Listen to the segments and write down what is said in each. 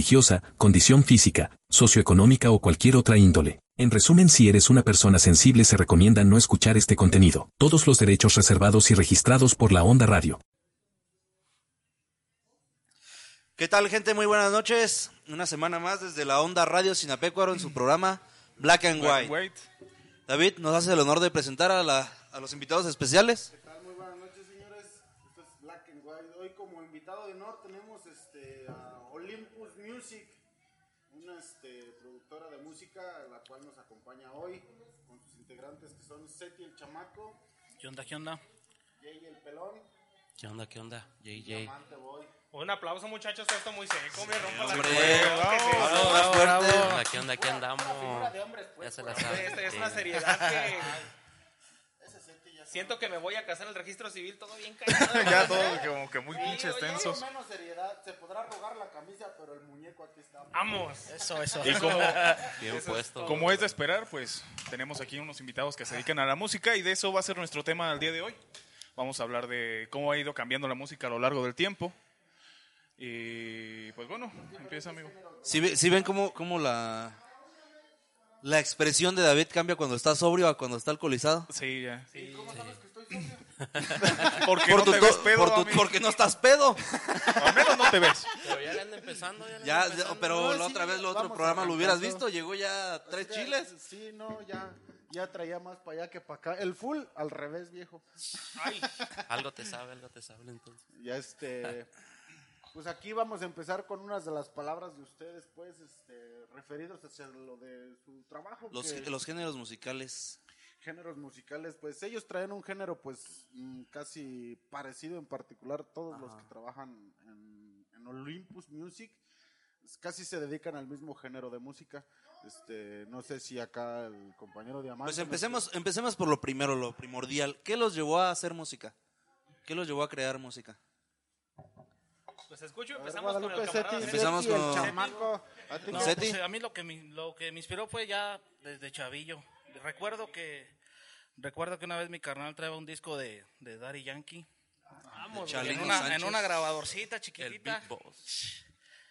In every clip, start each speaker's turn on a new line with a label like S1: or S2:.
S1: religiosa, condición física, socioeconómica o cualquier otra índole. En resumen, si eres una persona sensible se recomienda no escuchar este contenido. Todos los derechos reservados y registrados por la Onda Radio.
S2: ¿Qué tal, gente? Muy buenas noches. Una semana más desde la Onda Radio Sinapecuaro en su programa Black and White. David, nos hace el honor de presentar a, la- a los invitados especiales.
S3: ¿Qué tal? Muy buenas noches, señores. Esto es Black and White. Hoy como invitado de honor tenemos este, a Olympus Music, una este, productora de música, la cual nos acompaña hoy con sus integrantes que son Seti el Chamaco,
S4: ¿Qué onda? ¿Qué onda?
S3: Jay el Pelón,
S4: ¿Qué onda? ¿Qué onda? JJ.
S3: Diamante Boy.
S5: Un aplauso, muchachos, esto está muy seco, me rompa la
S2: hombre.
S5: cabeza.
S2: Bravo, más fuerte.
S4: ¿Qué onda? ¿Qué onda? ¿Qué andamos? Ya se la sabe.
S5: Esta es una
S4: Sí.
S5: seriedad que
S3: Ese Seti ya
S5: siento que me voy a casar en el registro civil todo bien callado.
S6: Ya todo como que muy
S3: sabe.
S6: pinches
S3: Digo, ya con
S6: tensos.
S3: menos seriedad, se podrá rogar la camisa, pero el muñeco aquí está.
S5: Vamos.
S4: Eso, eso.
S6: Y como,
S4: Bien puesto.
S6: como es de esperar, pues tenemos aquí unos invitados que se dedican a la música y de eso va a ser nuestro tema al día de hoy. Vamos a hablar de cómo ha ido cambiando la música a lo largo del tiempo. Y pues bueno, empieza amigo.
S2: Si ven cómo, cómo la, la expresión de David cambia cuando está sobrio a cuando está alcoholizado?
S6: Sí, ya.
S3: ¿Cómo sabes que estoy sobrio?
S6: Porque no
S2: tu
S6: te
S2: to-
S6: ves pedo,
S2: por tu-
S6: amigo.
S2: porque no estás pedo.
S6: Al menos no te ves.
S4: Pero ya le anda empezando. Ya, le
S2: Ya,
S4: anda
S2: ya,
S4: empezando.
S2: pero
S3: No,
S2: la
S3: sí,
S2: otra vez, el otro
S3: vamos
S2: programa lo hubieras
S3: arrancando.
S2: visto, llegó ya tres
S3: Sí,
S2: chiles.
S3: Este, Sí, no, ya, ya traía más para allá que para acá. El full al revés, viejo.
S4: Algo te sabe, algo te sabe entonces.
S3: Ya este. Pues aquí vamos a empezar con unas de las palabras de ustedes, pues, este, referidos hacia lo de su trabajo.
S2: Los,
S3: que-
S2: los géneros musicales.
S3: géneros musicales, pues ellos traen un género, pues, mm, casi parecido en particular, todos los que trabajan en, en Olympus Music, es- casi se dedican al mismo género de música. Este, no sé si acá el compañero Diamante.
S2: Pues
S3: nos-
S2: empecemos, empecemos por lo primero, lo primordial. ¿Qué los llevó a hacer música? ¿Qué los llevó a crear música?
S5: Pues escucho,
S3: A ver,
S5: empezamos con el
S3: Guadalupe,
S5: camarada.
S3: Seti,
S5: Ceti.
S2: Empezamos
S3: Seti, el
S2: con-
S3: chamaco. ¿A ti
S4: No,
S3: qué?
S2: ¿Seti?
S4: pues, a mí lo que, me, lo que me inspiró fue ya desde chavillo. Recuerdo que recuerdo que una vez mi carnal traía un disco de, de Daddy Yankee.
S5: Vamos,
S2: Chalino
S4: en, una,
S2: Sánchez.
S4: en una grabadorcita
S7: El
S4: chiquitita.
S7: Big Boss.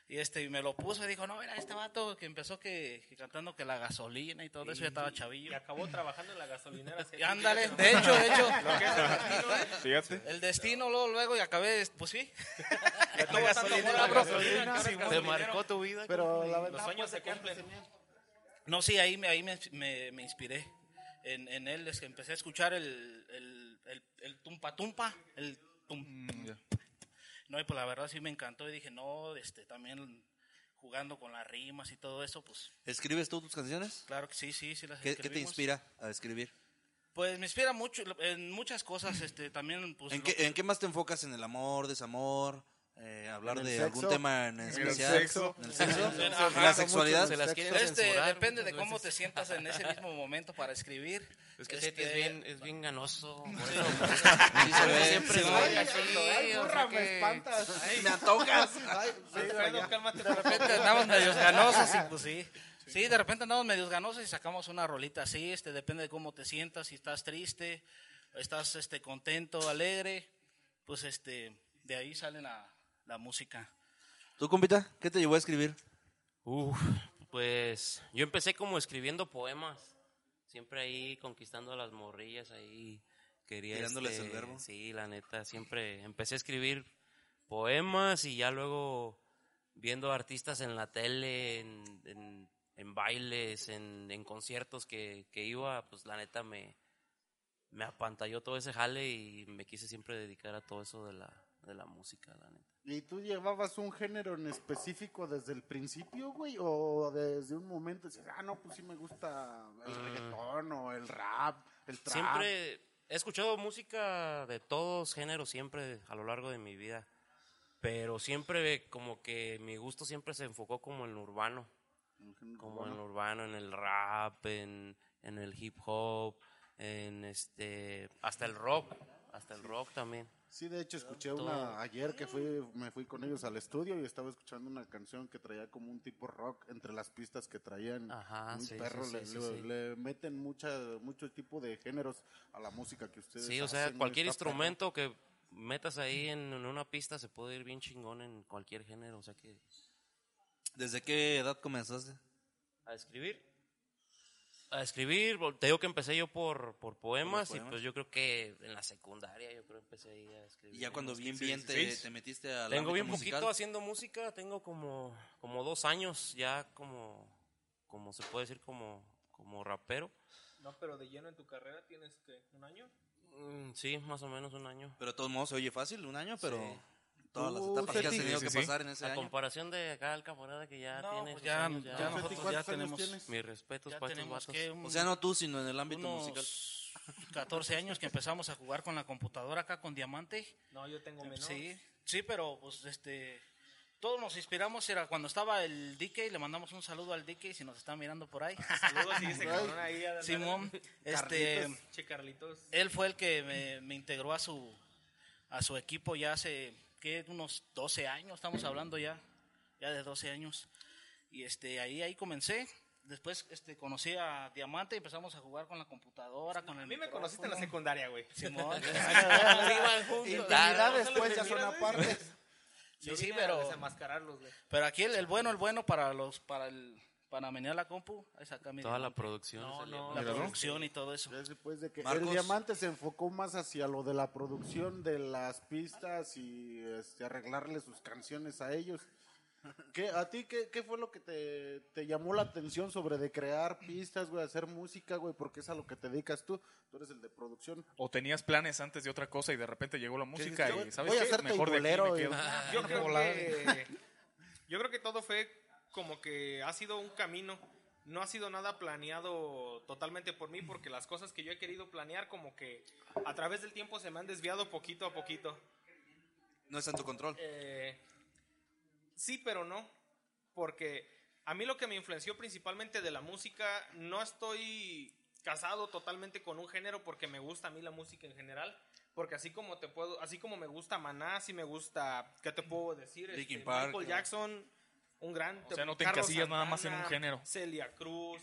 S4: Y este, y me lo puso y dijo, no, mira, este vato que empezó que, que cantando que la gasolina y todo eso, ya estaba
S5: Y
S4: chavillo.
S5: acabó trabajando en la gasolinera. Seti.
S4: Y ándale, de hecho, de hecho.
S5: ¿Qué es el destino, eh?
S6: Fíjate.
S4: El destino, luego, luego, y acabé, pues sí.
S5: Le tuvo tanto amor
S4: gasolina,
S5: a la
S4: bro.
S5: gasolina que ahora es
S7: Te
S5: gasolinero.
S7: marcó tu vida.
S3: Pero la
S5: Los
S3: verdad,
S5: sueños se cumplen.
S4: No, sí, ahí me, ahí me, me- me inspiré. En, en él es que empecé a escuchar el, el, el, el tumpa tumpa, el tum-
S6: Mm, ya.
S4: No, y pues la verdad sí me encantó y dije, no, este, también jugando con las rimas y todo eso, pues
S2: ¿Escribes tú tus canciones?
S4: claro que sí, sí, sí las
S2: ¿Qué, qué te
S4: escribimos.
S2: inspira a escribir?
S4: Pues me inspira mucho, lo- en muchas cosas, este, también, pues...
S2: ¿En
S4: lo-
S2: qué, en qué más te enfocas? ¿En el amor, desamor? Eh, ¿Hablar
S3: ¿En el
S2: de algún
S3: sexo?
S2: tema en especial?
S6: sexo?
S2: ¿En el sexo?
S4: En-
S2: ¿En la
S4: ajá.
S2: sexualidad?
S7: Se las quiere
S4: Este,
S7: censurar
S4: depende de
S7: muchas
S4: cómo te
S7: veces.
S4: sientas en ese mismo momento para escribir.
S7: Es que
S4: Este,
S7: Seti es bien, es bien ganoso. por eso-
S2: Sí, se
S3: pues,
S2: ve,
S7: siempre
S2: se
S7: lo
S2: ve.
S7: ve así,
S4: ¿eh?
S3: ay,
S7: o sea
S3: burra, me
S7: que-
S3: espantas.
S2: Ay, me antojas.
S3: Ay, vete para allá.
S5: Alfredo, cálmate.
S4: De repente andamos medios ganosos y pues sí. Sí, de repente andamos medios ganosos y sacamos una rolita así, este, depende de cómo te sientas, si estás triste, estás este, contento, alegre, pues este, de ahí sale la, la música.
S2: ¿Tú, compita? ¿Qué te llevó a escribir?
S7: Uf, pues yo empecé como escribiendo poemas. Siempre ahí conquistando a las morrillas, ahí quería.
S2: Tirándoles
S7: este,
S2: el verbo.
S7: Sí, la neta, siempre empecé a escribir poemas y ya luego viendo artistas en la tele, en, en- en bailes, en, en conciertos que, que iba, pues la neta me, me apantalló todo ese jale y me quise siempre dedicar a todo eso de la, de la música, la neta.
S3: ¿Y tú llevabas un género en específico desde el principio, güey? ¿O desde un momento decías, ah, no, pues sí me gusta el
S7: Mm.
S3: reggaetón o el rap, el trap?
S7: Siempre he escuchado música de todos géneros, siempre a lo largo de mi vida. Pero siempre como que mi gusto siempre se enfocó como en lo urbano,
S3: El género
S7: como en
S3: urbano.
S7: lo urbano, en el rap, en, en el hip hop, en este, hasta el rock, hasta el rock también.
S3: Sí, de hecho escuché una ayer que fui, me fui con ellos al estudio y estaba escuchando una canción que traía como un tipo rock entre las pistas que traían.
S7: Ajá,
S3: Muy
S7: sí,
S3: perro,
S7: sí,
S3: le,
S7: sí,
S3: le-
S7: sí.
S3: le meten mucha, mucho tipo de géneros a la música que ustedes
S7: Sí, o sea,
S3: hacen, ¿no?
S7: cualquier
S3: Está perro.
S7: instrumento que metas ahí en, en una pista se puede ir bien chingón en cualquier género, o sea que...
S2: ¿Desde qué edad comenzaste?
S7: ¿A escribir? A escribir, vol- te digo que empecé yo por, por poemas y
S2: poemas.
S7: pues yo creo que en la secundaria yo creo empecé ahí a escribir.
S2: Y ya cuando
S7: unos
S2: bien
S7: 15,
S2: bien te,
S7: 16.
S2: te metiste al
S7: Tengo
S2: ámbito
S7: bien
S2: musical.
S7: poquito haciendo música, tengo como, como dos años ya como, como se puede decir como, como rapero.
S5: No, pero de lleno en tu carrera tienes que un año.
S7: Mm, Sí, más o menos un año.
S2: Pero de todos modos se oye fácil, un año, pero todas las
S3: Tú,
S2: etapas que has
S3: Teti.
S2: tenido
S6: Sí,
S2: que
S6: sí, sí.
S2: pasar en ese
S7: A
S2: año.
S7: comparación de acá el camarada que ya
S4: No,
S7: tiene
S4: pues
S7: sus
S4: ya-
S7: años, ya-
S4: ya
S3: Feti,
S4: nosotros
S3: ¿cuántos
S4: ya
S3: años
S4: tenemos-
S3: tienes?
S7: mis respetos
S4: Ya
S7: para estos
S4: tenemos
S7: vatos.
S4: que un-
S2: O sea, no tú, sino en el ámbito
S4: unos
S2: musical.
S4: 14 años que empezamos a jugar con la computadora acá con Diamante.
S5: No, yo tengo menos.
S4: Sí, sí, pero pues este todos nos inspiramos era cuando estaba el DK, le mandamos un saludo al DK si nos está mirando por ahí.
S5: Saludos y ese cabrón ahí. a-
S4: Simón,
S2: Em.
S4: este
S5: Carlitos. Che, Carlitos.
S4: él fue el que me, me integró a su a su equipo ya hace ¿qué? unos 12 años, estamos hablando ya ya de 12 años. Y este ahí ahí comencé. Después este conocí a Diamante y empezamos a jugar con la computadora, con el
S5: A mí me conociste en la
S4: micrófono.
S5: secundaria, güey.
S4: Simón.
S3: Intimidad después ya son
S5: Claro, no se los
S3: aparte.
S5: Yo
S4: Sí, sí,
S5: vine a
S4: pero-
S5: Desenmascararlos, güey.
S4: Pero aquí el, el bueno, el bueno para los para el para menear la compu, ahí saca mi
S7: Toda la
S4: diamante.
S7: producción.
S5: No,
S7: es el-
S5: no.
S4: la producción y todo eso.
S3: Ya Después de que
S2: Marcos.
S3: el diamante se enfocó más hacia lo de la producción de las pistas y este, arreglarle sus canciones a ellos. ¿Qué, ¿A ti qué, qué fue lo que te, te llamó la atención sobre de crear pistas, güey, hacer música, güey? Porque es a lo que te dedicas tú. Tú eres el de producción.
S6: O tenías planes antes de otra cosa y de repente llegó la música
S3: dijiste,
S6: y sabes
S3: voy a
S6: qué?
S3: ser
S6: mejor de aquí
S3: teibolero
S6: me
S3: y-
S6: quedo.
S5: Yo creo
S3: Volada.
S5: que. Yo creo que todo fue como que ha sido un camino. No ha sido nada planeado totalmente por mí, porque las cosas que yo he querido planear, como que a través del tiempo se me han desviado poquito a poquito.
S2: No está en tu control.
S5: Eh, sí, pero no. Porque a mí lo que me influenció principalmente de la música, no estoy casado totalmente con un género porque me gusta a mí la música en general. Porque así como te puedo, así como me gusta Maná, así me gusta, ¿qué te puedo decir? Este,
S2: Linkin Park,
S5: Michael
S2: ¿no?
S5: Jackson, un gran.
S6: O sea, no te
S5: Carlos
S6: encasillas nada más en un
S5: Santana,
S6: género.
S5: Celia Cruz,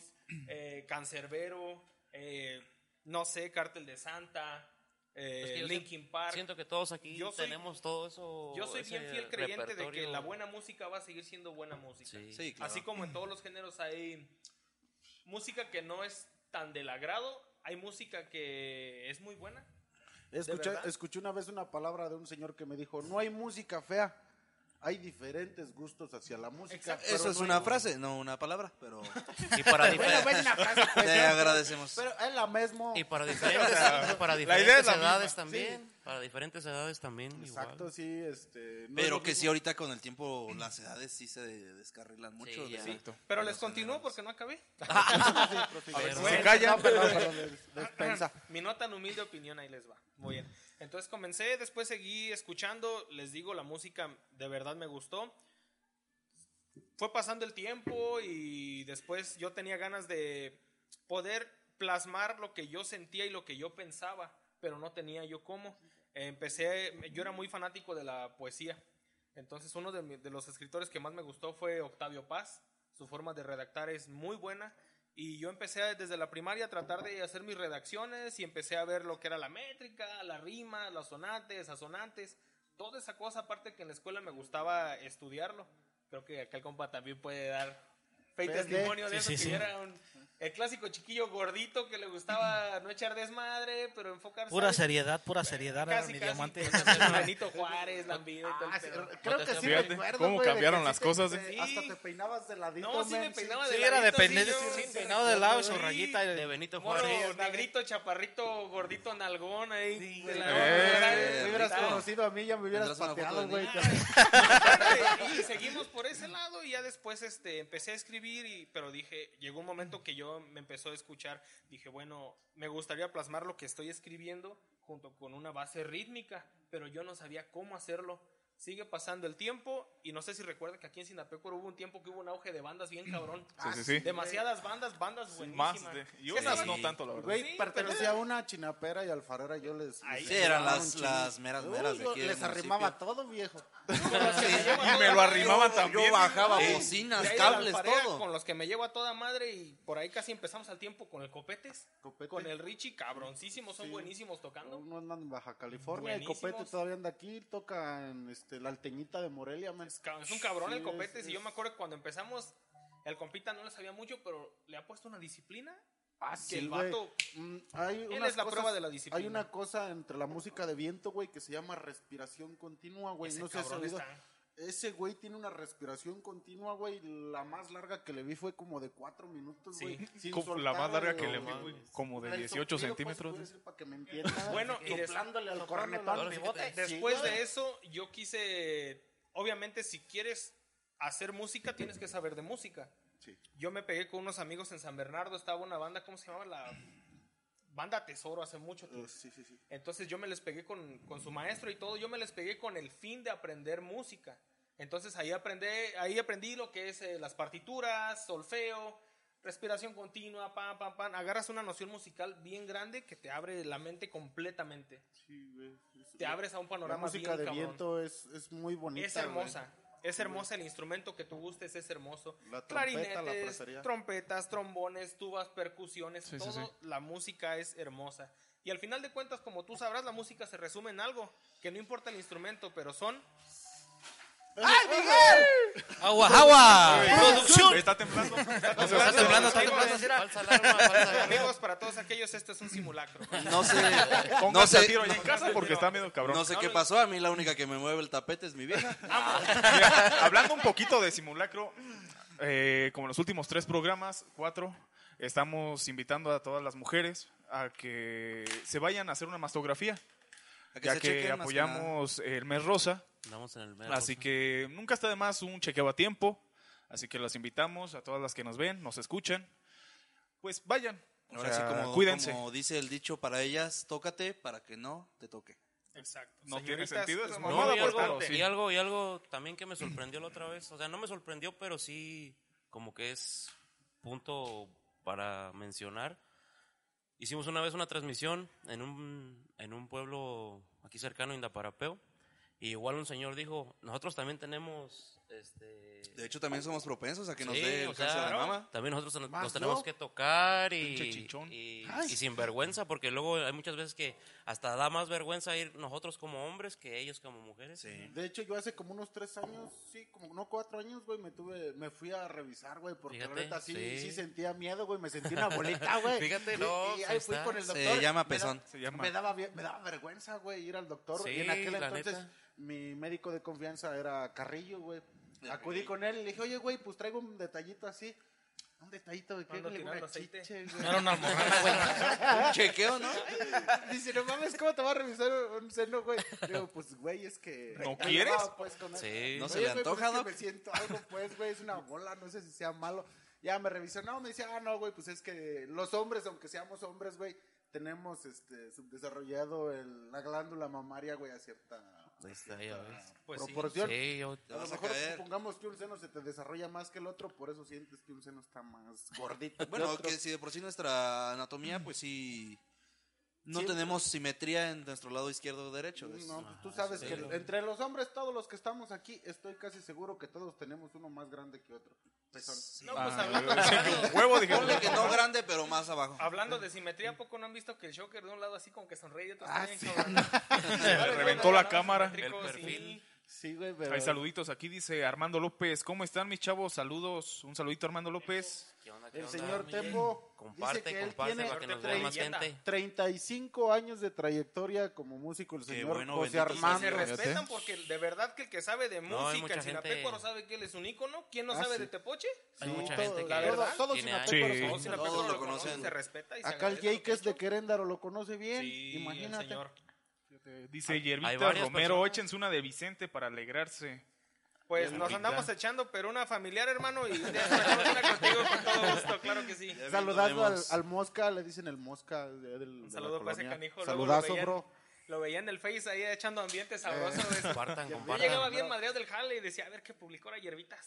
S5: eh, Cancerbero, eh, no sé, Cártel de Santa, eh,
S7: Es que yo
S5: Linkin Park.
S7: Siento que todos aquí
S5: Yo soy-
S7: tenemos todo eso.
S5: Yo soy bien
S7: ese
S5: fiel creyente de que
S7: repertorio.
S5: la buena música va a seguir siendo buena música.
S7: Sí.
S2: Sí, claro.
S5: Eh, Así como en todos los géneros hay música que no es tan del agrado, hay música que es muy buena.
S3: Escuché,
S5: verdad?
S3: escuché una vez una palabra de un señor que me dijo, no hay música fea, hay diferentes gustos hacia la música.
S5: Exacto.
S3: pero
S2: Eso es
S3: no hay-
S2: una frase, no una palabra, pero
S7: Y para,
S3: Bueno,
S7: difer-
S3: bueno, una frase, pues,
S2: te
S3: ¿no?
S2: agradecemos.
S3: Pero es la misma.
S7: y para diferentes, para
S6: idea es
S7: diferentes
S6: la misma.
S7: edades también. Para diferentes edades también.
S3: Exacto,
S7: pues, igual.
S3: sí, este... no es
S2: Pero
S3: lo
S2: que
S3: mismo.
S2: sí, ahorita con el tiempo las edades sí se descarrilan mucho.
S7: Sí, ya.
S2: de-
S7: Exacto.
S5: Pero
S2: de
S5: les
S2: los
S5: continúo
S2: generales.
S5: porque no acabé.
S3: Sí, prosigue.
S7: Pero-
S5: Bueno,
S6: Se calla.
S3: No, perdón, perdón, des- despensa.
S5: Mi no tan humilde opinión ahí les va. Muy bien. Entonces comencé, después seguí escuchando, les digo, la música de verdad me gustó. Fue pasando el tiempo y después yo tenía ganas de poder plasmar lo que yo sentía y lo que yo pensaba, pero no tenía yo cómo. Empecé, yo era muy fanático de la poesía. Entonces uno de, mi- de los escritores que más me gustó fue Octavio Paz. Su forma de redactar es muy buena. Y yo empecé a- desde la primaria a tratar de hacer mis redacciones y empecé a ver lo que era la métrica, la rima, las sonantes, asonantes, toda esa cosa, aparte que en la escuela me gustaba estudiarlo. Creo que acá el compa también puede dar fe y
S3: Pues,
S5: testimonio de
S7: sí,
S5: eso,
S7: sí,
S5: que
S7: sí.
S5: era un- el clásico chiquillo gordito que le gustaba no echar desmadre, pero enfocarse...
S4: Pura
S5: al-
S4: seriedad, pura seriedad, era
S5: Casi,
S4: mi
S5: casi,
S4: diamante.
S5: pues, hacer Benito Juárez, Lambida y todo el
S3: Ah, sí,
S5: pedo.
S3: creo que sí
S6: Fíjate
S3: recuerdo,
S6: cómo
S3: güey, de
S6: cambiaron
S3: que
S6: las
S3: sí
S6: cosas,
S3: te-
S5: ¿eh?
S3: Hasta te peinabas de ladito,
S5: No, sí me
S3: men,
S5: peinaba
S4: Sí,
S5: de
S4: era de
S5: ladito, sí,
S4: pende-
S5: yo-
S4: sí,
S5: sí,
S4: peinado de lado, su
S5: sí.
S4: rayita.
S7: De Benito
S5: Moro,
S7: Juárez.
S5: negrito, chaparrito, gordito, nalgón ahí. de la-
S2: Eh,
S3: Me hubieras
S5: Ahorita-
S3: conocido a mí, ya me hubieras
S2: Tendrás una foto
S3: pateado,
S2: de
S3: güey.
S2: mí.
S5: y seguimos por ese lado y ya después este empecé a escribir y pero dije llegó un momento que yo me empezó a escuchar dije bueno me gustaría plasmar lo que estoy escribiendo junto con una base rítmica pero yo no sabía cómo hacerlo Sigue pasando el tiempo y no sé si recuerdan que aquí en Sinapecuaro hubo un tiempo que hubo un auge de bandas bien cabrón.
S6: Sí, sí, sí.
S5: Demasiadas bandas, bandas buenísimas.
S6: Más de. Y
S5: Es que
S6: otras
S5: estaban-
S6: no tanto, la verdad.
S3: Güey,
S5: Sí,
S3: pertenecía a una chinapera y alfarera. Yo les.
S5: Ahí
S3: les
S5: sí,
S2: eran
S3: arrimaba
S2: las-
S3: un chingo.
S2: las meras
S3: Uy,
S2: meras de
S3: yo
S2: aquí del
S3: Les arrimaba
S2: municipio.
S3: todo, viejo.
S6: Y me lo arrimaban también.
S2: Yo bajaba
S5: Sí.
S2: bocinas,
S5: De ahí de la
S2: cables,
S5: alfarera, Con
S2: todo.
S5: los que me llevo a toda madre y por ahí casi empezamos al tiempo con el Copetes.
S3: Copete.
S5: Con el Richie, cabroncísimos, son
S3: Sí.
S5: buenísimos tocando.
S3: Uno anda en Baja California,
S5: Buenísimos.
S3: el copete todavía anda aquí, toca en este, la alteñita de Morelia, man.
S5: Es ca- es un cabrón
S3: Sí,
S5: el Copetes
S3: es-
S5: y yo me acuerdo que cuando empezamos, el compita no le sabía mucho, pero le ha puesto una disciplina.
S3: Ah,
S5: que el
S3: güey.
S5: vato-
S3: Mm, hay
S5: Él
S3: unas
S5: es la
S3: cosas-
S5: prueba de la disciplina.
S3: Hay una cosa entre la música de viento, güey, que se llama respiración continua, güey.
S5: Ese
S3: No sé si has
S5: cabrón
S3: oído.
S5: está-
S3: Ese güey tiene una respiración continua, güey. La más larga que le vi fue como de cuatro minutos,
S5: Sí.
S3: güey. sin
S6: Como- la
S3: soltar
S6: más larga
S3: el-
S6: que le vi, güey, como de
S3: el
S6: 18
S3: soplido,
S6: centímetros.
S3: pues, puede ser para que me entiendas.
S5: Bueno, y des-
S3: soplándole al
S4: soplándole
S3: cornetón.
S4: al bigote.
S5: Después
S3: Sí, güey.
S5: de eso, yo quise. Obviamente, si quieres hacer música, tienes que saber de música.
S3: Sí.
S5: Yo me pegué con unos amigos en San Bernardo, estaba una banda, ¿cómo se llamaba? La banda Tesoro hace mucho tiempo.
S3: Eh, sí, sí, sí.
S5: Entonces yo me les pegué con, con su maestro y todo, yo me les pegué con el fin de aprender música. Entonces ahí aprendí, ahí aprendí lo que es eh, las partituras, solfeo, respiración continua, pam, pam, pam. Agarras una noción musical bien grande que te abre la mente completamente.
S3: Sí, güey. Es-
S5: Te abres a un
S3: La
S5: panorama
S3: música
S5: bien
S3: de
S5: cabrón.
S3: viento es, es muy bonita.
S5: Es hermosa.
S3: güey.
S5: Es hermosa el instrumento que tú gustes, es hermoso.
S3: La trompeta, la
S5: Clarinetes,
S3: bracería.
S5: trompetas, trombones, tubas, percusiones,
S6: Sí, sí,
S5: todo, la música es hermosa. Y al final de cuentas, como tú sabrás, la música se resume en algo, que no importa el instrumento, pero son...
S4: Agua, agua.
S6: Ahí Está temblando.
S5: Está
S7: temblando,
S2: está
S7: temblando. Falsa alarma, falsa alarma.
S5: Amigos, para todos aquellos, esto es un simulacro.
S2: No sé, no
S6: Pónganse a
S2: sé,
S6: tiro allá en casa porque está medio cabrón.
S2: no sé qué pasó. A mí la única que me mueve el tapete es mi vieja.
S6: Mira, hablando un poquito de simulacro, eh, como los últimos tres programas, cuatro, estamos invitando a todas las mujeres a que se vayan a hacer una mastografía,
S2: A que
S6: ya
S2: se
S6: que
S2: chequen, más que nada.
S6: apoyamos el mes rosa,
S7: Andamos en el mero.
S6: así que nunca está de más un chequeo a tiempo, así que las invitamos a todas las que nos ven, nos escuchan, pues vayan, o
S2: Ahora sí,
S6: sea,
S2: como,
S6: cuídense.
S2: como dice el dicho para ellas, tócate para que no te toque.
S5: Exacto.
S6: No tiene
S5: Señoritas,
S6: sentido esa
S5: es
S6: mamada,
S7: No,
S5: muy
S7: y
S6: pues,
S7: algo,
S5: importante.
S6: pero sí.
S7: y algo, y algo también que me sorprendió la otra vez. O sea, no me sorprendió, pero sí como que es punto para mencionar. Hicimos una vez una transmisión en un, en un pueblo aquí cercano, Indaparapeo. Y igual un señor dijo, nosotros también tenemos... Este,
S2: De hecho, también somos propensos a que nos
S7: Sí,
S2: dé
S7: o
S2: el
S7: sea,
S2: cáncer de
S7: ¿no?
S2: mama.
S7: También nosotros nos,
S3: Más
S7: nos tenemos
S3: no.
S7: que tocar y,
S6: Pinche chichón.
S7: y, y sin vergüenza, porque luego hay muchas veces que hasta da más vergüenza ir nosotros como hombres que ellos como mujeres.
S2: Sí.
S3: De hecho, yo hace como unos tres años, sí, como no cuatro años, güey, me tuve, me fui a revisar, güey, porque la
S7: Fíjate,
S3: neta sí,
S7: sí.
S3: sí. sentía miedo, güey, me sentí una bolita, güey.
S7: Fíjate,
S3: Y-
S7: no,
S3: Y, ahí
S7: sí
S3: fui
S7: está.
S3: con el
S2: Se
S3: doctor.
S2: llama
S3: me da-
S2: pezón.
S6: Se llama.
S3: Me daba, vie- me daba vergüenza, güey, ir al doctor.
S7: Sí,
S3: y en aquel
S7: la
S3: entonces,
S7: neta.
S3: mi médico de confianza era Carrillo, güey. Acudí con él y le dije, oye, güey, pues traigo un detallito así. Un detallito de que
S5: Ando
S3: le digo,
S5: tirando
S3: una
S5: aceite.
S3: chiche, güey.
S4: No era una almorrana, güey.
S2: Un chequeo, ¿no?
S3: Dice, no mames, ¿cómo te va a revisar un seno, güey? Digo, pues, güey, es que...
S6: ¿No quieres?
S3: No, pues, con-
S7: Sí.
S2: No
S3: Oye,
S2: se le
S3: güey, pues,
S2: antoja,
S3: es que
S2: Doc.
S3: me siento algo, pues, güey, es una bola, no sé si sea malo. Ya me revisó, no, me decía, ah, no, güey, pues es que los hombres, aunque seamos hombres, güey, tenemos, este, subdesarrollado el- la glándula mamaria, güey, a cierta
S7: Ahí está, ya ves.
S5: Pues sí.
S3: proporción.
S7: Sí, yo-
S2: Te
S3: A lo
S2: vas a
S3: mejor
S2: caer.
S3: supongamos que un seno se te desarrolla más que el otro, por eso sientes que un seno está más gordito. que
S2: Bueno,
S3: otro.
S2: que si de por sí nuestra anatomía, pues sí. No
S3: Sí.
S2: tenemos simetría en nuestro lado izquierdo o derecho. es-
S3: No, pues tú
S7: Ah,
S3: sabes que entre los hombres, todos los que estamos aquí, estoy casi seguro que todos tenemos uno más grande que otro. Pezón.
S5: No, pues
S6: Ah,
S5: hablando,
S6: sí, huevo, dije,
S2: Ponle que no grande, pero más abajo.
S5: hablando de simetría, ¿a poco no han visto que el Joker de un lado así como que sonríe y otro
S3: Ah, sí.
S5: está bien cabrón?
S6: se le reventó la cámara.
S5: El
S7: perfil.
S3: Sí, güey, pero.
S6: Hay saluditos, aquí dice Armando López, ¿cómo están mis chavos? Saludos, un saludito Armando López.
S7: ¿Qué onda, qué
S3: El
S7: onda?
S3: señor Tempo
S7: Comparte,
S3: dice que él
S7: comparte
S3: tiene
S7: para que nos
S5: tiene
S7: vea más
S5: leyenda.
S7: gente.
S3: 35 años de trayectoria como músico, el
S2: Qué
S3: señor
S2: bueno,
S3: José
S2: bendito sea
S5: Se
S3: Armando.
S6: Dios.
S5: respetan porque de verdad que el que sabe de
S7: No, hay
S5: música,
S7: mucha
S5: el sinapecuaro
S7: gente-
S5: sabe que él es un ícono. ¿Quién no
S3: Ah,
S5: sabe
S3: sí.
S5: de Tepoche?
S7: Hay
S3: Sí,
S7: mucha
S3: todo-
S7: gente que
S5: la verdad,
S3: todos
S7: tiene
S3: sin
S7: años.
S3: apego,
S6: Sí.
S3: los
S5: Todo
S3: conocen.
S5: Sinapecuaro
S2: Todos lo
S5: lo conoce,
S2: conocen.
S5: se respeta y se
S3: Acá el
S5: agradece lo
S3: Jake que es de
S5: hecho.
S3: Queréndaro lo conoce bien.
S5: Sí,
S3: Imagínate.
S5: el señor.
S6: Eh, Dice
S7: hay
S6: Yervita
S7: varias
S6: Romero,
S7: personas.
S6: échense una de Vicente para alegrarse.
S5: Pues nos
S6: Ahorita.
S5: andamos echando, pero una familiar, hermano, y un día nos echamos una contigo con todo gusto, claro que sí.
S2: Ya
S3: Saludando al,
S2: vemos.
S3: al Mosca, le dicen el Mosca. de- del- de la
S5: saludo para ese
S3: colonia.
S5: canijo, luego lo
S3: Saludazo,
S5: veían.
S3: bro.
S5: Lo veía en el Face ahí echando ambiente sabroso.
S3: Eh,
S5: güey.
S7: Compartan,
S5: Yo
S7: compartan.
S5: llegaba bien madreado del jale y decía, a ver qué publicó la hierbitas.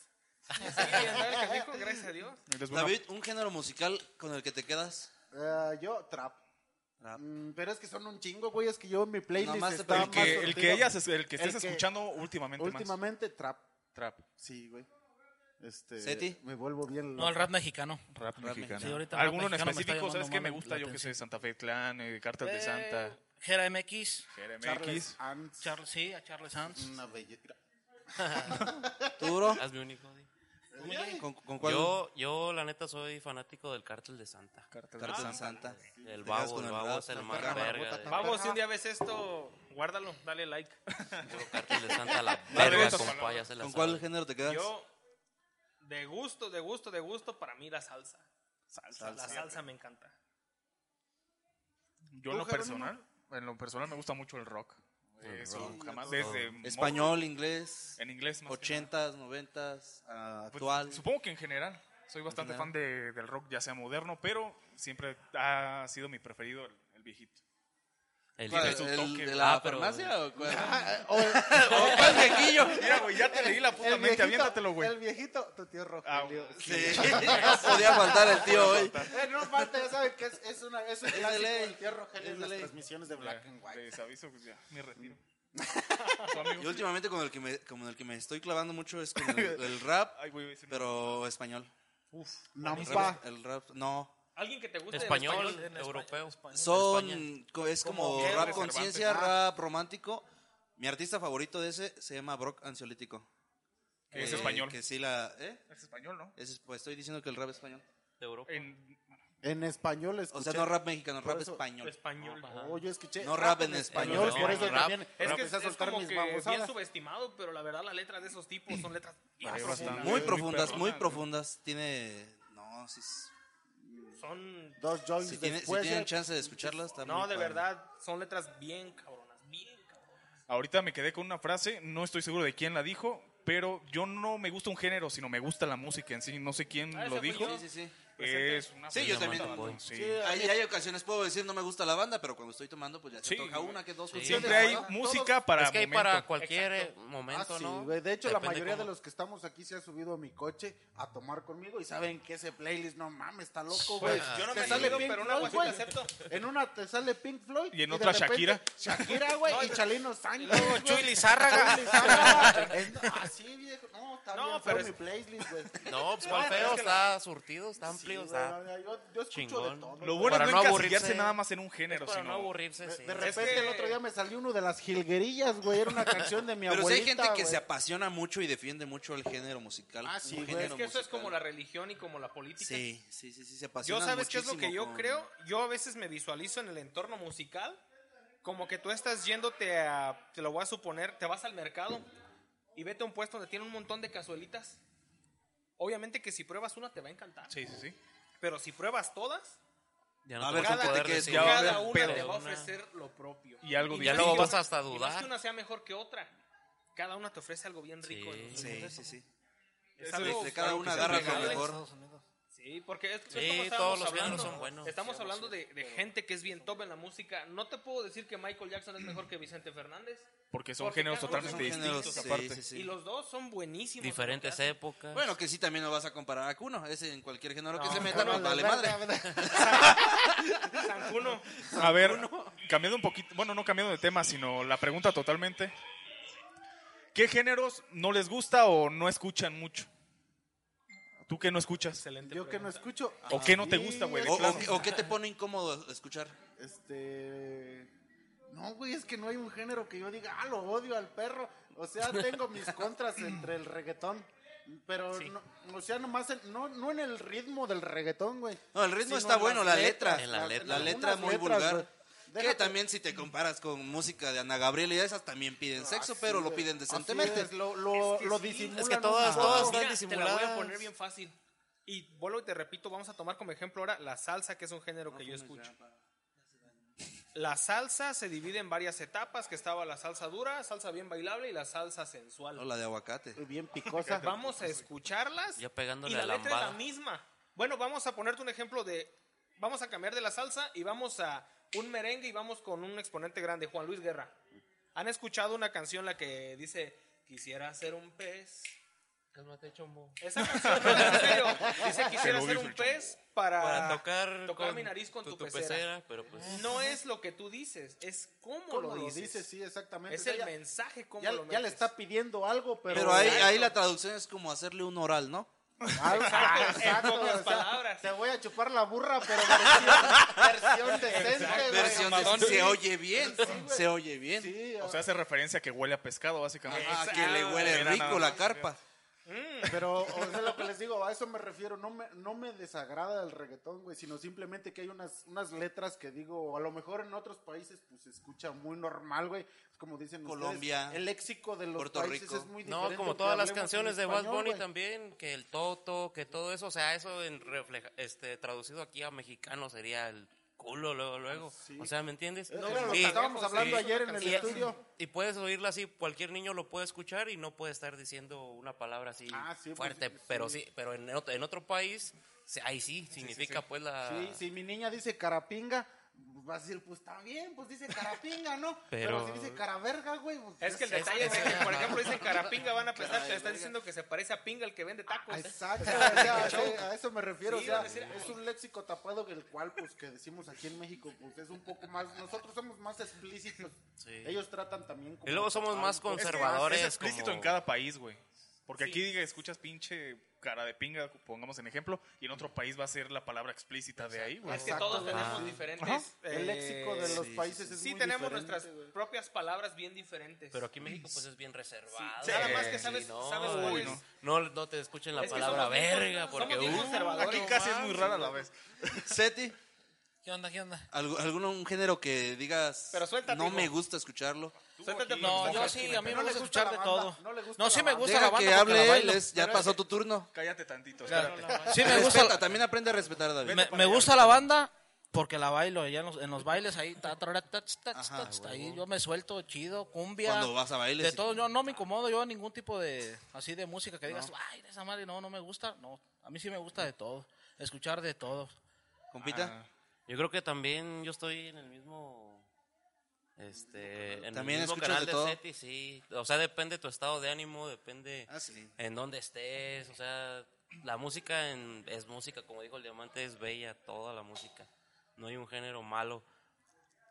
S5: Sí, y andaba el canijo, gracias a Dios.
S6: Entonces, pues, bueno,
S2: David, un género musical con el que te quedas.
S3: Ah, yo, trap.
S2: Trap.
S3: Mm, pero es que son un chingo, güey. Es que yo en mi playlist
S2: Nomás te
S3: está
S6: el
S3: más
S6: que, el
S3: surtido.
S6: que ellas, es- el que
S3: El
S6: estés
S3: que-
S6: escuchando últimamente, más.
S3: Últimamente, trap.
S6: Trap.
S3: Sí, güey. Este,
S2: ¿Seti?
S3: Me vuelvo bien.
S4: No, el rap mexicano.
S6: Rap mexicano.
S4: Sí, ahorita rap
S6: ¿Alguno en
S4: mexicano me está
S6: específico? ¿Sabes
S4: llamando
S6: qué me
S4: más
S6: gusta?
S4: la
S6: Yo que sé,
S4: atención.
S6: Santa Fe Clan, eh, Cartas de
S4: Eh,
S6: Santa,
S4: Jera MX.
S6: GRMX.
S3: Charles Ants,
S4: Charles, sí, a Charles Sanz.
S3: Una belleza.
S2: ¿Tú, bro?
S7: Hazme un hijo. di.
S2: ¿Con, con cuál?
S7: Yo, yo, la neta, soy fanático del cártel de Santa.
S2: Cartel
S6: Ah,
S2: Santa.
S7: ah, El
S2: Te quedas
S7: babo,
S2: con
S7: el
S2: el
S7: babo
S2: rap,
S7: es el
S2: la
S7: más
S2: perra
S7: verga.
S3: barbota
S7: de-
S3: tan-
S5: Vamos, si un día ves esto, guárdalo, dale like.
S7: Puro cártel de Santa, la
S6: Dale
S7: verga,
S6: esas
S7: compa, ya
S6: palabras.
S7: se la
S2: ¿Con
S7: sabe.
S2: cuál género te quedas?
S5: Yo, de gusto, de gusto, de gusto, para mí la salsa. la salsa me encanta.
S6: Yo en lo personal, en lo personal me gusta mucho el rock. Eso, jamás desde
S2: Español, inglés,
S6: en inglés más que
S2: 80s, 90s, ah,
S6: Pues,
S2: actual.
S6: Supongo que en general. Soy bastante fan de- del rock, ya sea moderno, pero siempre ha sido mi preferido el, el viejito.
S7: El
S2: ¿Cuál,
S7: hijo de su
S2: el
S7: toque,
S2: de
S7: güey.
S2: la
S7: Ah, pero-
S2: farmacia o cuál?
S7: Ah,
S3: o
S2: Oh, ¿Cuál viejillo?
S6: Mira, güey, ya te leí la puta mente, aviéntatelo, güey.
S3: el viejito, tu tío Rogelio.
S2: Sí, no podía faltar el tío hoy.
S3: Eh, no falta, ya saben que es, es, una, es un
S2: de
S3: clásico
S2: ley.
S3: el tío Rogelio
S2: Es
S3: en
S2: de
S3: las
S2: ley.
S3: transmisiones de Black and White.
S6: Les aviso, pues ya, me retiro. Tu amigo.
S2: Y últimamente con el que me, con el que me estoy clavando mucho es con el, el rap,
S6: Ay, güey, voy a decir-
S2: pero español. El
S3: Nampa.
S2: rap, el rap- no.
S5: Alguien que te guste del
S7: Español,
S5: en espa-
S7: europeo. España.
S2: Son, co- es como
S5: Como
S2: rap
S5: Cervantes.
S2: conciencia, rap romántico. Mi artista favorito de ese se llama Brock Ansiolítico.
S6: Que es
S2: Eh,
S6: español.
S2: Que sí la, ¿eh?
S6: Es español, ¿no?
S2: Es- pues estoy diciendo que el rap es español.
S7: De
S2: Eh,
S7: Europa.
S6: En-
S3: En español escuché.
S2: O sea, no rap mexicano,
S3: Por
S2: rap
S3: eso-
S2: español.
S5: Español.
S3: Oh, yo escuché.
S2: No rap en español.
S3: español, por
S7: No,
S3: eso
S7: rap.
S3: también.
S5: Es que es,
S3: empecé a
S5: es
S3: soltar
S5: como
S3: mis
S5: que bien
S3: babosadas.
S5: subestimado, pero la verdad las letras de esos tipos son letras bien
S6: Ay,
S5: profundas.
S6: bastante.
S2: Muy
S6: Muy
S2: profundas,
S6: perrona,
S2: muy
S6: ¿no?
S2: profundas. Tiene. No, sí es-
S5: Son
S3: Dos
S2: si,
S3: joints
S2: tiene- si
S3: después.
S2: tienen
S3: eh,
S2: chance de escucharlas, está
S5: No,
S2: muy
S5: de
S2: padre.
S5: verdad, son letras bien cabronas, bien cabronas.
S6: Ahorita me quedé con una frase, no estoy seguro de quién la dijo, pero yo no me gusta un género, sino me gusta la música en sí. No sé quién
S5: Ah, esa Pues
S6: lo
S5: fui
S6: dijo.
S5: yo.
S2: Sí, sí, sí.
S6: Es
S5: Ah,
S6: una
S2: Sí, yo
S6: persona
S2: también.
S6: más- sí.
S2: Hay, hay ocasiones, puedo decir, no me gusta la banda, pero cuando estoy tomando, pues ya se
S6: Sí.
S2: toca una que dos.
S7: Sí.
S2: opciones,
S6: Siempre hay
S2: ¿no?
S6: música para
S7: es que hay
S6: momento.
S7: para cualquier
S5: Exacto.
S7: eh,
S3: Ah,
S7: momento,
S3: sí,
S7: ¿no?
S3: güey. De hecho,
S7: Depende
S3: la mayoría de
S7: cómo-
S3: los que estamos aquí se ha subido a mi coche a tomar conmigo y saben que ese playlist, no mames, está loco, güey.
S5: Pues, yo no
S3: Te
S5: me
S3: sale
S5: niego,
S3: Pink
S5: pero una
S3: Floyd,
S5: guasita
S3: güey.
S5: acepto.
S3: En una te sale Pink Floyd.
S6: Y en
S3: de
S6: otra
S3: repente
S6: Shakira.
S3: Shakira, güey, y Chalino Sánchez.
S5: luego
S3: güey.
S5: Chuy Lizárraga.
S3: Chuy Lizárraga. Es- Así, viejo. No, está
S5: No,
S3: bien feo
S5: pero es-
S3: mi playlist, güey.
S7: No, pues cuál
S5: No, pero
S7: feo,
S5: es que
S7: está surtido, está
S3: Sí,
S7: amplio,
S3: güey,
S2: ah.
S7: está...
S3: no, Yo, yo escucho de
S7: chingón.
S3: todo.
S6: Lo bueno
S7: Para
S6: es no
S7: no
S6: encasillarse
S7: aburrirse.
S6: nada más en un género,
S7: Para no
S6: sino-
S7: aburrirse, sí.
S3: De repente
S5: que-
S3: el otro día me salió uno de las jilguerillas, güey. Era una canción de mi
S2: Pero si hay
S3: abuelita,
S2: gente que
S3: güey.
S2: se apasiona mucho y defiende mucho el género musical. como
S3: Ah, sí, güey.
S2: género
S5: Es que eso es
S2: musical.
S5: como la religión y como la política.
S2: Sí, sí, sí, sí, se apasiona.
S5: Yo sabes qué es lo
S2: muchísimo
S5: que yo
S2: con-
S5: creo. Yo a veces me visualizo en el entorno musical. Como que tú estás yéndote a, te lo voy a suponer, te vas al mercado y vete a un puesto donde tiene un montón de cazuelitas. Obviamente que si pruebas una te va a encantar.
S6: Sí, sí, sí.
S5: Pero si pruebas todas,
S7: Ya no
S2: A
S7: te
S2: ver,
S7: vas a
S2: cada
S7: poder
S2: que te
S7: decir.
S2: quedes con-
S5: cada una
S6: pedo.
S5: te va a
S7: Una-
S5: ofrecer lo propio.
S6: Y algo luego
S7: Ya luego
S5: digo,
S7: vas hasta a
S5: y no es que
S7: dudar.
S5: una sea mejor que otra. Cada una te ofrece algo bien rico. ¿no?
S2: Sí,
S5: Entonces,
S2: sí, sí.
S5: es
S6: Eso
S5: algo-
S2: De cada
S5: algo
S2: una
S5: que
S2: agarra
S5: se
S2: lo
S5: regala.
S2: mejor.
S5: Sí, porque es, es
S7: Sí,
S5: como estábamos
S7: todos los
S5: hablando.
S7: géneros son buenos.
S5: Estamos hablando de, de gente que es bien top en la música. No te puedo decir que Michael Jackson es mejor que Vicente Fernández.
S6: Porque son
S5: Porque
S6: géneros
S5: cada uno
S2: Son
S6: totalmente
S5: son
S2: géneros,
S6: distintos,
S2: sí,
S6: aparte.
S2: sí, sí.
S5: Y los dos son buenísimos.
S7: Diferentes
S5: en lo que
S7: épocas.
S2: Bueno, que sí, también lo vas a comparar a Cuno. Ese en cualquier género que
S5: No,
S2: se meta,
S3: Bueno,
S2: pues
S3: la
S2: vale
S3: verga,
S2: madre.
S3: ¿verdad?
S5: hacen. San Juno.
S6: A ver, cambiando un poquito, bueno, no cambiando de tema, sino la pregunta totalmente. ¿Qué géneros no les gusta o no escuchan mucho? ¿Tú qué no escuchas?
S5: Excelente.
S3: Yo que no
S5: pregunta.
S3: escucho.
S6: ¿O qué no te gusta, güey?
S2: O,
S3: Sí,
S2: o- o qué te pone incómodo escuchar.
S3: Este. No, güey, es que no hay un género que yo diga, ah, lo odio al perro. O sea, tengo mis contras entre el reggaetón. Pero, no, o sea, nomás, en- no, no en el ritmo del reggaetón, güey.
S2: No, el ritmo
S3: sino
S2: está
S3: en
S2: bueno,
S3: las
S2: la letra.
S3: letras,
S7: En la
S3: las-
S7: letra.
S2: La
S3: en
S2: letra
S3: algunas
S2: muy
S3: letras, güey.
S2: vulgar. Que
S3: Déjate-
S2: también si te comparas con música de Ana Gabriel y esas también piden sexo,
S3: Así
S2: pero lo
S3: es,
S2: piden
S3: así
S2: decentemente.
S3: es, lo lo,
S5: Es que
S3: lo
S5: sí, es que
S3: disimulan un
S7: todas-
S3: poco.
S7: todas-
S5: Mira, te la voy a
S7: disimuladas.
S5: poner bien fácil. Y vuelvo y te repito, vamos a tomar como ejemplo ahora la salsa, que es un género que yo escucho. La salsa se divide en varias etapas, que estaba la salsa dura, salsa bien bailable y la salsa sensual.
S2: O la de aguacate.
S3: Bien picosa.
S5: vamos a escucharlas
S7: Ya pegándole
S5: y la
S7: a
S5: letra es la
S7: lambada.
S5: misma. Bueno, vamos a ponerte un ejemplo de vamos a cambiar de la salsa y vamos a un merengue y vamos con un exponente grande, Juan Luis Guerra. ¿Han escuchado una canción la que dice, quisiera ser un pez?
S7: Cálmate, chombo.
S5: Esa canción, no, en serio, dice,
S6: Te
S5: quisiera
S6: lo
S5: ser
S6: dijo
S5: un
S6: el chombo.
S5: pez para,
S7: Para tocar,
S5: Ah, tocar
S7: con
S5: mi nariz con tu, pecera. Ah,
S7: pero pues
S5: No es lo que tú dices, es cómo,
S3: ¿Cómo
S5: lo
S3: lo
S5: dices.
S3: dice? Sí, exactamente.
S5: Es
S3: O sea,
S5: el
S3: ya-
S5: mensaje cómo
S3: ya,
S5: lo
S3: ya le
S5: metes.
S3: está pidiendo algo, pero.
S2: Pero ahí, ahí la Ah, traducción es como hacerle un oral, ¿no?
S3: Algo,
S5: En
S3: exacto,
S5: pocas
S3: o sea,
S5: palabras.
S3: Te voy a chupar la burra, pero versión, versión decente, güey.
S2: Versión de-
S5: Madonna.
S2: se oye bien,
S3: güey.
S2: se oye bien.
S3: Sí,
S6: O sea, hace referencia a que huele a pescado, básicamente.
S2: Ah, que le huele
S6: Mira, nada
S2: rico la
S6: más.
S2: carpa.
S3: Pero, o sea, lo que les digo, a eso me refiero. No me, no me desagrada el reggaetón, güey, sino simplemente que hay unas, unas letras que digo, a lo mejor en otros países, pues se escucha muy normal, güey. Es Como dicen ustedes,
S2: Colombia,
S3: el léxico de los
S2: Puerto
S3: países
S2: Rico.
S3: es muy diferente.
S7: No, como
S3: aunque
S7: todas
S3: hablemos
S7: las
S3: en
S7: canciones de Bad
S3: español,
S7: Bunny
S3: güey.
S7: también, que el Toto, que todo eso, o sea, eso en refleja, este, traducido aquí a mexicano sería el culo luego, luego. O sea, ¿me entiendes?
S3: Es lo que
S7: Y-
S3: estábamos
S5: sí,
S3: hablando
S5: sí.
S3: ayer en el
S7: y-
S3: estudio.
S7: Y puedes oírla así, cualquier niño lo puede escuchar y no puede estar diciendo una palabra así
S3: Ah, sí, pues,
S7: fuerte,
S3: sí.
S7: pero sí, pero en otro, en otro país, se- ahí sí, significa pues la...
S3: Sí, si mi niña dice carapinga, pues vas a decir, pues está bien, pues dice carapinga, ¿no?
S7: Pero-
S3: Pero, si dice caraverga, güey, pues,
S5: Es que el detalle es,
S7: es-
S5: que, por ejemplo, dicen carapinga, van a pensar que le están diciendo que se parece a pinga el que vende tacos.
S3: Exacto, o sea, a eso- a eso me refiero,
S5: Sí,
S3: o sea,
S5: van a decir, "Ah,
S3: es un léxico tapado del cual, pues, que decimos aquí en México, pues, es un poco más, nosotros somos más explícitos,
S7: Sí.
S3: ellos tratan también como...
S7: Y luego somos
S3: tapar
S7: más
S3: un poco.
S6: Es que
S7: Conservadores
S6: Es explícito
S7: como-
S6: en cada país, güey. Porque
S5: Sí.
S6: aquí diga, escuchas pinche cara de pinga, pongamos en ejemplo, y en otro país va a ser la palabra explícita de ahí, güey.
S5: Es que
S3: Exacto,
S5: todos
S3: güey.
S5: tenemos
S3: Ah.
S5: diferentes. eh,
S3: El léxico de los países es
S5: Sí,
S3: muy
S5: tenemos
S3: diferente,
S5: nuestras
S3: güey.
S5: propias palabras bien diferentes.
S7: Pero aquí en México pues es bien reservado.
S5: Sí, nada más que sabes-
S7: no,
S5: sabes cuál
S7: uy,
S5: es.
S7: no. no, no te escuchen la
S5: Es que
S7: palabra
S5: somos bien-
S7: verga, porque...
S5: somos bien
S7: uh,
S5: conservadores.
S6: Aquí casi es muy rara la vez.
S2: Seti,
S7: ¿Qué onda, qué onda?
S2: ¿algu- ¿algún un género que digas
S5: Pero suéltate,
S2: no
S5: hijo".
S2: me gusta escucharlo?
S5: Suéltate por
S4: No,
S5: las
S4: yo
S5: hojas,
S4: sí,
S5: Jimena.
S4: a mí
S3: No
S4: me
S3: le
S4: gusta
S3: gusta
S4: escuchar de
S3: la
S4: todo.
S3: banda, no le gusta
S4: No,
S3: la
S4: sí me
S3: banda.
S4: gusta
S2: Deja
S4: la banda
S2: que
S4: porque la
S2: hable él,
S4: bailo.
S2: es- ya pasó tu turno.
S6: Cállate tantito. espérate.
S4: Sí me gusta,
S2: Respeta, también aprende a respetar, David.
S4: me, me gusta la banda porque la bailo allá en los, en los bailes ahí ta, ta, ra, ta, ts, ta, ts,
S2: Ajá,
S4: ta, ts, ahí yo me suelto chido cumbia
S2: Cuando vas a bailes
S4: de
S2: y- Ah.
S4: todo yo no me incomodo yo a ningún tipo de así de música que digas ay esa madre no no me gusta no a mí sí me gusta de todo escuchar de todo
S6: Ah.
S2: Compita,
S7: Yo creo que también yo estoy en el mismo. Este, en
S2: También
S7: el mismo
S2: escuchas
S7: canal
S2: de
S7: de
S2: todo.
S7: SETI, sí. O sea, depende tu estado de ánimo, depende
S2: Ah, sí.
S7: en dónde estés. O sea, la música en- es música, como dijo el diamante, es bella toda la música. No hay un género malo.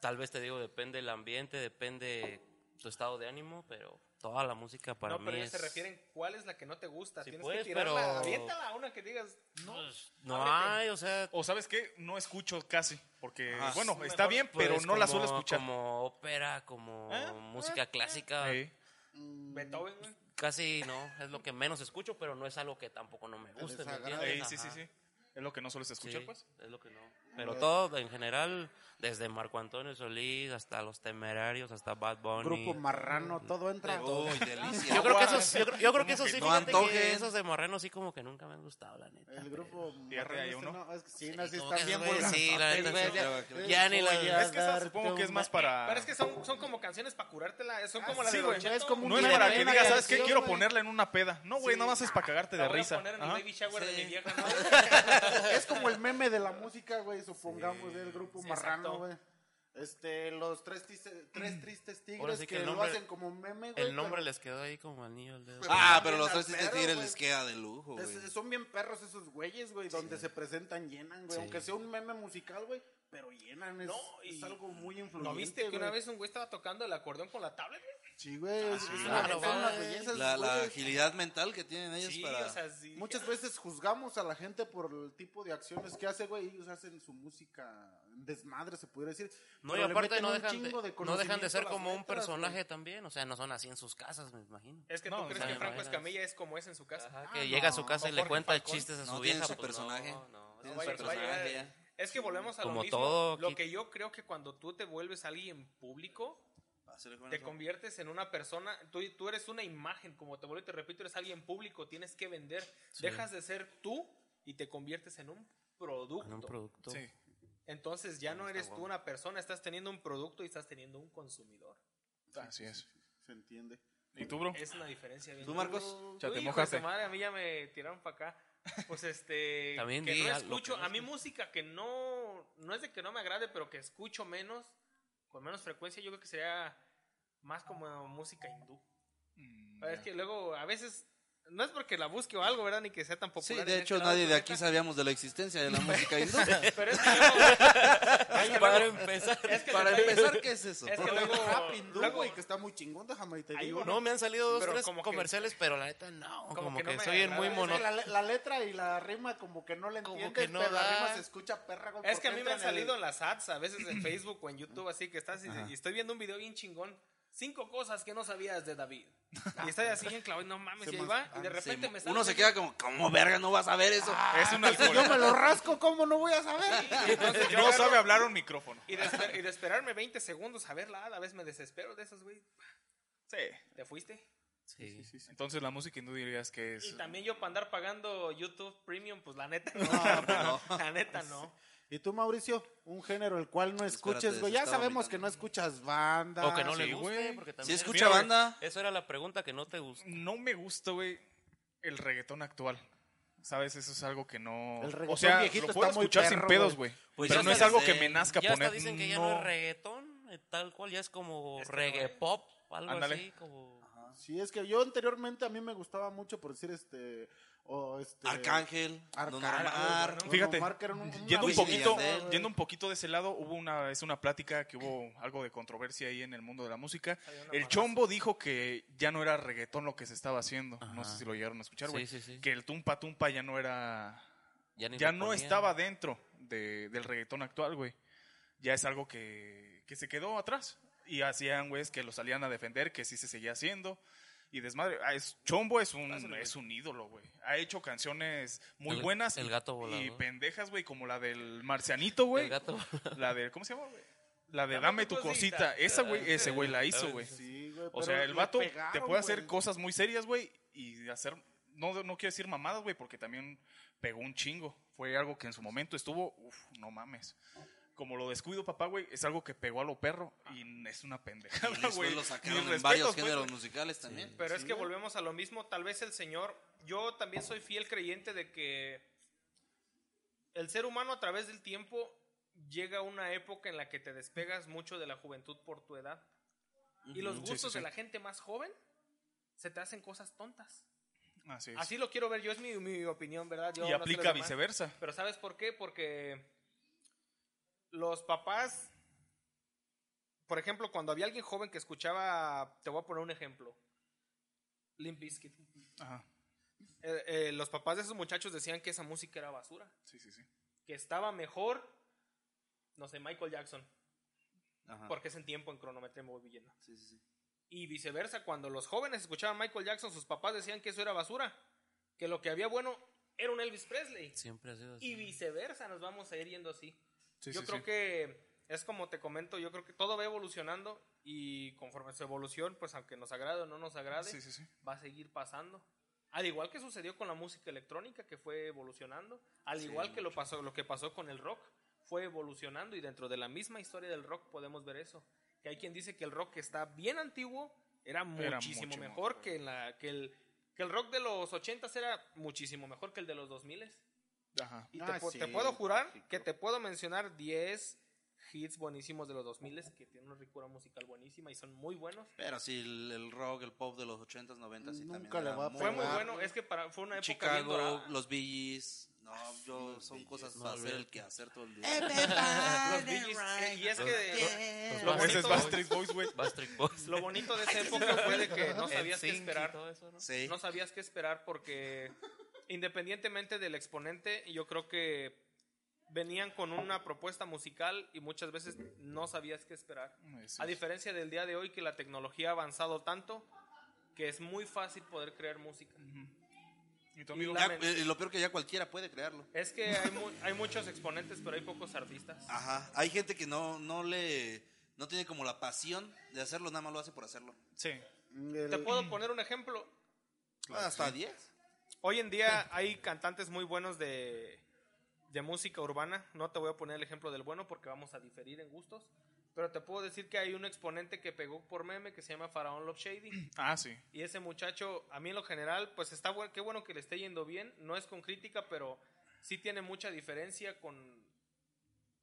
S7: Tal vez te digo, depende el ambiente, depende tu estado de ánimo, pero toda la música para
S5: no,
S7: mí
S5: pero ellos
S7: es.
S5: se refieren cuál es la que no te gusta.
S7: Sí,
S5: Tienes
S7: pues,
S5: que tirarla.
S7: pero-
S5: Aviéntala una que digas. No.
S7: pues, no
S5: ábrete.
S7: hay, o sea,
S6: O sabes qué, no escucho casi, porque
S2: Ajá.
S6: bueno,
S5: Mejor,
S6: está bien, pero
S7: pues,
S6: no la
S7: como-
S6: suelo escuchar. ¿Eh?
S7: Como ópera, como música clásica.
S6: Sí.
S5: Beethoven, güey.
S7: Casi no, es lo que menos escucho, pero no es algo que tampoco no me guste. ¿me
S3: desagrada.
S7: entiendes?
S6: Sí, sí, sí,
S7: Ajá.
S6: sí. Es lo que no sueles escuchar,
S7: Sí,
S6: pues.
S7: Es lo que no. Pero todo en general, desde Marco Antonio Solís hasta Los Temerarios, hasta Bad Bunny.
S3: Grupo marrano, todo entra.
S2: uy, delicia.
S7: yo creo que esos, yo, creo- yo creo que
S6: Como
S7: esos
S6: que
S7: sí,
S2: no
S7: fíjate
S2: antojen.
S7: que esos de Morreno sí como que nunca me han gustado, la neta.
S3: El grupo
S6: Fíjate,
S3: marrano
S6: hay
S3: este,
S6: uno.
S3: no, es que sí,
S7: Sí,
S3: no, sí
S7: como
S3: están
S7: que
S3: bien
S7: esos güeyes,
S3: buenos.
S7: sí, la neta,
S2: güey,
S7: sí.
S2: ya-
S7: Ya ni la-
S6: Es que esa supongo que es más
S7: Ah.
S6: para.
S5: Pero es que son, son como canciones para curártela. Son como las
S6: sí,
S5: de
S6: güey.
S5: Don Cheto.
S3: Es como un
S6: No es
S3: Mira,
S6: para
S3: hay
S6: que
S3: una
S6: digas, ¿sabes qué?
S3: versión,
S6: Quiero
S3: güey.
S6: ponerla en una peda. No, güey, nada más es para cagarte
S5: La
S6: de
S5: voy a
S6: risa.
S5: poner en mi
S6: Ajá.
S5: baby shower de
S2: Sí.
S5: mi vieja. ¿no?
S3: Es como el meme de la música, güey, supongamos, del grupo
S5: sí,
S3: marrano,
S5: exacto.
S3: güey. Este, los tres, tiste- tres tristes
S7: Ahora
S3: tigres
S7: sí que
S3: que,
S7: el
S3: lo
S7: nombre-
S3: hacen como meme, güey.
S7: El nombre
S3: pero-
S7: les quedó ahí como anillo al dedo.
S2: Ah,
S3: Pero
S2: pero los
S3: también
S2: tres
S3: al
S2: Tigres
S3: perro,
S2: les
S3: güey.
S2: queda de lujo, güey.
S5: Pues,
S3: Es- son bien perros esos güeyes, güey, donde se presentan llenan, güey.
S7: Sí.
S3: Aunque sea un meme musical, güey, pero llenan. Es,
S5: No, y-
S3: es algo muy influyente.
S5: ¿No viste que
S3: güey.
S5: una vez un güey estaba tocando el acordeón con la tablet? güey?
S3: Sí, güey. es- es una,
S7: claro,
S3: son unas
S7: güey.
S3: bellezas,
S2: La, la
S3: güey.
S2: agilidad mental que tienen ellos
S5: Sí,
S2: para...
S5: o sea,
S7: "Ah".
S5: sí.
S3: Muchas veces juzgamos a la gente por el tipo de acciones que hace, güey. Ellos hacen su música en desmadre, se pudiera decir.
S7: No, y
S3: pero le
S7: aparte
S3: meten
S7: no
S3: un
S7: dejan, de,
S3: chingo
S7: no dejan
S3: conocimiento
S7: de
S3: a
S7: ser
S3: las
S7: como un
S3: letras, güey.
S7: personaje también. O sea, no son así en sus casas, me imagino.
S5: Es que
S6: No,
S5: tú crees
S7: no,
S5: que
S7: no,
S5: Franco
S7: no, no.
S5: Escamilla es como es en su casa. Ah,
S7: Ajá, que llega a su casa y
S5: o
S7: le
S5: Jorge
S7: cuenta
S5: Falcón.
S7: chistes a su
S2: No
S7: vieja.
S2: tienen su
S7: pues, no,
S2: personaje.
S7: no,
S2: Tienen
S5: No
S2: su
S7: es
S5: vaya-
S7: un
S5: vaya-
S2: personaje.
S5: es que volvemos a lo
S7: Como
S5: mismo.
S7: todo,
S5: lo
S7: Kit.
S5: que yo creo que cuando tú te vuelves alguien público, te conviertes en una persona, tú, tú eres una imagen, como te vuelvo y te repito, eres alguien público, tienes que vender, dejas de ser tú y te conviertes en un producto.
S7: en un producto.
S6: Sí.
S5: Entonces ya no eres tú una persona, estás teniendo un producto y estás teniendo un consumidor.
S6: Así es.
S3: Se entiende.
S6: ¿Y tú, bro?
S5: Es una diferencia bien.
S2: ¿Tú, Marcos?
S5: dura.
S6: Ya te
S5: Uy, hijo de
S6: mojaste.
S5: su madre, a mí ya me tiraron para acá. pues este
S7: También
S5: que
S7: di
S5: no
S7: a- lo
S5: escucho
S7: que no
S5: a mí
S7: escucho.
S5: música que no no es de que no me agrade pero que escucho menos con menos frecuencia yo creo que sería más como música hindú
S6: Mm,
S5: es que luego a veces no es porque la busque o algo verdad ni que sea tan
S2: Sí,
S5: popular
S2: de
S5: en
S2: hecho
S5: este lado
S2: nadie
S5: del
S2: de aquí
S5: planeta,
S2: sabíamos de la existencia de la música hindú.
S5: pero es que luego-
S7: Ay, para empezar.
S5: es que
S2: Para
S5: depende-
S2: empezar, ¿qué es eso?
S5: es que
S3: Pero
S5: luego,
S3: luego, rap hindú,
S5: luego-
S3: güey, que está muy chingón, déjame y te
S5: Ahí
S3: digo.
S5: uno-
S7: No, me han salido dos,
S5: Pero
S7: tres
S5: como que-
S7: comerciales, pero la neta no. Como,
S5: como que
S7: que,
S5: no me
S7: soy el muy
S5: agrada.
S3: Es que
S7: mono.
S3: la, la letra y la rima como que no le
S7: Como
S3: entiendes,
S7: que no
S3: pero la
S7: da.
S3: rima se escucha perra. güey,
S5: Es que a
S3: porque
S5: mí me han
S3: entra en el-
S5: salido en las ads a veces en Facebook o en YouTube, así que estás y, y estoy viendo un video bien chingón. Cinco cosas que no sabías de David. Y estás así en clavo, no mames,
S3: Se
S5: y ahí
S3: mas-
S5: va. Y de
S3: ah,
S5: repente me sale. Ah,
S2: Uno se queda como, ¿cómo verga no vas a ver eso?
S6: es un
S3: Si yo me
S6: alcohólico.
S3: lo rasco, ¿cómo no voy a saber?
S5: Y entonces yo
S6: No
S5: agarro-
S6: sabe hablar a un micrófono.
S5: Y de, esper- y de esperarme 20 segundos a verla, a veces me desespero de esas, güey.
S6: Sí.
S5: ¿Te fuiste?
S7: Sí.
S6: Entonces la música hindú dirías que es...
S5: Y también yo para andar pagando YouTube Premium, pues la neta no. La neta no.
S3: Y tú, Mauricio, un género el cual no escuches,
S2: Espérate,
S3: güey.
S2: se
S3: Ya
S2: estaba
S3: sabemos
S2: ubicando.
S3: que no escuchas banda.
S7: O que no
S6: sí,
S7: le guste,
S6: güey.
S7: porque
S2: Si
S7: también...
S2: escucha banda,
S7: Eso era la pregunta que no te gusta.
S6: No me gusta, güey, el reggaetón actual. ¿Sabes? Eso es algo que no...
S3: El
S6: o
S3: reggaetón
S6: sea,
S3: viejito
S6: lo puedo
S3: está muy
S6: escuchar
S3: perro,
S6: sin pedos,
S3: güey.
S6: güey.
S2: Pues
S6: pero
S7: ya
S6: no es
S7: hasta
S6: algo que
S7: dicen-
S6: me nazca
S7: ya hasta
S6: poner.
S7: dicen que ya no, es reggaetón, eh, tal cual, ya es como
S5: Es que no
S7: reggae
S5: es.
S7: pop, algo
S6: Ándale.
S7: así, como...
S3: Sí, es que yo anteriormente a mí me gustaba mucho por decir este. O este
S2: Arcángel, Don
S3: Arcángel,
S2: Omar.
S3: Don
S6: Fíjate,
S3: Omar, que era un- una
S6: Yendo un,
S2: Wisin y
S6: poquito,
S2: Yandel, güey.
S6: yendo un poquito de ese lado, hubo una, es una plática que hubo algo de controversia ahí en el mundo de la música. El Chombo dijo que ya no era reggaetón lo que se estaba haciendo. No
S7: Ajá.
S6: sé si lo llegaron a escuchar,
S7: Sí,
S6: güey.
S7: sí, sí.
S6: Que el tumpa tumpa ya no era
S7: ni
S6: ya
S7: lo
S6: no
S7: ponían.
S6: estaba dentro de- del reggaetón actual, güey. Ya es algo que, que se quedó atrás. Y hacían, güeyes que lo salían a defender, que sí se seguía haciendo. Y desmadre. Ah, es- Chombo es un, es un ídolo, güey. Ha hecho canciones muy
S7: El-
S6: buenas.
S7: el
S6: y-
S7: gato volador.
S6: Y pendejas, güey, como la del marcianito, güey.
S7: El gato...
S6: La del, ¿cómo se llama, güey? La de Dame tu cosita. Esa,
S7: Ah,
S6: güey, ese güey la hizo, güey.
S3: Sí, güey,
S6: O
S3: pero
S6: sea, el
S3: le
S6: vato te
S3: pegaron,
S6: puede hacer
S3: güey.
S6: cosas muy serias, güey, y hacer, no, no quiero decir mamadas, güey, porque también pegó un chingo. Fue algo que en su momento estuvo, uff, no mames. Como lo descuido, papá, güey, es algo que pegó a lo perro y es una pendejada,
S2: Y después
S6: güey.
S2: lo
S6: Mis
S2: sacaron en
S6: respetos, pues.
S2: varios
S5: pues.
S6: güey.
S2: géneros musicales también.
S5: Pero es que volvemos a lo mismo. Tal vez el Señor. Yo también soy fiel creyente de que el ser humano a través del tiempo llega a una época en la que te despegas mucho de la juventud por tu edad. Y los
S6: Ujú, sí,
S5: gustos
S6: sí, sí.
S5: de la gente más joven se te hacen cosas tontas.
S6: Así es.
S5: Así lo quiero ver yo, es mi, mi opinión, ¿verdad? Yo
S6: y
S5: no sé
S6: aplica
S5: los demás.
S6: viceversa.
S5: Pero ¿sabes por qué? Porque los papás, por ejemplo, cuando había alguien joven que escuchaba, te voy a poner un ejemplo, Limp Bizkit.
S6: Ajá.
S5: Eh, eh, los papás de esos muchachos decían que esa música era basura,
S6: Sí, sí, sí.
S5: que estaba mejor, no sé, Michael Jackson,
S2: Ajá.
S5: porque es en tiempo, en cronometría me voy viendo.
S2: Sí, sí, sí.
S5: Y viceversa, cuando los jóvenes escuchaban Michael Jackson, sus papás decían que eso era basura, que lo que había bueno era un Elvis Presley.
S7: Siempre ha sido así.
S5: Y viceversa, nos vamos a ir yendo así.
S6: Sí,
S5: yo
S6: sí,
S5: creo
S6: sí.
S5: que es como te comento, yo creo que todo va evolucionando y conforme su evolución, pues aunque nos agrade o no nos agrade,
S6: Sí, sí, sí.
S5: va a seguir pasando. Al igual que sucedió con la música electrónica que fue evolucionando, al igual que lo pasó lo que pasó con el rock, fue evolucionando y dentro de la misma historia del rock podemos ver eso, que hay quien dice que el rock que está bien antiguo era muchísimo
S6: mucho
S5: mejor que la que el que el rock de los 80s era muchísimo mejor que el de los 2000s.
S6: Ajá.
S5: Y
S3: Ah,
S5: te, pu-
S3: sí,
S5: te puedo jurar
S3: lógico.
S5: que te puedo mencionar 10 hits buenísimos de los 2000 que tienen una ricura musical buenísima y son muy buenos.
S2: Pero sí, el, el rock, el pop de los 80s, 90s y también.
S3: Nunca le
S2: era
S3: va a
S5: Fue muy
S3: pegar.
S5: bueno, es que para, fue una época bien
S2: Chicago,
S5: dorada.
S2: los Bee Gees. No, yo, son cosas para hacer el que hacer todo el día.
S4: Eh,
S5: Los Bee Gees, eh, y es que
S7: Los
S5: lo
S6: A veces
S7: Backstreet
S5: bonito-
S6: vas Street Boys, güey.
S7: Backstreet Boys.
S5: lo bonito de esa época fue de que no sabías qué
S7: NSYNC y
S5: esperar.
S7: todo eso, ¿no?
S2: Sí.
S5: No sabías qué esperar porque independientemente del exponente, yo creo que venían con una propuesta musical y muchas veces no sabías qué esperar.
S6: Eso
S5: A
S6: es.
S5: diferencia del día de hoy que la tecnología ha avanzado tanto que es muy fácil poder crear música.
S6: ¿Y tu amigo?
S5: la-
S2: Ya,
S5: Lamen-
S2: eh, lo peor que ya cualquiera puede crearlo.
S5: Es que hay, mu- hay muchos exponentes, pero hay pocos artistas.
S2: Ajá. Hay gente que no, no le. No tiene como la pasión de hacerlo, nada más lo hace por hacerlo.
S6: Sí.
S3: El-
S5: Te puedo poner un ejemplo.
S2: Hasta 10.
S5: Hoy en día hay cantantes muy buenos de, de música urbana. No te voy a poner el ejemplo del bueno porque vamos a diferir en gustos. Pero te puedo decir que hay un exponente que pegó por meme que se llama Faraón Love Shady.
S6: Ah, sí.
S5: Y ese muchacho, a mí en lo general, pues está bueno, qué bueno que le esté yendo bien. No es con crítica, pero sí tiene mucha diferencia con,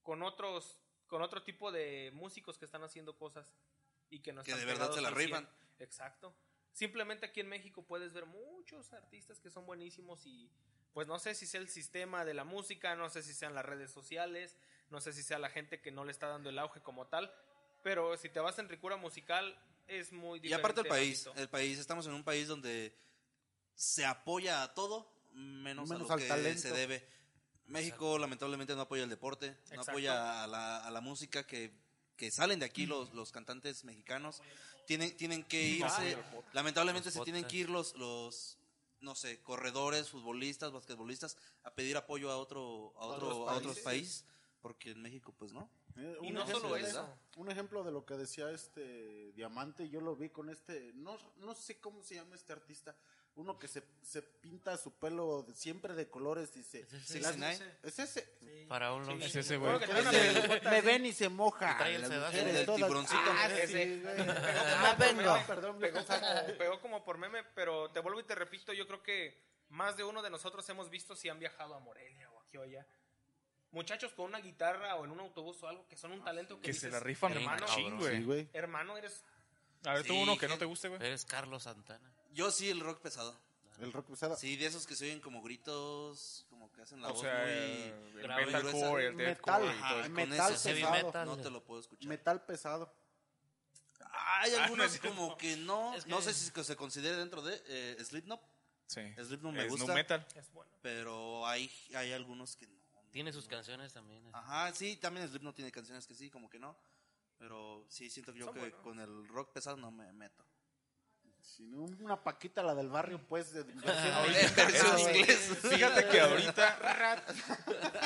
S5: con otros, con otro tipo de músicos que están haciendo cosas y que no
S2: Que
S5: están
S2: de verdad
S5: pegados
S2: se la
S5: al cien.
S2: rifan.
S5: Exacto. Simplemente aquí en México puedes ver muchos artistas que son buenísimos y pues no sé si sea el sistema de la música, no sé si sean las redes sociales, no sé si sea la gente que no le está dando el auge como tal, pero si te vas en ricura musical es muy
S2: Y
S5: diferente.
S2: aparte el país,
S5: ámbito.
S2: el país, estamos en un país donde se apoya a todo menos,
S3: Menos
S2: a lo
S3: al
S2: que
S3: talento.
S2: se debe. México lamentablemente no apoya el deporte, no
S5: Exacto.
S2: apoya a la, a la música que, que salen de aquí los, los cantantes mexicanos. Tienen, tienen que irse, lamentablemente
S7: Los
S2: se tienen
S7: podcasts.
S2: que ir los, los, no sé, corredores, futbolistas, basquetbolistas, a pedir apoyo a otro, a otro,
S5: otros
S2: a otros
S5: países.
S2: países, porque en México pues no.
S3: Eh,
S5: Y
S3: un
S5: no
S3: ejemplo
S5: solo
S3: de-
S5: eso.
S3: Un ejemplo de lo que decía este Diamante, yo lo vi con este, no, no sé cómo se llama este artista, uno que se, se pinta su pelo de- siempre de colores y se...
S2: Sí,
S3: las-
S2: sí, nadie-
S3: ¿Es ese?
S7: Para un long
S6: Es ese, güey.
S5: Bueno, que tiene una pelucota
S3: Me
S5: así.
S3: ven y se moja.
S7: trae el
S3: las
S7: sedazo.
S3: mujeres
S2: El del
S3: todas.
S2: tiburoncito.
S3: Ah,
S5: Ese.
S3: sí, güey.
S5: Ah, vengo.
S3: Perdón,
S5: pegó como, pegó como por meme, pero te vuelvo y te repito, yo creo que más de uno de nosotros hemos visto si han viajado a Morelia o aquí o allá. Muchachos con una guitarra o en un autobús o algo que son un talento que,
S6: Ah, Que se
S5: dices,
S6: la rifan
S7: Bien
S5: hermano,
S7: cabrón.
S6: machín,
S3: Sí,
S6: güey.
S3: güey.
S5: hermano, eres
S6: A ver, tú
S2: Sí,
S6: uno que no
S2: gente.
S6: te guste, güey.
S7: Eres Carlos Santana.
S2: Yo sí el rock pesado.
S3: El rock pesado.
S2: Sí, de esos que se oyen como gritos, como que hacen la
S6: O
S2: voz
S6: sea,
S2: muy
S6: el
S2: grave, muy gruesa.
S6: metalcore, el
S3: Metal,
S6: deathcore y
S2: Ajá,
S6: todo.
S3: el
S6: eso.
S2: con
S3: metal
S2: ese
S7: heavy
S3: pesado.
S7: metal.
S2: No te lo puedo escuchar.
S3: Metal pesado.
S2: Hay
S6: Ah, no es
S2: algunos
S6: cierto.
S2: como que no,
S7: Es que-
S2: no sé si es que se considere dentro de eh, Slipknot,
S6: Sí.
S2: Slipknot me
S6: Es nu
S2: gusta.
S6: metal.
S5: es bueno.
S2: pero hay hay algunos que no.
S7: Tiene sus canciones también.
S2: Ajá, sí, también Slipknot tiene canciones que sí, como que no, pero sí siento que yo
S5: Son
S2: que
S5: buenos.
S2: con el rock pesado no me meto.
S3: Si no, una paquita, la del barrio, pues. de-
S2: En versión
S3: güey.
S2: inglés.
S6: Fíjate que ahorita.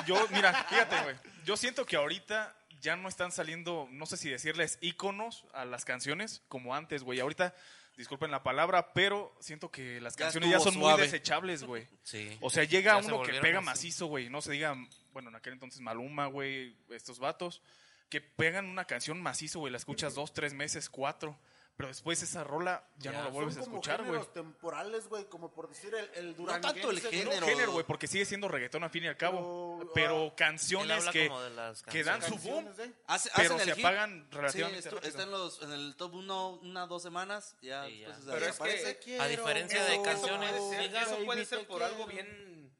S6: Yo, mira, fíjate, güey. Yo siento que ahorita ya no están saliendo, no sé si decirles íconos a las canciones como antes, güey. Ahorita, disculpen la palabra, pero siento que las
S2: Ya
S6: canciones ya
S2: estuvo
S6: son
S2: suave.
S6: muy desechables, güey.
S7: Sí.
S6: O sea, llega
S7: Ya se
S6: uno que
S7: volvieron
S6: pega
S7: así.
S6: macizo, güey. No se diga, bueno, en aquel entonces Maluma, güey, estos vatos, que pegan una canción macizo, güey. La escuchas dos, tres meses, cuatro. Pero después esa rola ya,
S7: Ya.
S6: no la vuelves a
S3: Son como
S6: escuchar, güey.
S3: géneros temporales, güey, como por decir el, el
S2: No tanto el
S3: duranguense,
S6: No
S2: género.
S6: género, güey, porque sigue siendo reggaetón al fin y al cabo.
S3: Pero,
S6: pero
S7: Él
S6: canciones
S7: habla
S6: que,
S7: como de las
S6: que dan su
S7: canciones.
S6: boom,
S3: ah, canciones, ¿eh?
S2: Hace-
S6: pero
S2: hacen
S6: se
S2: el hit.
S6: apagan
S2: Sí,
S6: relativamente
S2: estu-
S6: rápido.
S2: está en, los, en el top 1 una dos semanas, ya
S7: Sí, ya.
S2: después
S5: Pero es
S2: desaparece.
S5: que
S7: A diferencia de
S5: eso
S7: canciones,
S5: puede ser,
S7: llega,
S5: eso puede
S3: baby,
S5: ser
S3: te
S5: por algo
S3: quiero.
S5: bien,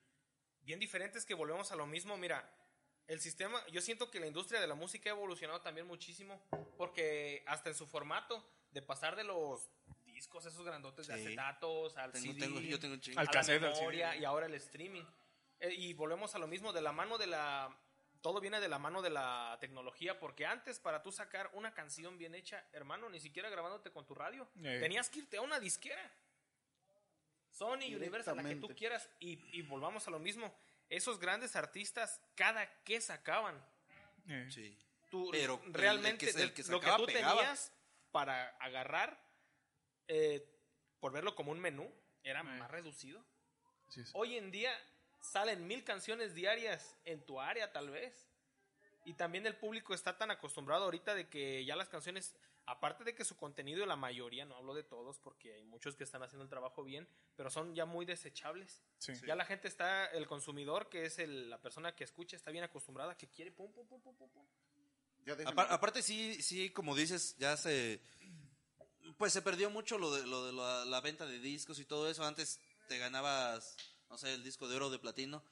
S5: bien diferente, es que volvemos a lo mismo. Mira, el sistema, yo siento que la industria de la música ha evolucionado también muchísimo, porque hasta en su formato, de pasar de los discos, esos grandotes de
S2: Sí.
S5: acetatos, al
S2: Tengo-
S5: CD,
S2: tengo- yo tengo un chingo.
S5: a
S6: Al
S5: la
S6: cassette, al
S5: memoria
S6: CD.
S5: y ahora el streaming. Eh, y volvemos a lo mismo, de la mano de la... Todo viene de la mano de la tecnología, porque antes para tú sacar una canción bien hecha, hermano, ni siquiera grabándote con tu radio,
S6: Eh.
S5: tenías que irte a una disquera. Sony, Universal, la que tú
S3: Directamente.
S5: quieras. Y, y volvamos a lo mismo. Esos grandes artistas, cada que sacaban,
S6: Eh,
S2: Sí.
S5: tú
S2: Pero el-
S5: realmente
S2: el que- el que
S5: lo que
S2: sacaba
S5: tú
S2: pegaba.
S5: tenías para agarrar, eh, por verlo como un menú, era más reducido.
S6: así es.
S5: Hoy en día salen mil canciones diarias en tu área, tal vez. Y también el público está tan acostumbrado ahorita de que ya las canciones, aparte de que su contenido, la mayoría, no hablo de todos porque hay muchos que están haciendo el trabajo bien, pero son ya muy desechables.
S6: Sí.
S5: Ya la gente está, el consumidor, que es el- la persona que escucha, está bien acostumbrada, que quiere pum, pum, pum, pum, pum, pum.
S3: Ya déjenme-
S2: Apar- aparte sí, sí, como dices, ya se... Pues se perdió mucho lo de, lo de la, la venta de discos y todo eso. Antes te ganabas, no sé, el disco de oro o de platino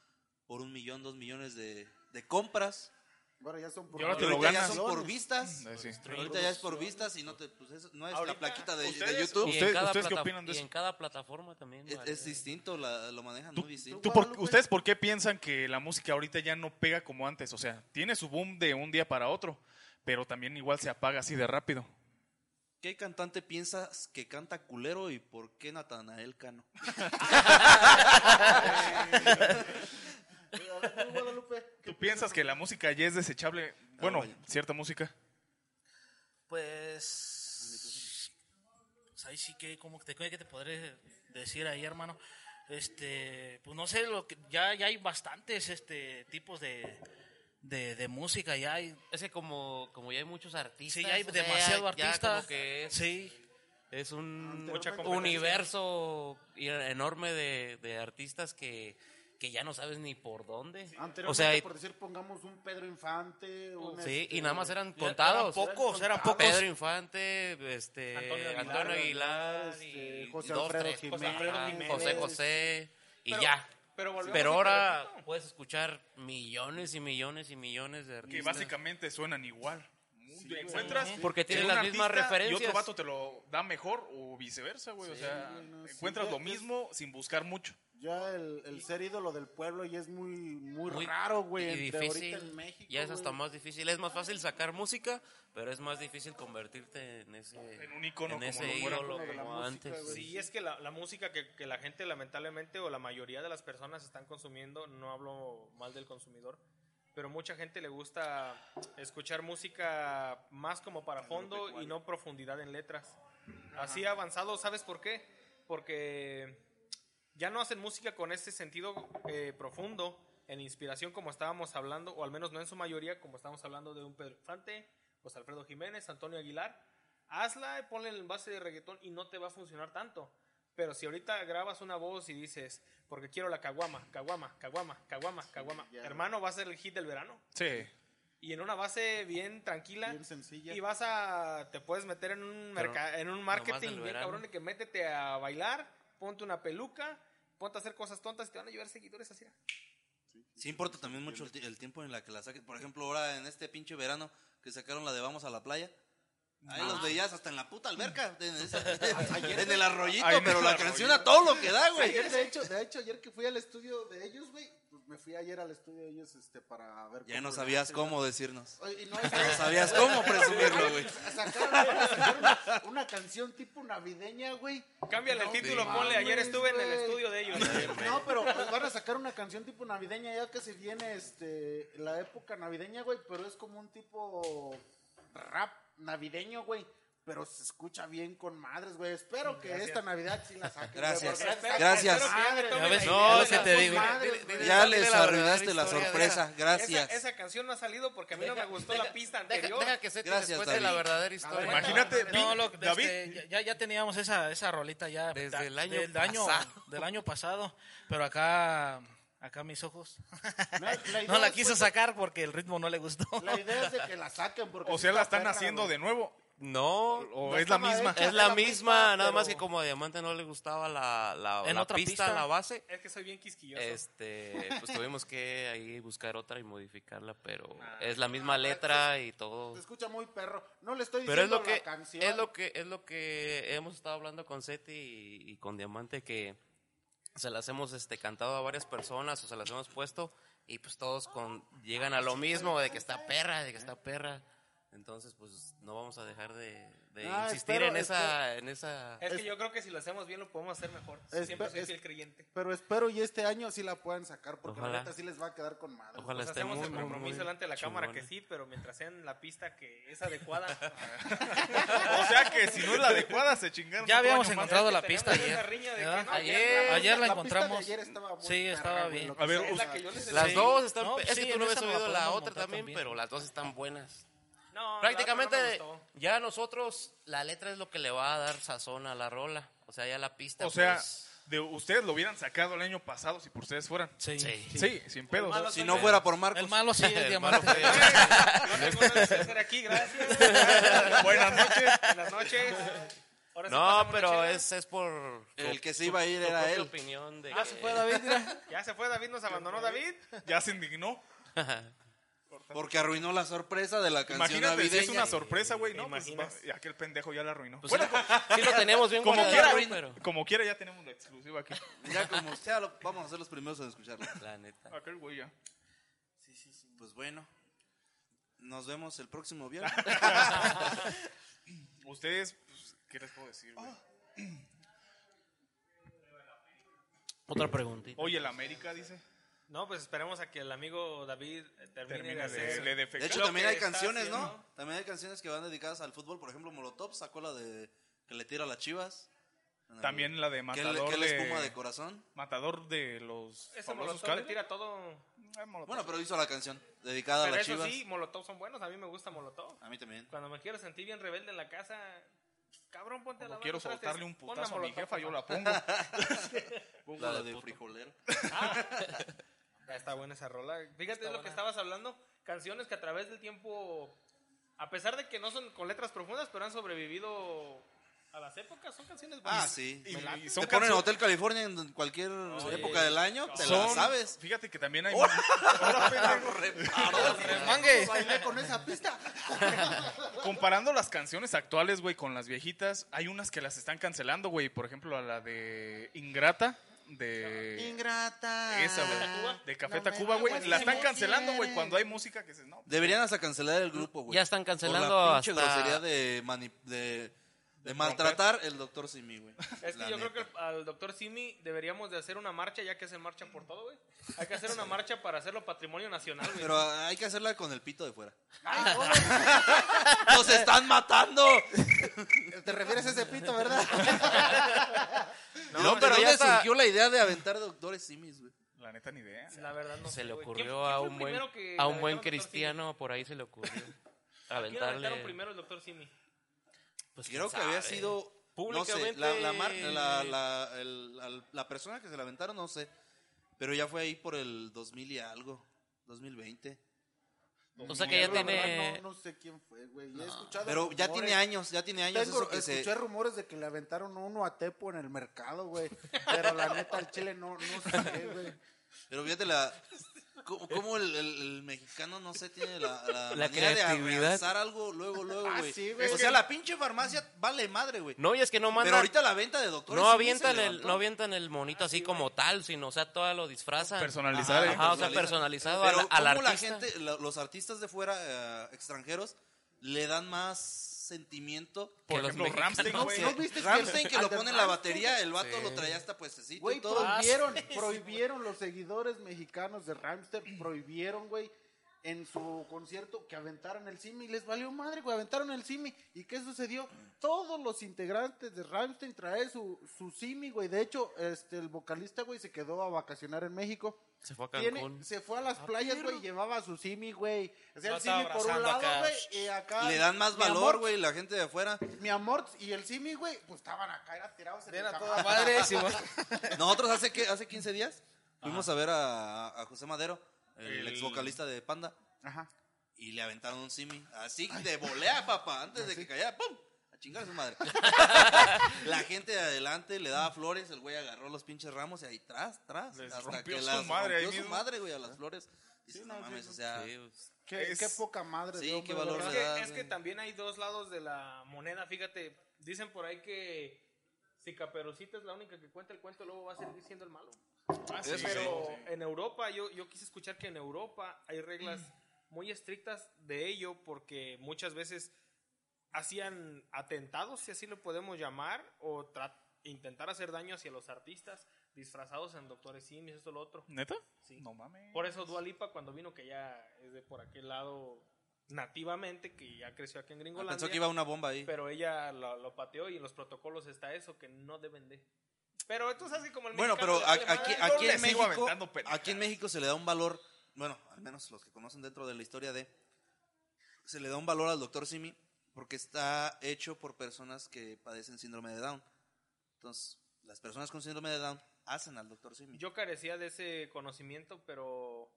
S2: por un millón, dos millones de, de compras.
S3: Bueno, ya son por
S6: Y ahora
S2: Y
S6: te lo
S2: ahorita ya
S6: ganas.
S2: son por vistas.
S6: Eh, sí.
S2: Ahorita ya es por vistas y no te, pues eso no es la
S5: Ahorita,
S2: plaquita Pues, de, de
S6: ustedes-
S2: YouTube.
S7: Y en
S6: ¿Ustedes-
S7: cada
S6: ustedes qué
S7: plata-
S6: opinan de
S7: y
S6: eso?
S7: en cada plataforma también.
S2: Es,
S7: vale.
S2: es distinto, la- lo manejan muy distinto.
S6: ¿Tú por- ¿Ustedes por qué piensan que la música ahorita ya no pega como antes? O sea, tiene su boom de un día para otro, pero también igual se apaga así de rápido.
S2: ¿Qué cantante piensas que canta culero y por qué Natanael Cano?
S3: A ver, tú, Guadalupe, ¿qué
S6: ¿Tú piensas que la música ya es desechable? Bueno, cierta música.
S4: Pues, pues ahí sí que, como que te, que te podré decir ahí, hermano. Este, pues no sé, lo que, ya, ya hay bastantes este, tipos de, de, de música ya y
S7: Es que como, como ya hay muchos artistas.
S4: sí, ya hay
S7: o sea,
S4: demasiado
S7: ya
S4: artista.
S7: como que es,
S4: Sí,
S7: es un
S5: Mucha competencia.
S7: universo enorme de, de artistas que, que ya no sabes ni por dónde.
S3: Anteriormente,
S7: O sea, y-
S3: por decir, pongamos un Pedro Infante. un
S7: sí,
S3: este,
S7: y nada más eran
S4: eran
S7: contados.
S4: pocos, eran pocos.
S7: Pedro Infante, este,
S5: Antonio
S7: Antonio
S5: Aguilar,
S7: Aguilar,
S3: este,
S7: y
S3: José
S7: dos,
S3: Alfredo
S7: tres,
S3: Jiménez,
S5: José Alfredo
S7: Ajá,
S5: Jiménez.
S7: José José, y
S5: Pero-
S7: ya.
S5: Pero, volvemos
S7: Pero
S5: y te
S7: ahora
S5: repito,
S7: puedes escuchar millones y millones y millones de
S6: Que
S7: artistas.
S6: básicamente suenan igual. Te encuentras
S7: Porque
S6: en
S7: tienen
S6: un
S7: las mismas
S6: artista Y
S7: referencias.
S6: otro vato te lo da mejor o viceversa, güey. o sea,
S3: no, sí,
S6: encuentras
S3: ya
S6: lo
S3: es-
S6: mismo sin buscar mucho.
S3: Ya el, el ser ídolo del pueblo ya es muy, muy,
S7: Muy-
S3: raro, güey.
S7: y
S3: entre
S7: difícil.
S3: ahorita en México,
S7: ya es hasta
S3: güey.
S7: más difícil. Es más fácil sacar música, pero es más difícil convertirte en ese.
S6: En un ícono
S7: en
S6: como
S7: ese
S6: lo fuera.
S7: ídolo
S3: Ícono de la
S7: como
S3: música,
S7: antes.
S3: güey.
S7: Sí.
S5: Sí, es que la, la música que, que la gente lamentablemente o la mayoría de las personas están consumiendo, no hablo mal del consumidor, pero mucha gente le gusta escuchar música más como para fondo y no profundidad en letras. Así avanzado, ¿sabes por qué? Porque ya no hacen música con ese sentido eh, profundo en inspiración como estábamos hablando, o al menos no en su mayoría, como estábamos hablando de un Pedro Infante, José Alfredo Jiménez, Antonio Aguilar. Hazla, ponle el envase de reggaetón y no te va a funcionar tanto. Pero si ahorita grabas una voz y dices, porque quiero la caguama, caguama, caguama, caguama, caguama,
S3: ya.
S5: hermano, va a ser el hit del verano.
S6: Sí.
S5: Y en una base bien tranquila,
S3: Bien sencilla.
S5: y vas a. Te puedes meter en un,
S7: Pero
S5: merca- en un
S7: nomás del
S5: marketing bien
S7: verano.
S5: cabrón de que métete a bailar, ponte una peluca, ponte a hacer cosas tontas y te van a llevar seguidores así.
S2: Sí importa también mucho el, ti- el tiempo en la que la saquen. Por ejemplo, ahora en este pinche verano que sacaron la de Vamos a la playa. Ahí los veías hasta en la puta alberca, en, esa- en el arroyito,
S6: Ahí en
S2: pero
S6: el
S2: la
S6: arroyito.
S2: canción a todo lo que da, güey.
S3: Ayer, de, hecho, de hecho, ayer que fui al estudio de ellos, güey, pues me fui ayer al estudio de ellos este, para ver...
S2: Ya
S3: cómo
S2: no
S3: le
S2: sabías
S3: hacen.
S2: cómo decirnos.
S3: Oye, y no,
S2: No sabías cómo presumirlo, güey.
S3: Sacaron, sacaron una, una canción tipo navideña, güey.
S5: Cámbiale el
S2: No
S5: título,
S2: te
S5: ponle. Ayer
S3: mames,
S5: estuve en el
S3: güey.
S5: estudio de ellos.
S3: No, pero pues, van a sacar una canción tipo navideña ya que se viene este la época navideña, güey, pero es como un tipo rap navideño, güey. Pero se escucha bien con madres, güey. Espero que esta Navidad sí la saquen. güey,
S2: Gracias.
S3: porque
S5: Espero-
S2: Gracias.
S5: espero que ya me
S3: Ya
S5: tomen
S7: ves,
S5: la
S7: no,
S5: idea de
S7: es que
S5: las
S7: te
S5: dos
S7: digo.
S5: madres, güey.
S2: Ya les
S7: dile la verdadera
S2: arruinaste la
S7: historia de
S2: sorpresa. Gracias.
S5: Esa, esa canción no ha salido porque a mí no me gustó la pista
S7: Deja,
S5: anterior.
S7: deja que se te
S2: Gracias,
S7: cuente la
S2: David.
S7: verdadera historia.
S3: ver,
S6: Imagínate,
S3: no,
S6: Pink,
S4: No, lo-
S6: David.
S4: este, ya- ya, ya teníamos esa, esa rolita ya
S7: Desde
S4: da-
S7: el año
S4: del año
S7: pasado.
S4: del año pasado, pero acá acá mis ojos
S3: la idea
S4: no la
S3: es,
S4: quiso
S3: pues,
S4: sacar porque el ritmo no le gustó.
S3: La idea es de que la saquen porque
S6: O
S3: sí
S6: sea, la están
S3: perra,
S6: haciendo
S3: güey.
S6: de nuevo.
S7: No,
S6: O
S3: No
S6: es la
S3: estaba
S6: misma.
S3: hecha.
S7: es la
S3: la
S7: misma,
S3: misma,
S7: nada
S3: pero-
S7: más que como a Diamante no le gustaba la, la,
S4: En
S7: la
S4: otra
S7: pista,
S4: pista.
S7: la base.
S5: Es que soy bien quisquilloso.
S7: Este, pues tuvimos que ahí buscar otra y modificarla, pero
S3: Ah,
S7: es la
S3: pues
S7: misma letra y todo.
S3: Se escucha muy perro. No le estoy
S7: Pero
S3: diciendo
S7: es lo que
S3: la canción.
S7: es lo que es lo que hemos estado hablando con Seti y, y con Diamante que se las hemos este cantado a varias personas o se las hemos puesto y pues todos con llegan
S3: Ah,
S7: a lo mismo de que está perra, de que está perra. Entonces, pues no vamos a dejar de, de
S3: Ah,
S7: insistir
S3: espero-
S7: en esa en esa
S5: Es que yo creo que si lo hacemos bien lo podemos hacer mejor.
S3: Es-
S5: Siempre soy
S3: es-
S5: fiel creyente.
S3: Pero espero y este año sí la puedan sacar porque la
S7: Ojalá.
S3: neta sí les va a quedar con madre.
S7: Ojalá
S5: Pues
S7: esté
S5: hacemos
S7: muy,
S5: el
S7: muy,
S5: compromiso
S7: muy
S5: delante de la cámara que
S7: chingona.
S5: sí, pero mientras sea en la pista que es adecuada.
S6: O sea que si no es la adecuada, se chingaron.
S4: Ya
S6: otro
S4: habíamos
S6: año más.
S4: encontrado la
S5: Tenemos
S4: pista
S5: esa
S4: ayer.
S5: riña de que
S4: ¿verdad?
S5: no,
S7: Ayer-
S4: ayer,
S3: pista
S4: la
S3: de
S4: encontramos.
S3: ayer estaba muy
S4: sí,
S3: perra,
S4: estaba
S3: güey,
S4: bien.
S3: lo que
S6: A ver,
S3: sea,
S5: Es la
S3: la-
S5: que yo les
S7: Las
S5: enseñé.
S7: dos están
S4: No,
S7: es
S4: sí,
S7: que tú
S4: en
S7: no habías
S4: esa la
S7: subido la
S4: podemos
S7: otra
S4: montar
S7: también,
S4: también.
S7: pero las dos están buenas.
S5: No,
S7: Prácticamente
S5: la otra no me gustó.
S7: ya nosotros la letra es lo que le va a dar sazón a la rola, o sea, ya la pista
S6: O sea,
S7: pues,
S6: de ustedes lo hubieran sacado el año pasado si por ustedes fueran.
S4: Sí.
S7: Sí. pues.
S6: Sí, sin pedos.
S5: malo
S2: Si no fuera por Marcos.
S4: El malo sí es
S7: El
S4: diamante.
S7: malo fue-
S5: No tengo nada que hacer aquí, gracias.
S6: Buenas noches.
S5: Buenas noches. Ahora sí pasa
S7: No,
S5: una
S7: pero
S5: chela.
S7: es, es por...
S2: El
S7: tu-
S2: que se iba a ir
S7: tu
S2: era
S7: propia
S2: él.
S7: opinión de
S4: Ah,
S7: que-
S4: se fue David, mira.
S5: Ya se fue David, nos abandonó David.
S6: Ya se indignó.
S2: Porque arruinó la sorpresa de la canción
S6: Imagínate si
S2: navideña.
S6: es una sorpresa, güey. No, pues
S5: imaginas?
S6: va- y aquel pendejo ya la arruinó.
S7: Pues
S6: Bueno,
S7: sí, sí lo tenemos bien
S6: como
S7: guardado,
S6: quiera,
S7: pero...
S6: como quiera ya tenemos la exclusiva aquí.
S2: Ya como sea, lo- vamos a ser los primeros en escucharla.
S7: La neta.
S6: Aquel güey ya.
S2: Pues bueno, nos vemos el próximo viernes.
S6: Ustedes, pues, ¿qué les puedo decir, güey?
S7: Otra preguntita.
S6: Oye, el América dice.
S5: No, pues esperemos a que el amigo David eh, termine, de
S6: Termina
S5: hacer.
S6: de, le
S2: De
S6: defecar.
S2: hecho,
S5: Lo
S2: también
S5: que
S2: hay
S5: está
S2: canciones, ¿no?
S5: haciendo.
S2: También hay canciones que van dedicadas al fútbol. Por ejemplo, Molotov sacó la de que le tira a las chivas.
S6: También la de
S2: Que le,
S6: Matador.
S2: que le espuma
S6: de-
S2: de corazón.
S6: Matador de los
S5: Ese
S6: famosos
S5: molotov le
S6: Cali.
S5: tira todo.
S6: Eh, Molotov.
S2: Bueno, pero hizo la canción dedicada
S5: Pero
S2: a las
S5: eso
S2: chivas.
S5: sí, Molotov son buenos. A mí me gusta Molotov.
S2: A mí también.
S5: Cuando me quiero sentir bien rebelde en la casa, cabrón, ponte a
S6: Cuando
S5: la
S6: quiero soltarle un putazo a mi jefa, yo la pongo.
S2: La de, frijolero.
S5: Ya Ah, está buena esa rola. Fíjate de lo que estabas hablando. Canciones que a través del tiempo, a pesar de que no son con letras profundas, pero han sobrevivido a las épocas. Son canciones buenas.
S2: Ah, sí.
S6: Y-
S5: Me late.
S6: y son
S2: Te ponen
S6: cancio-
S2: Hotel California en cualquier época del año, te la
S6: son-
S2: sabes. Oh.
S6: Fíjate que también hay.
S5: Remangue.
S3: Bailé con esa pista.
S6: Comparando las canciones actuales, güey, con las viejitas, hay unas que las están cancelando, güey. Por ejemplo, a la de Ingrata, de.
S2: Ingrata.
S6: Esa, güey. De Café Tacuba, güey.
S5: aguas,
S6: La
S5: si
S6: están
S5: me
S6: cancelando, güey, cuando hay música que se. No.
S2: Deberían hasta cancelar el grupo, güey.
S7: Ya están
S2: Por
S7: cancelando
S2: la pinche
S7: hasta-
S2: grosería de, mani- de, de maltratar el doctor Simi, güey.
S5: Es que
S2: La
S5: yo
S2: neta.
S5: creo que al doctor Simi deberíamos de hacer una marcha, ya que se marcha por todo, güey. Hay que hacer una marcha para hacerlo patrimonio nacional, güey.
S2: Pero hay que hacerla con el pito de fuera. ¡Nos están matando!
S3: Te refieres a ese pito, ¿verdad?
S2: No,
S5: No,
S2: pero
S5: pero ya
S2: ya
S5: está-
S2: surgió la idea de aventar doctores simis, güey.
S6: La neta, ni idea.
S5: La verdad no
S7: Se le
S5: sé, güey. Oh, ¿Quién-
S7: ocurrió
S5: quién
S7: a
S5: fue el
S7: un buen,
S5: primero que
S7: a
S5: le
S7: un buen
S5: aventaron al doctor Simi?
S7: cristiano, por ahí se le ocurrió.
S5: ¿Quién le aventaron
S7: Aventarle.
S5: primero el doctor Simi?
S7: pues,
S2: Creo que
S7: quién
S2: había
S7: sabe.
S2: sido. No sé, la, la, mar- la, la- el- al- la persona que se la aventaron, no sé. Pero ya fue ahí por el 2000 y algo. 2020.
S7: O sea que ya
S3: La verdad,
S7: tiene.
S3: No, no sé quién fue, güey. He escuchado
S2: Pero ya
S3: rumores.
S2: tiene años, ya tiene años.
S3: Tengo-
S2: eso que se-
S3: escuché rumores de que le aventaron uno a Tepo en el mercado, güey. Pero la neta, al chile no, no sé, güey.
S2: Pero fíjate la. ¿Cómo, cómo el, el- el mexicano, no sé, tiene la, la,
S7: La
S2: manera de
S7: creatividad.
S2: alcanzar algo luego, luego,
S3: Ah,
S2: güey?
S3: sí, güey.
S2: o sea, la pinche farmacia vale madre, güey.
S7: No, y es que no
S2: Pero
S7: mandan.
S2: ahorita la venta de doctores.
S7: No
S2: sí
S7: avientan,
S2: se
S7: el,
S2: levantó.
S7: no avientan el monito así como tal, sino, o sea, todo lo disfrazan.
S6: Personalizar,
S7: Ajá,
S6: ¿eh?
S7: o sea, personalizado
S2: Pero
S7: al, al
S2: ¿cómo la
S7: artista.
S2: gente, la- los artistas de fuera, eh, extranjeros, le dan más sentimiento.
S6: Por
S7: que los
S6: ejemplo,
S7: mexicanos
S6: Ramstein,
S7: no
S6: güey.
S2: que
S3: ¿no viste que
S2: Ramstein
S3: el-
S2: que lo
S3: al de
S2: pone en la
S3: Ramstein?
S2: batería, el vato lo traía hasta puestecito
S3: Güey,
S2: y todo.
S3: prohibieron, prohibieron los seguidores mexicanos de Ramster, prohibieron, güey, en su concierto que aventaran el Simi. Les valió madre, güey, aventaron el Simi. ¿Y qué sucedió? Todos los integrantes de Ramstein traen su, su Simi, güey. De hecho, este, el vocalista, güey, se quedó a vacacionar en México.
S7: Se fue a
S3: Tiene-
S7: Cancún.
S3: se fue a las playas, güey, y llevaba su Simi, güey. O sea,
S5: Ah, Lo
S3: el Simi
S5: estaba
S3: por un
S5: abrazando
S3: lado,
S5: acá.
S3: güey, y acá.
S7: Ah,
S2: Le dan más
S3: mi
S2: valor,
S3: amor,
S2: güey, la gente de afuera.
S3: Mi amor y el Simi, güey, pues estaban acá, era tirados en el cama.
S5: madre.
S2: Nosotros hace, que, hace 15 días fuimos a ver a, a José Madero, el, ex vocalista de Panda,
S3: Ajá.
S2: y le aventaron un simi. Así de volea, papá, antes de que cayera, ¡pum! A chingar a su madre. la gente de adelante le daba flores, el güey agarró los pinches ramos y ahí tras, tras.
S6: Les
S2: hasta
S6: rompió
S2: que
S6: su
S2: las
S6: madre ahí
S2: rompió su
S6: mismo.
S2: madre, güey, a las flores. Dices, no, mames, o sea, ah,
S7: Sí, pues,
S3: Qué,
S6: Es-
S3: qué poca madre.
S2: Sí,
S3: de hombre,
S2: qué valor
S5: Es
S3: ¿verdad?
S2: le da.
S5: que, es que también hay dos lados de la moneda, fíjate. Dicen por ahí que si Caperucita es la única que cuenta el cuento, luego va a seguir siendo el malo.
S6: Ah, sí,
S5: Pero
S6: sí, sí.
S5: en Europa, yo, yo quise escuchar que en Europa hay reglas muy estrictas de ello porque muchas veces hacían atentados, si así lo podemos llamar, o tra- intentar hacer daño hacia los artistas disfrazados en doctores simis, esto, lo otro.
S6: ¿Neta?
S5: Sí.
S6: No mames.
S5: Por eso Dualipa cuando vino, que ya es de por aquel lado nativamente, que ya creció aquí en Gringolandia.
S2: Ah, pensó que iba una bomba ahí.
S5: Pero ella lo, lo pateó y en los protocolos está eso, que no deben de. Pero tú sabes que como el
S2: Bueno,
S5: mexicano
S2: pero
S5: le
S2: a-
S5: vale
S2: aquí,
S5: madre,
S2: aquí
S6: le
S2: en
S6: sigo
S2: México,
S6: aventando pendejadas.
S2: aquí en México se le da un valor, bueno, al menos los que conocen dentro de la historia de, se le da un valor al doctor Simi porque está hecho por personas que padecen síndrome de Down. Entonces, las personas con síndrome de Down hacen al doctor Simi.
S5: Yo carecía de ese conocimiento, pero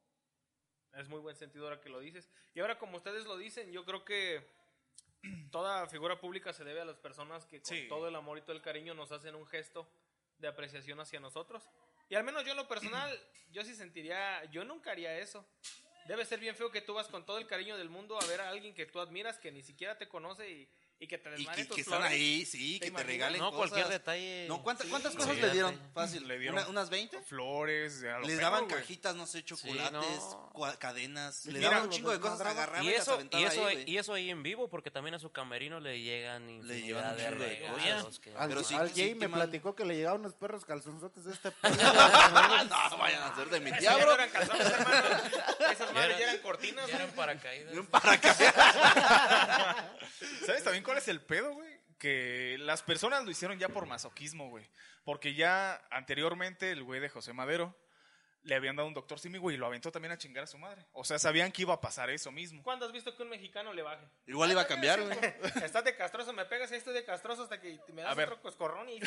S5: es muy buen sentido ahora que lo dices. Y ahora como ustedes lo dicen, yo creo que toda figura pública se debe a las personas que con
S6: Sí.
S5: todo el amor y todo el cariño nos hacen un gesto de apreciación hacia nosotros. Y al menos yo en lo personal, yo sí sentiría, yo nunca haría eso. Debe ser bien feo que tú vas con todo el cariño del mundo a ver a alguien que tú admiras, que ni siquiera te conoce y, y que te
S2: y
S5: desmadre
S2: que,
S5: tus
S2: que están
S5: flores.
S2: ahí, sí, que
S5: ¿Te
S2: te
S5: imaginas?
S2: regalen
S7: no,
S2: cosas.
S7: cualquier detalle.
S2: No, ¿cuánta- ¿cuántas
S7: Sí,
S2: cosas le
S7: fíjate.
S2: dieron? Fácil,
S6: Le dieron
S2: una- unas 20.
S6: Flores. a lo
S2: Les
S6: perro,
S2: daban
S6: güey.
S2: cajitas, no sé, chocolates,
S7: no.
S2: cua- cadenas. Les
S6: Mira,
S2: daban un chingo de
S3: los
S2: cosas,
S3: mandaban.
S2: agarraban
S7: Y
S2: las
S7: eso, y,
S2: aventaban
S7: eso, e
S2: ahí, güey.
S7: y eso ahí en vivo, porque también a su camerino le llegan infinidad
S2: llevan un
S7: de
S2: chingo de
S7: regalos.
S2: cosas.
S7: que-
S3: Al,
S2: Pero sí-
S3: al
S2: sí
S3: Jay
S2: te
S3: me
S2: mandan-
S3: platicó que le llegaban unos perros calzonzotes de este perro.
S2: no, vayan a hacer de mi
S5: Ya,
S2: diablo.
S5: no eran calzones, hermano. Esas madres ya eran cortinas.
S7: Ya eran
S5: ¿no?
S7: paracaídas.
S6: ¿Sabes también cuál es el pedo, güey? Que las personas lo hicieron ya por masoquismo, güey. Porque ya anteriormente el güey de José Madero le habían dado un doctor Simi, güey, y lo aventó también a chingar a su madre. O sea, sabían que iba a pasar eso mismo.
S5: ¿Cuándo has visto que un mexicano le baje?
S2: Igual iba a cambiar, güey.
S5: Estás de castroso, me pegas y ahí estoy de castroso hasta que me das
S6: A ver.
S5: otro coscorrón y...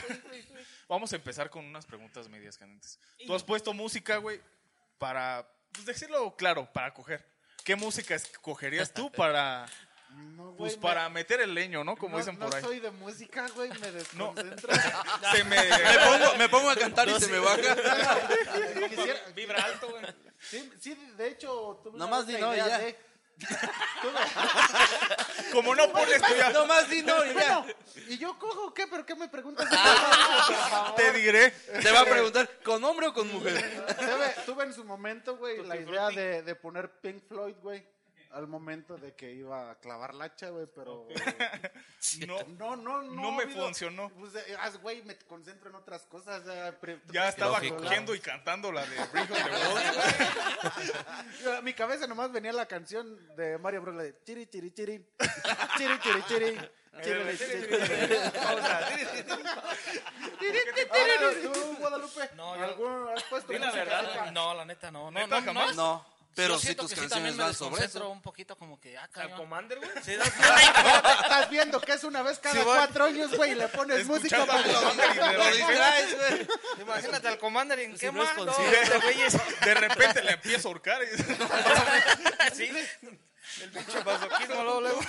S6: Vamos a empezar con unas preguntas medias candentes. Tú has puesto música, güey, para, pues decirlo claro, para coger. ¿Qué música escogerías tú para,
S3: No, güey,
S6: pues,
S3: me-
S6: para meter el leño, no? Como
S3: no-
S6: dicen por
S3: no
S6: ahí.
S3: soy de música, güey, me
S6: No.
S3: desconcentro.
S6: Se me...
S2: Me pongo, me pongo a cantar y se me baja.
S3: Quisiera-
S5: Vibra alto, güey.
S3: sí, sí, de hecho, tuve
S2: Nada
S3: una
S2: más
S3: buena
S2: di no y
S3: idea
S2: ya.
S3: de-
S6: Como no pones tú ya,
S2: No más di no y ya.
S3: Bueno, ¿y yo cojo o qué? ¿Pero qué me preguntas?
S6: te diré.
S2: Ah, Te va a preguntar, ¿con hombre o con mujer?
S3: tuve, tuve en su momento, güey, la idea de, de poner Pink Floyd, güey. Al momento de que iba a clavar la hacha, güey, pero...
S6: No.
S3: No, no, no.
S6: No me
S3: ha habido-
S6: funcionó.
S3: Pues, eh, ah, güey, me concentro en otras cosas. Ya, pre-
S6: Ya estaba
S7: Lógico.
S6: cogiendo y cantando la de Bring on the Wall.
S3: Yo, a Mi cabeza nomás venía la canción de Mario Bros. La de tiri, tiri, tiri. Tiri, tiri, tiri.
S6: Eh,
S3: Tiri, tiri, tiri. Ah, no, tú, Guadalupe,
S4: No, yo-
S3: ¿algún- has puesto
S4: Di la
S3: música
S4: verdad,
S3: seca?
S4: no, la neta, no. No,
S6: ¿Neta,
S4: no,
S6: jamás?
S4: no.
S2: No, pero
S4: Yo
S2: si
S4: siento
S2: tus
S4: que sí,
S2: canciones
S4: también me
S2: van sobre
S4: desconcentro
S2: eso.
S4: un poquito como que, ah,
S5: ¿Al
S4: cabrón.
S5: Commander, güey?
S4: Sí, no, no,
S3: Estás viendo que es una vez cada
S2: Sí, voy.
S3: cuatro años, güey, y le pones música
S6: Escuchando
S3: para...
S6: a Commander y de
S2: Lo
S6: repente-
S2: distraes, güey.
S5: Imagínate al Commander en
S7: Pues Si
S5: qué este
S7: no es
S5: mando.
S7: concierto,
S6: De repente le empiezo a ahorcar. y-
S5: Sí. El pinche masoquismo luego, luego.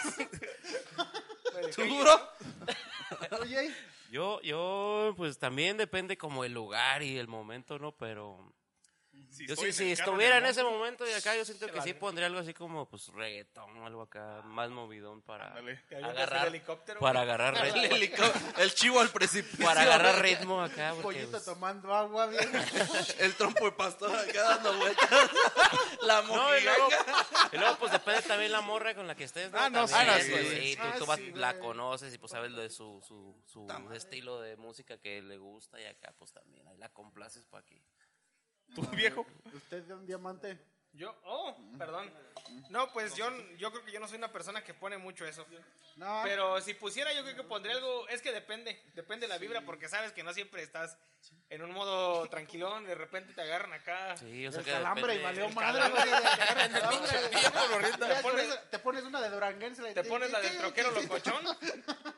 S2: ¿Tú, bro?
S3: Oye,
S7: Yo, yo, pues también depende como el lugar y el momento, ¿no? Pero
S6: Si
S7: yo
S6: estoy
S7: sí,
S6: el
S7: si
S6: carro,
S7: estuviera en
S6: mi
S7: ese momento y acá, yo siento que sí
S5: vale.
S7: pondría algo así como, pues, reggaetón o algo acá, más movidón para
S6: Ándale.
S5: Te avientas
S7: agarrar,
S5: el helicóptero,
S7: para agarrar
S2: El,
S7: ritmo,
S2: helico- el chivo al precipicio.
S7: para agarrar ritmo acá, porque,
S3: pollito
S7: pues,
S3: tomando agua, bien.
S2: El trompo de pastor acá dando vueltas. La
S7: No, y
S2: mojiganga.
S7: luego, y luego, pues depende también la morra con la que estés.
S6: Ah, no,
S7: También,
S6: sí,
S7: sí,
S6: güey.
S7: sí, tú,
S3: Ah,
S7: tú vas-
S3: sí,
S7: la
S3: güey.
S7: conoces y pues sabes lo de su, su, su estilo de música que le gusta y acá pues también ahí la complaces para que.
S6: Tú, viejo.
S3: ¿Usted es un diamante?
S5: Yo, oh, perdón. No, pues yo, yo creo que yo no soy una persona que pone mucho eso.
S3: No,
S5: Pero si pusiera, yo creo que pondría algo. Es que depende, depende de la vibra, porque sabes que no siempre estás en un modo tranquilón, de repente te agarran acá.
S7: Sí, o sea
S3: el
S7: que
S3: calambre y
S7: depende-
S3: valió
S7: el
S3: madre,
S7: calambre.
S3: güey. el calambre.
S5: Te pones,
S3: Te pones una de Duranguense.
S5: te pones la del troquero locochón.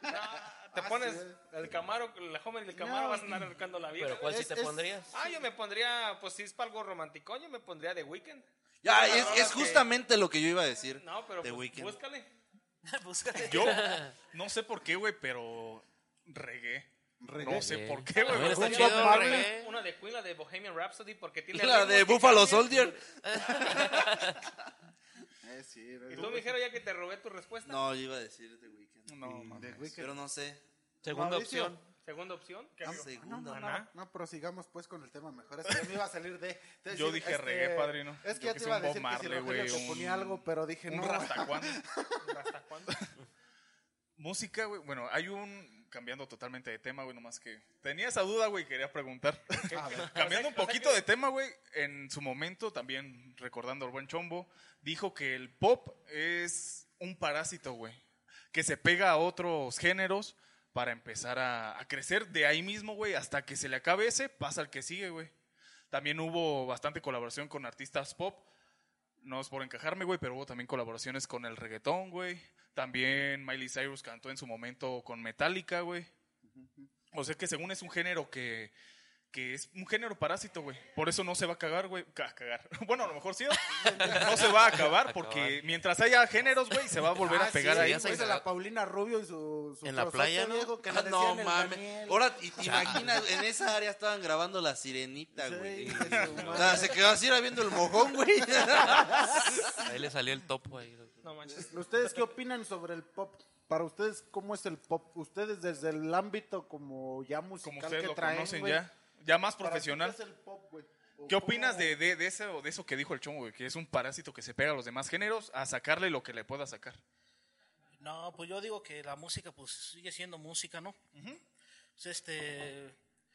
S5: Ah, Te
S3: Ah,
S5: pones
S3: sí, eh.
S5: el camaro, la joven del camaro,
S3: No.
S5: vas a andar arrancando la vibra.
S7: Pero ¿cuál sí
S3: Es-
S7: te
S3: es-
S7: pondrías?
S5: Ah, yo me pondría, pues si es para algo romanticón, yo me pondría The Weeknd.
S2: Ya, es,
S5: Ahora
S2: es
S5: que-
S2: justamente lo que yo iba a decir.
S5: No, pero
S2: The
S5: pues,
S2: Weeknd.
S5: búscale.
S6: Yo no sé por qué, güey, pero reggae. No sé
S7: Sí.
S6: Pues, por qué,
S7: También
S6: güey.
S7: está
S3: Un
S7: chido,
S3: Bob Marley.
S7: reggae.
S5: Una de Queen, la de Bohemian Rhapsody, porque tiene
S2: La
S5: ritmos
S2: de
S5: que
S2: Buffalo
S5: cambian.
S2: Soldier.
S3: Eh, sí,
S5: Y tú, mijero, ya que te robé tu respuesta.
S2: No, yo iba a decir The Weeknd.
S6: No, mames.
S2: Pero no sé.
S7: Segunda
S3: Mauricio. Ah,
S7: opción.
S5: Segunda opción.
S2: Segunda.
S3: No, no, no, prosigamos pues con el tema mejor. Es que me iba a salir de. te
S6: Yo dije reggae, padrino.
S3: Es que
S6: Yo
S3: ya
S6: que
S3: te
S6: soy
S3: iba a
S6: un Bob
S3: decir que si
S6: Marley,
S3: Rogelio
S6: güey,
S3: te
S6: un-
S3: ponía algo, pero dije
S6: Un
S3: no.
S6: rastacuán.
S5: ¿Hasta cuándo?
S6: Música, güey. Bueno, hay un. Cambiando totalmente de tema, güey, nomás que. Tenía esa duda, güey, quería preguntar. Cambiando un poquito de tema, güey. En su momento, también recordando al buen Chombo, dijo que el pop es un parásito, güey. Que se pega a otros géneros para empezar a, a crecer de ahí mismo, güey. Hasta que se le acabe ese, pasa al que sigue, güey. También hubo bastante colaboración con artistas pop. No es por encajarme, güey, pero hubo también colaboraciones con el reggaetón, güey. También Miley Cyrus cantó en su momento con Metallica, güey. O sea que según es un género que, que es un género parásito, güey. Por eso no se va a cagar, güey. Ca- cagar. Bueno, a lo mejor sí. No No se va a acabar porque
S7: Acabar. Ah,
S6: mientras haya géneros, güey, se va a volver a pegar
S7: sí,
S6: ahí.
S7: ya sé.
S6: güey.
S3: Pues a la Paulina Rubio y su. su
S7: En la
S3: trozote
S7: playa, ¿no?
S3: viejo que le
S2: Ah,
S3: decían
S2: no
S3: el
S2: mames.
S3: Daniel.
S2: Ahora, y te imaginas, en esa área estaban grabando la sirenita,
S3: Sí,
S2: güey.
S3: hijo de su madre.
S2: O sea, se quedó así era viendo el mojón, güey.
S7: Ahí le salió el topo ahí.
S5: No manches.
S3: ¿Ustedes qué opinan sobre el pop? Para ustedes, ¿cómo es el pop? Ustedes desde el ámbito como ya
S6: Como
S3: musical
S6: ustedes
S3: que
S6: lo
S3: traen,
S6: conocen
S3: güey,
S6: ya. Ya más
S3: ¿para ti
S6: profesional.
S3: ¿Qué es el pop, güey? ¿O
S6: ¿Qué
S3: cómo-
S6: opinas de, de, de eso, de eso que dijo el chongo, güey? Que es un parásito que se pega a los demás géneros a sacarle lo que le pueda sacar.
S4: No, pues yo digo que la música pues sigue siendo música, ¿no? Pues, este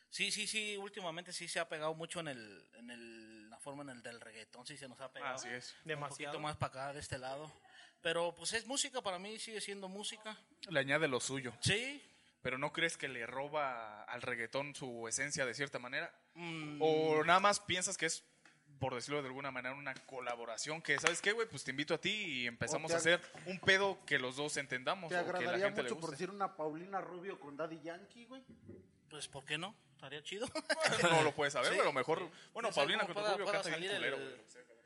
S4: sí, sí, sí, últimamente sí se ha pegado mucho en el en el- la forma en el del reggaetón, sí se nos ha pegado.
S6: Así es.
S5: Ah, Demasiado.
S4: Un poquito más para acá de este lado. Pero pues es música para mí sigue siendo música.
S6: Le añade lo suyo.
S4: Sí.
S6: ¿Pero no crees que le roba al reggaetón su esencia de cierta manera?
S4: Mm,
S6: ¿O nada más piensas que es por decirlo de alguna manera, una colaboración que, ¿sabes qué, güey? Pues te invito a ti y empezamos
S3: te
S6: a
S3: ag-
S6: hacer un pedo que los dos entendamos
S3: ¿Te
S6: o que la
S3: agradaría
S6: gente le
S3: mucho por
S6: guste.
S3: ser una Paulina Rubio con Daddy Yankee, güey?
S4: Pues, ¿por qué no? Estaría chido.
S6: No lo puedes saber,
S4: Sí.
S6: pero a lo mejor... Bueno,
S4: No sé
S6: Paulina
S4: cómo
S6: con
S4: pueda-
S6: Rubio
S4: pueda
S6: canta bien
S4: salir
S6: culero,
S4: el- pues,
S6: güey,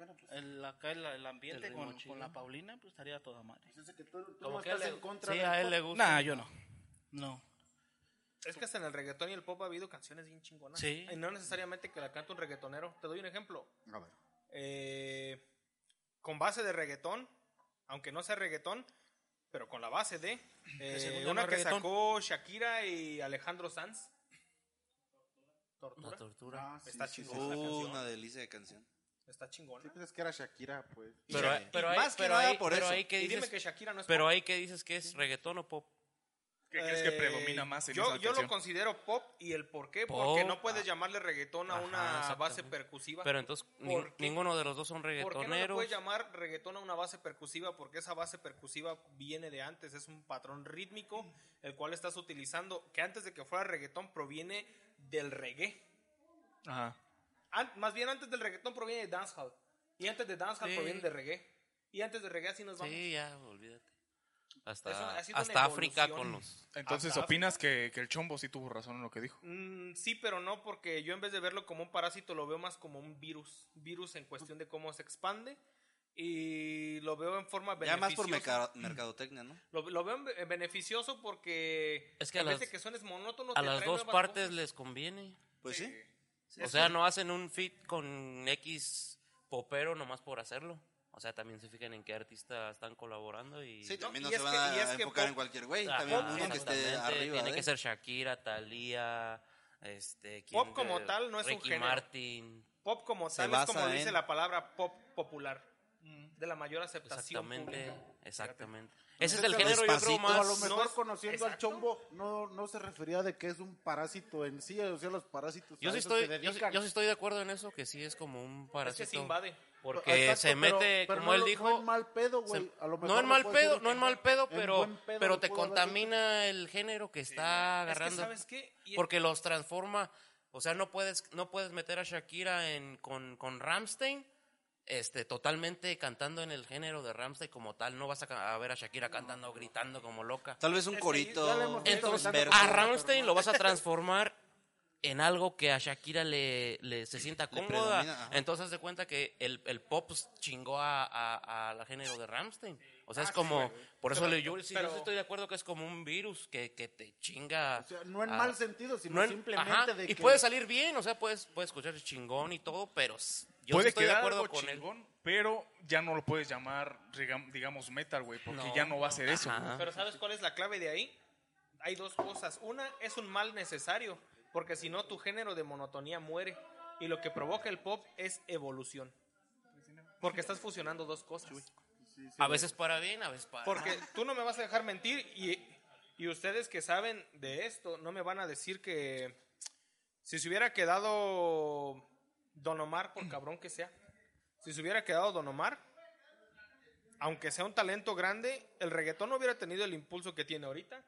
S6: lo que sea.
S4: El, acá el, el ambiente
S7: El ritmo
S4: con,
S7: chido.
S4: con la Paulina, pues estaría toda madre.
S3: Dice que tú, tú
S7: Como
S3: no
S7: que
S3: estás
S7: a él le-
S3: en contra
S4: Sí,
S3: del
S4: a él
S3: pop.
S4: le gusta. Nah, yo no. No.
S5: Es que hasta en el reggaetón y el pop ha habido canciones bien chingonas.
S4: Sí.
S5: Y no necesariamente que la cante un reggaetonero. Te doy un ejemplo.
S3: A ver.
S5: Eh, con base de reggaetón, aunque no sea reggaetón, pero con la base de eh,
S4: según ya no
S5: una
S4: es
S5: que
S4: reggaetón.
S5: sacó Shakira y Alejandro Sanz.
S7: La
S5: Tortura.
S7: tortura.
S3: Ah, sí,
S5: Está
S3: sí, sí.
S5: chingón. la canción.
S2: una delicia de canción.
S5: Está chingona.
S3: Sí, pues es que era Shakira, pues.
S7: Pero,
S2: Y-
S7: pero
S2: y
S7: ahí,
S2: más que
S7: pero
S2: nada
S7: ahí,
S2: por
S7: pero
S2: eso.
S7: ahí que
S5: Y dime
S7: dices,
S5: que Shakira no es
S7: pero
S5: pop.
S7: ahí que dices que es reggaetón o pop.
S6: ¿Qué crees que
S5: Eh,
S6: predomina más en
S5: yo,
S6: esa
S5: yo lo
S6: canción? Ah.
S5: considero pop y el por qué,
S7: Pop.
S5: porque no puedes llamarle reggaetón a
S7: Ajá,
S5: una base
S7: exactamente.
S5: percusiva.
S7: Pero entonces
S5: ¿Por
S7: nin-
S5: qué?
S7: ninguno de los dos son
S5: ¿Por qué no le
S7: reggaetoneros.
S5: puedes llamar reggaetón a una base percusiva? Porque esa base percusiva viene de antes, es un patrón rítmico, el cual estás utilizando, que antes de que fuera reggaetón proviene del reggae.
S6: Ajá.
S5: An- más bien antes del reggaetón proviene de dancehall. Y antes de dancehall
S7: Sí.
S5: proviene de reggae. Y antes de reggae así nos vamos.
S7: Sí, ya, olvídate. Hasta,
S5: Es una- ha sido una
S7: hasta África
S5: evolución.
S7: con los...
S6: Entonces,
S5: Hasta-
S6: ¿opinas que, que el chombo sí tuvo razón en lo que dijo?
S5: Mm, sí, pero no, porque yo en vez de verlo como un parásito, lo veo más como un virus. Virus en cuestión de cómo se expande. Y lo veo en forma
S2: Ya más
S5: beneficiosa.
S2: por merca- mercadotecnia, ¿no?
S5: Lo, lo veo en- eh, beneficioso porque
S7: Es que
S5: en
S7: a
S5: vez
S7: las-
S5: de que suenes monótono,
S7: A
S5: te
S7: las
S5: trae
S7: dos
S5: nuevas
S7: partes
S5: cosas.
S7: les conviene.
S2: Pues sí.
S7: O sea, no hacen un fit con X popero nomás por hacerlo. O sea, también se fijan en qué artista están colaborando y...
S2: Sí, también
S5: No,
S2: no
S5: y
S2: se
S5: es
S2: van
S5: que- y es
S2: a
S5: que
S2: enfocar
S5: pop-
S2: en cualquier güey.
S7: Ajá,
S2: También uno que esté
S7: exactamente.
S2: arriba. ¿eh?
S7: Tiene
S2: de.
S7: que ser Shakira, Thalía, este... ¿quién
S5: Pop como
S7: de-
S5: tal no es un
S7: Ricky
S5: género.
S7: Martin.
S5: Pop como
S2: Se
S5: tal es
S2: basa
S5: como dice
S2: en-
S5: la palabra pop popular. De la mayor aceptación.
S7: Exactamente,
S5: pública.
S7: exactamente. Ese es
S3: Fíjate,
S7: el género, yo creo,
S2: Despacito.
S3: O a
S7: más...
S3: lo
S5: no
S3: mejor
S5: es-
S3: conociendo al
S5: exacto.
S3: chombo, no, no se refería de que es un parásito en sí, o sea, los parásitos.
S7: Yo
S3: a
S7: sí,
S3: eso se
S7: estoy, yo, sí-
S3: dedican.
S7: yo sí estoy de acuerdo en eso, que sí es como un
S5: Es
S7: parásito.
S5: que se invade.
S7: Porque
S3: Exacto,
S7: se mete,
S3: pero- pero
S7: como
S3: no
S7: él
S3: lo-
S7: dijo...
S3: No en mal pedo, güey.
S7: Se-
S3: A lo mejor
S7: no en mal
S3: puedes
S7: pedo,
S3: decir
S7: no en
S3: que-
S7: mal pedo,
S3: en
S7: pero,
S3: buen pedo
S7: pero
S3: lo
S7: te
S3: pudo haber dicho.
S7: contamina el género que está
S5: Es que,
S7: agarrando.
S5: ¿sabes qué? Y-
S7: Porque los transforma. O sea, no puedes, no puedes meter a Shakira en, con, con Ramstein. Este, totalmente cantando en el género de Ramstein como tal, no vas a, ca- a ver a Shakira cantando, gritando como loca.
S2: Tal vez un
S5: Es que
S2: corito.
S3: ya lo hemos visto
S2: un
S7: Entonces,
S3: cantando
S2: verso.
S7: a Ramstein lo vas a transformar en algo que a Shakira le, le- se sienta
S2: predomina,
S7: cómoda.
S2: ajá.
S7: Entonces de cuenta que el, el pop pues, chingó a, a- al género de Ramstein. O
S3: Ah,
S7: sea, es como, por eso le- yo, sí, yo
S5: pero-
S7: sí estoy de acuerdo que es como un virus que, que te chinga.
S3: O sea, no en
S7: a-
S3: mal sentido, sino
S7: Ah. no en-
S3: simplemente
S7: ajá,
S3: de
S7: y
S3: que.
S7: puede salir bien, o sea, puedes, puedes escuchar chingón y todo, pero s- yo sí
S6: puede
S7: estoy de
S6: quedar
S7: acuerdo
S6: algo
S7: con él.
S6: chingón, pero ya no lo puedes llamar, digam- digamos, metal, güey, porque
S7: No,
S6: ya no va a ser eso.
S7: ajá.
S5: Pero ¿sabes cuál es la clave de ahí? Hay dos cosas. Una es un mal necesario, porque si no tu género de monotonía muere. Y lo que provoca el pop es evolución. Porque estás fusionando dos cosas.
S7: A veces para bien, a veces para
S5: Porque
S7: mal.
S5: tú no me vas a dejar mentir y, y ustedes que saben de esto no me van a decir que si se hubiera quedado Don Omar,
S2: Mm.
S5: por cabrón que sea, si se hubiera quedado Don Omar, aunque sea un talento grande, el reggaetón no hubiera tenido el impulso que tiene ahorita.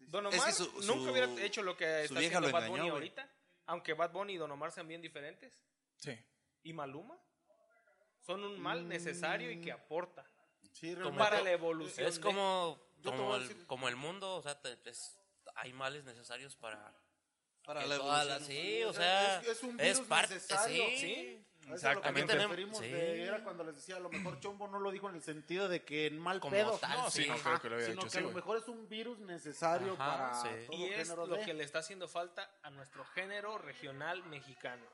S5: Don
S2: Es que
S5: Omar
S2: su-
S5: nunca
S2: su-
S5: hubiera hecho lo que
S2: su
S5: está
S2: vieja
S5: haciendo
S2: lo
S5: Bad
S2: engañó,
S5: Bunny
S2: güey.
S5: ahorita, aunque Bad Bunny y Don Omar sean bien diferentes.
S6: Sí.
S5: ¿Y Maluma? Son un
S2: Mm.
S5: mal necesario y que aporta
S3: Sí, realmente.
S5: para la evolución.
S7: Es
S5: de-
S7: como,
S3: Yo te
S7: como,
S3: voy a
S7: el,
S3: decir-
S7: como el mundo, o sea, te- es- hay males necesarios para...
S2: Para
S7: que
S2: la
S7: toda
S2: evolución.
S7: sí, o sea,
S3: Es- es un virus
S7: parte,
S3: necesario,
S7: sí.
S5: sí.
S3: A eso es lo que
S7: También
S3: nos
S7: tenemos-
S3: referimos
S7: sí.
S3: de- era cuando les decía, a lo mejor Chombo no lo dijo en el sentido de que en mal
S7: Como
S3: pedo.
S7: tal,
S6: No, sí,
S7: sí.
S6: no creo que lo haya
S3: sino
S6: dicho
S3: que
S6: así,
S3: a lo
S6: güey.
S3: mejor es un virus necesario
S7: Ajá,
S3: para
S7: sí.
S3: todo
S5: Y es
S3: género
S5: lo
S3: de-
S5: que le está haciendo falta a nuestro género regional mexicano.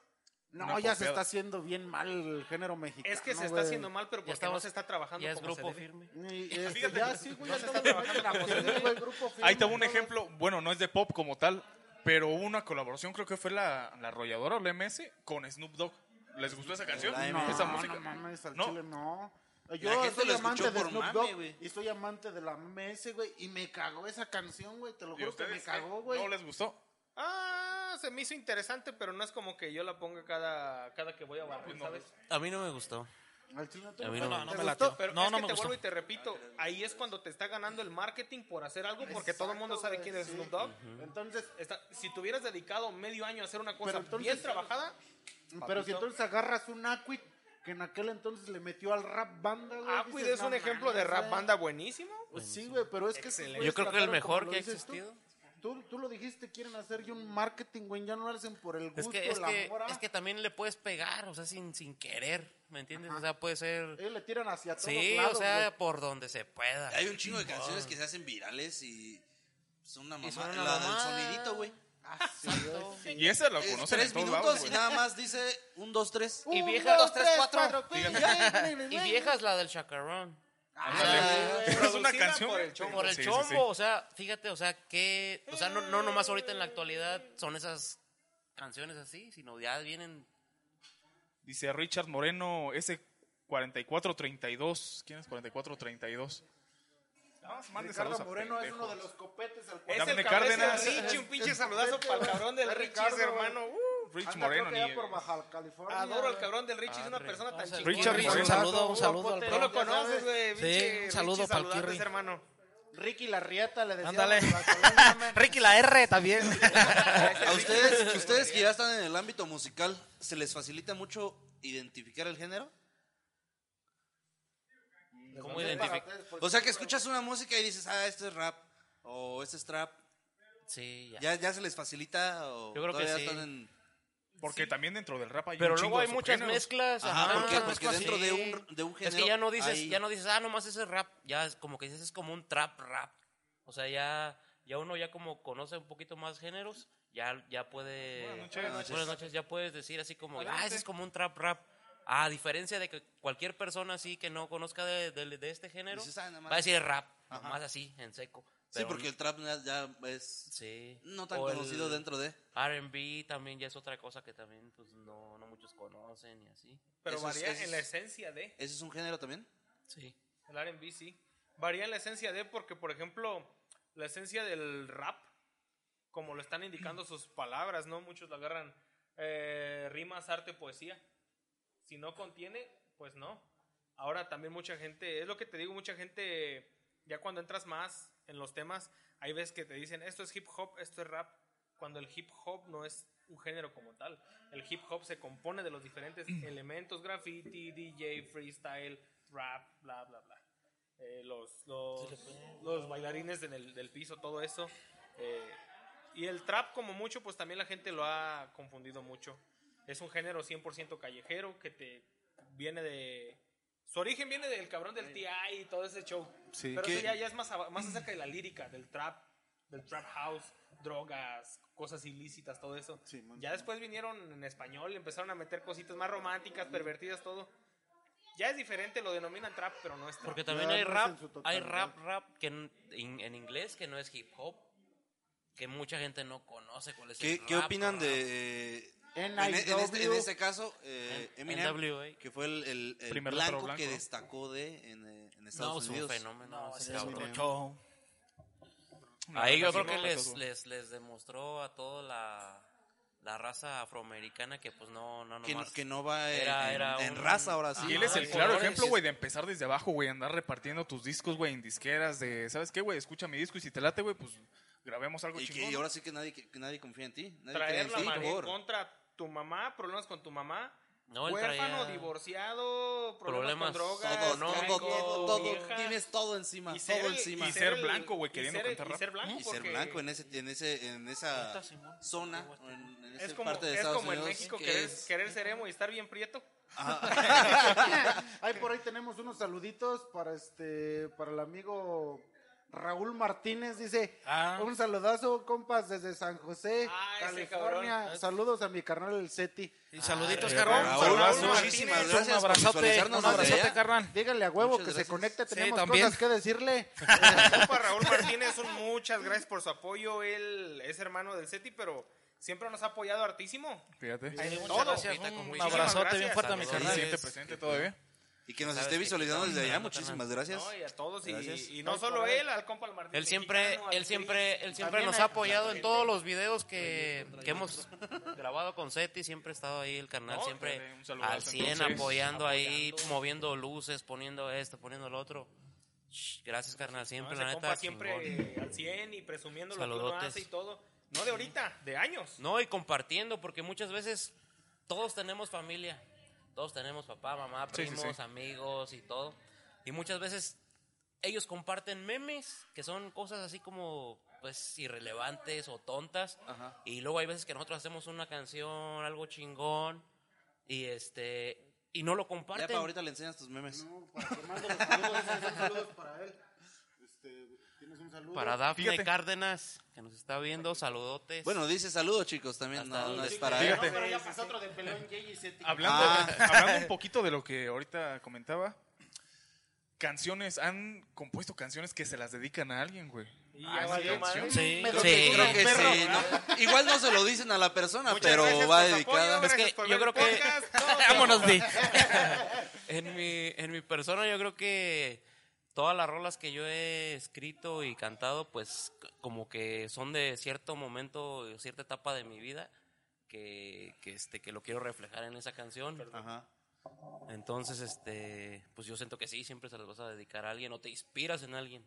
S3: No,
S6: Una
S3: ya se
S6: copiada.
S3: está haciendo bien mal el género mexicano.
S5: Es que se está
S3: Ah, güey.
S5: haciendo mal, pero
S7: Ya
S5: porque no
S7: estamos-
S5: se está trabajando
S7: Ya es
S5: como se
S7: grupo
S5: debe.
S7: firme.
S3: Y, este,
S6: Fíjate
S3: ya
S6: que
S3: sí, güey,
S5: no
S3: ya
S5: se
S3: todo
S5: está
S3: lo meten a
S5: trabajando como
S3: poner,
S5: se
S3: güey, grupo
S6: Ahí
S3: firme,
S6: te va un
S3: todo.
S6: ejemplo, bueno, no es de pop como tal, pero hubo una colaboración, creo que fue la, la arrolladora o la MS con Snoop Dogg. ¿Les gustó esa canción?
S2: La
S3: No,
S6: esa
S3: no
S6: música.
S3: mames, al
S6: No.
S3: chile no.
S2: La
S3: Yo
S2: gente
S3: soy
S2: lo
S3: amante
S2: escuchó
S3: de
S2: por
S3: Snoop
S2: mame,
S3: Dogg
S2: güey.
S3: y soy amante de la MS, güey. Y me cagó esa canción, güey. Te lo
S6: ¿Y
S3: juro que me
S6: ustedes, eh,
S3: cagó, güey.
S6: ¿No les gustó?
S5: Ah, se me hizo interesante, pero no es como que yo la ponga cada, cada que voy a barrer, ¿sabes?
S7: A mí no me gustó.
S3: Al chile no te
S7: A mí
S3: gustó.
S7: no,
S3: ¿Te
S7: no
S5: ¿Te
S7: me
S3: gustó?
S5: gustó? Pero
S4: No,
S5: es
S4: no
S5: que
S4: me
S5: te
S4: gustó.
S5: vuelvo y te repito, ahí es cuando te está ganando el marketing por hacer algo porque todo el mundo sabe
S3: Exacto,
S5: quién es
S3: güey,
S5: Snoop
S3: sí.
S5: Dogg.
S3: Entonces,
S5: Está- si te hubieras dedicado medio año a hacer una cosa
S3: Pero entonces-
S5: bien trabajada,
S3: Pero si entonces agarras un Aquid que en aquel entonces le metió al rap banda, güey.
S5: Aquid
S3: dices,
S5: es un
S3: "No
S5: ejemplo de
S3: mames, eh.
S5: rap
S3: güey".
S5: banda buenísimo.
S3: Pues sí, güey, pero es que. esos
S5: Excelente.
S3: güeyes
S7: Yo creo que el
S3: trataron,
S7: mejor
S3: como
S7: que ha
S3: dices tú.
S7: existido.
S3: Tú, tú lo dijiste, quieren hacer ya un marketing, güey. Ya no lo hacen por el ah. gusto,
S7: Es que, es,
S3: la
S7: que,
S3: mora.
S7: es que también le puedes pegar, o sea, sin, sin querer, ¿me entiendes? O sea, puede ser...
S3: Ellos le tiran hacia todos
S7: Sí,
S3: lados,
S7: o sea,
S3: güey.
S7: por donde se pueda.
S2: Hay un chingo de canciones que se hacen virales y son una
S7: Y son
S2: mamada.
S7: una
S2: La del
S7: mamada.
S2: sonidito, güey.
S3: Ah, sí, güey.
S6: Y esa la
S2: Es
S6: conocen en
S2: tres
S6: todos
S2: minutos
S6: lados,
S2: y
S6: güey.
S2: nada más dice un, dos, tres.
S7: Y
S3: Un,
S7: viejas, dos, tres, cuatro.
S3: güey,
S7: Y viejas la del chacarrón.
S6: Ándale. Esa es una
S5: Producida
S6: canción.
S5: por el
S6: güey.
S5: chombo.
S7: Por el
S6: Sí, sí,
S7: chombo,
S6: sí.
S7: o sea, fíjate, o sea, que, o sea, no, no nomás ahorita en la actualidad son esas canciones así, sino ya vienen,
S6: Dice Richard Moreno, ese 4432. ¿Quién es 4432? No, mande saludos
S3: Ricardo
S6: a
S3: Moreno es
S6: pendejos.
S3: uno de los copetes al
S5: Es
S3: cual.
S6: Dame
S5: el cabeza
S6: Cárdenas.
S5: de Richie, un pinche saludazo para el cabrón del
S3: Es
S5: Richie,
S3: Ricardo,
S5: ese hermano. Uh,
S6: Rich
S3: Anda, creo
S6: Moreno.
S3: que allá
S6: ni-
S3: por Baja California.
S5: adoro al
S3: güey.
S5: cabrón del Richie, es una persona tan
S4: Vamos al
S5: chingona.
S6: Richard
S4: Kirri,
S6: Moreno.
S4: un saludo, un
S3: Guapo,
S4: saludo al
S3: te-
S5: No
S4: perro.
S5: lo
S3: Ya sabes.
S5: conoces, güey.
S4: Sí,
S5: pinche
S4: un saludo
S5: Richie,
S4: pa'l
S5: saludates,
S4: Kirri.
S5: hermano.
S3: Ricky Larrieta le decía.
S4: Ándale.
S3: Ricky.
S4: Ricky la R también.
S2: A ustedes, ustedes que ya están en el ámbito musical, ¿se les facilita mucho identificar el género?
S7: ¿cómo identificar?
S2: O sea, que escuchas una música y dices, ah, este es rap o este es trap.
S7: Sí, ya.
S2: ¿Ya, ya se les facilita o
S7: Yo creo que
S2: todavía
S7: sí.
S2: están en...?
S6: Porque también dentro del rap hay
S7: Pero
S6: un
S7: luego
S6: chingo
S7: hay
S6: de
S7: muchas
S6: subgéneros.
S7: mezclas.
S2: Ajá, porque-
S7: muchas
S2: porque
S7: mezclas,
S2: dentro
S7: sí.
S2: de un- de un
S7: Es que
S2: género
S7: ya no dices,
S2: hay-
S7: ya no dices, ah, nomás ese rap, ya es como que dices, es como un trap rap. O sea, ya, ya uno ya como conoce un poquito más géneros, ya, ya puede...
S6: Buenas noches.
S7: Buenas noches, ya puedes decir así como, ah,
S6: Adelante.
S7: ese es como un trap rap. A diferencia de que cualquier persona así que no conozca de, de- de este género,
S2: Dices, "Ah, nada más".
S7: va a decir rap,
S2: Ajá.
S7: nomás así, en seco.
S2: Sí,
S7: Pero
S2: porque el trap ya- ya es
S7: Sí.
S2: no tan
S7: O el
S2: conocido dentro de...
S7: R&B también ya es otra cosa que también pues no, no muchos conocen y así.
S5: Pero
S2: Eso es-
S5: varía
S2: eso es-
S5: en la esencia de.
S2: ¿Ese es un género también?
S7: Sí.
S5: El R&B sí. Varía en la esencia de porque, por ejemplo, la esencia del rap, como lo están indicando sus palabras, ¿no? Muchos lo agarran eh, rimas, arte, poesía. Si no contiene, pues no. Ahora también mucha gente, es lo que te digo, mucha gente, ya cuando entras más en los temas, hay veces que te dicen, esto es hip hop, esto es rap, cuando el hip hop no es un género como tal. El hip hop se compone de los diferentes elementos, graffiti, DJ, freestyle, rap, bla, bla, bla. Eh, los, los, los bailarines en el- del piso, todo eso. Eh, y el trap, como mucho, pues también la gente lo ha confundido mucho. Es un género 100% callejero que te viene de... Su origen viene del cabrón del TI y todo ese show.
S3: Sí.
S5: Pero
S2: ¿Qué?
S5: eso ya, ya es más, aba- más acerca de la lírica, del trap, del trap house, drogas, cosas ilícitas, todo eso.
S3: Sí, man.
S5: ya después vinieron en español, empezaron a meter cositas más románticas, pervertidas, todo. Ya es diferente, lo denominan trap, pero no es trap.
S7: Porque también
S3: Ya
S7: hay
S3: no es
S7: rap,
S3: en su
S7: hay
S3: totalidad.
S7: rap, rap que en, en- en inglés que no es hip hop, que mucha gente no conoce cuál es el
S2: ¿Qué,
S7: rap.
S2: qué opinan
S7: rap.
S2: de... En,
S3: NIW?
S2: en este, en este caso, eh,
S7: N-
S2: Eminem,
S7: NWA.
S2: que fue el, el- el
S6: Primer rapero
S2: blanco, que
S6: blanco.
S2: destacó de en, eh, en
S7: No,
S2: Estados
S7: es un
S2: Unidos.
S7: fenómeno. ese
S4: ese
S7: cabrón.
S6: Una
S7: Ahí yo
S6: relación
S7: creo que
S6: con
S7: les,
S6: estos, güey.
S7: les, les demostró a toda la, la raza afroamericana que pues no, no
S2: Que, no-
S7: nomás...
S2: que no va en,
S7: Era- era
S2: en
S7: un-
S2: raza ahora sí.
S6: Y él es el
S7: Ah,
S6: claro
S7: colores.
S6: ejemplo, güey, de empezar desde abajo, güey, andar repartiendo tus discos, güey, en disqueras de, ¿sabes qué, güey? Escucha mi disco y si te late, güey, pues grabemos algo
S2: Y, que,
S6: chingón.
S2: y ahora sí que nadie, que, que nadie confía en ti. Nadie cree
S5: Traer
S2: en
S5: la
S2: ti, por
S5: mano
S2: favor.
S5: contra tu mamá, problemas con tu mamá,
S7: No, él
S5: huérfano,
S7: traía-
S5: divorciado,
S7: Problemas,
S5: problemas, con drogas,
S2: Todo,
S7: no,
S2: todo,
S5: narcos,
S2: todo, todo,
S5: viejas.
S2: Tienes todo encima.
S5: Y
S2: todo
S5: ser el-
S2: encima.
S6: y ser blanco, güey,
S5: y
S6: queriendo
S5: ser el-
S6: cantar
S5: Y ser blanco,
S2: Y ser
S5: porque
S2: blanco en ese en ese en esa zona o en, en
S5: Es
S2: esa
S5: como,
S2: parte de
S5: es
S2: Estados
S5: como en
S2: Unidos
S5: México
S2: que
S5: querer,
S2: es- ah,
S5: querer ser emo y estar bien prieto.
S3: Ahí por ahí tenemos unos saluditos para este para el amigo Raúl Martínez dice
S4: Ah.
S3: un saludazo compas desde San José,
S5: Ah, ese
S3: California.
S5: cabrón.
S3: Saludos a mi carnal el Seti.
S4: Y saluditos,
S6: Ah,
S4: carnal.
S2: Raúl,
S4: Saludazo.
S2: muchísimas
S4: Un
S2: gracias por
S4: abrazote,
S2: visualizarnos
S4: un
S2: desde
S4: abrazote,
S2: allá.
S4: carnal.
S3: Díganle a huevo
S2: Muchas
S3: que
S2: gracias.
S3: se conecte,
S4: Sí,
S3: tenemos
S4: también.
S3: cosas que decirle.
S5: compa Raúl Martínez, un muchas gracias por su apoyo. Él es hermano del SETI, pero siempre nos ha apoyado hartísimo.
S6: Fíjate.
S5: En
S4: Muchas
S5: todo.
S4: gracias,
S7: Ahorita con
S4: Un, un
S7: Luis.
S4: abrazote
S5: Muchísimas
S4: bien fuerte a mi
S7: gracias.
S6: Se
S4: carnal.
S7: Saludos.
S6: siente presente todavía.
S2: y que nos
S7: Sabes
S2: esté
S7: que
S2: visualizando
S7: estamos
S2: desde allá.
S7: mirando,
S2: Muchísimas
S7: carnal.
S2: gracias.
S5: No, y a todos.
S2: Gracias.
S5: Y, y no solo él, al compa el Martín.
S7: Él siempre,
S5: mexicano, al
S7: él siempre,
S5: Chris.
S7: él siempre nos ha apoyado en todos los videos que, que hemos grabado con Seti, siempre ha estado ahí el canal,
S6: No,
S7: siempre
S6: dale un saludazo,
S7: al 100
S6: entonces.
S7: apoyando ahí, moviendo luces, poniendo esto, poniendo lo otro. Shh, Gracias carnal,
S5: No,
S7: siempre
S5: ese
S7: la neta.
S5: compa siempre
S7: chingón.
S5: eh, al 100 y presumiendo lo que uno
S7: Saludotes.
S5: hace y todo. No de ahorita, de años.
S7: No, y compartiendo porque muchas veces todos tenemos familia. Todos tenemos papá, mamá,
S6: Sí, sí, sí.
S7: primos, amigos y todo. Y muchas veces ellos comparten memes que son cosas así como pues irrelevantes o tontas. Y luego hay veces que nosotros hacemos una canción, algo chingón y este y no lo
S2: Ya
S7: comparten.
S2: para ahorita le enseñas tus memes.
S3: No, para Fernando, los saludos, son saludos para él. Este, tienes un saludo.
S7: Para Dafne
S6: Fíjate.
S7: Cárdenas, que nos está viendo, saludotes.
S2: Bueno, dice saludos, chicos, también.
S7: Hasta
S2: No, no
S7: luego.
S2: es para él.
S6: Fíjate.
S3: No, pero ya pasó otro del pelón Jay y Seti.
S6: Hablando,
S2: Ah.
S6: hablando un poquito de lo que ahorita comentaba, canciones, han compuesto canciones que se las dedican a alguien, güey.
S5: Y
S6: Ah,
S5: ya
S6: esa
S5: valió madre.
S6: canción.
S7: Sí,
S5: Creo
S7: sí.
S5: que- creo
S2: Creo
S5: que
S2: que
S5: perro,
S2: sí,
S5: ¿verdad?
S2: ¿no? Igual no se lo dicen a la persona,
S5: Muchas
S2: pero
S5: gracias
S2: va
S5: por su apoyo,
S2: dedicada.
S7: Es
S5: gracias
S7: que
S5: por
S7: yo
S5: ver el
S7: creo que-
S5: podcast. Todo.
S7: Vámonos, Di. en, mi, en mi persona yo creo que todas las rolas que yo he escrito y cantado, pues c- como que son de cierto momento, cierta etapa de mi vida, que, que, este, que lo quiero reflejar en esa canción.
S2: Ajá.
S7: Entonces, este, pues yo siento que sí, siempre se las vas a dedicar a alguien o te inspiras en alguien.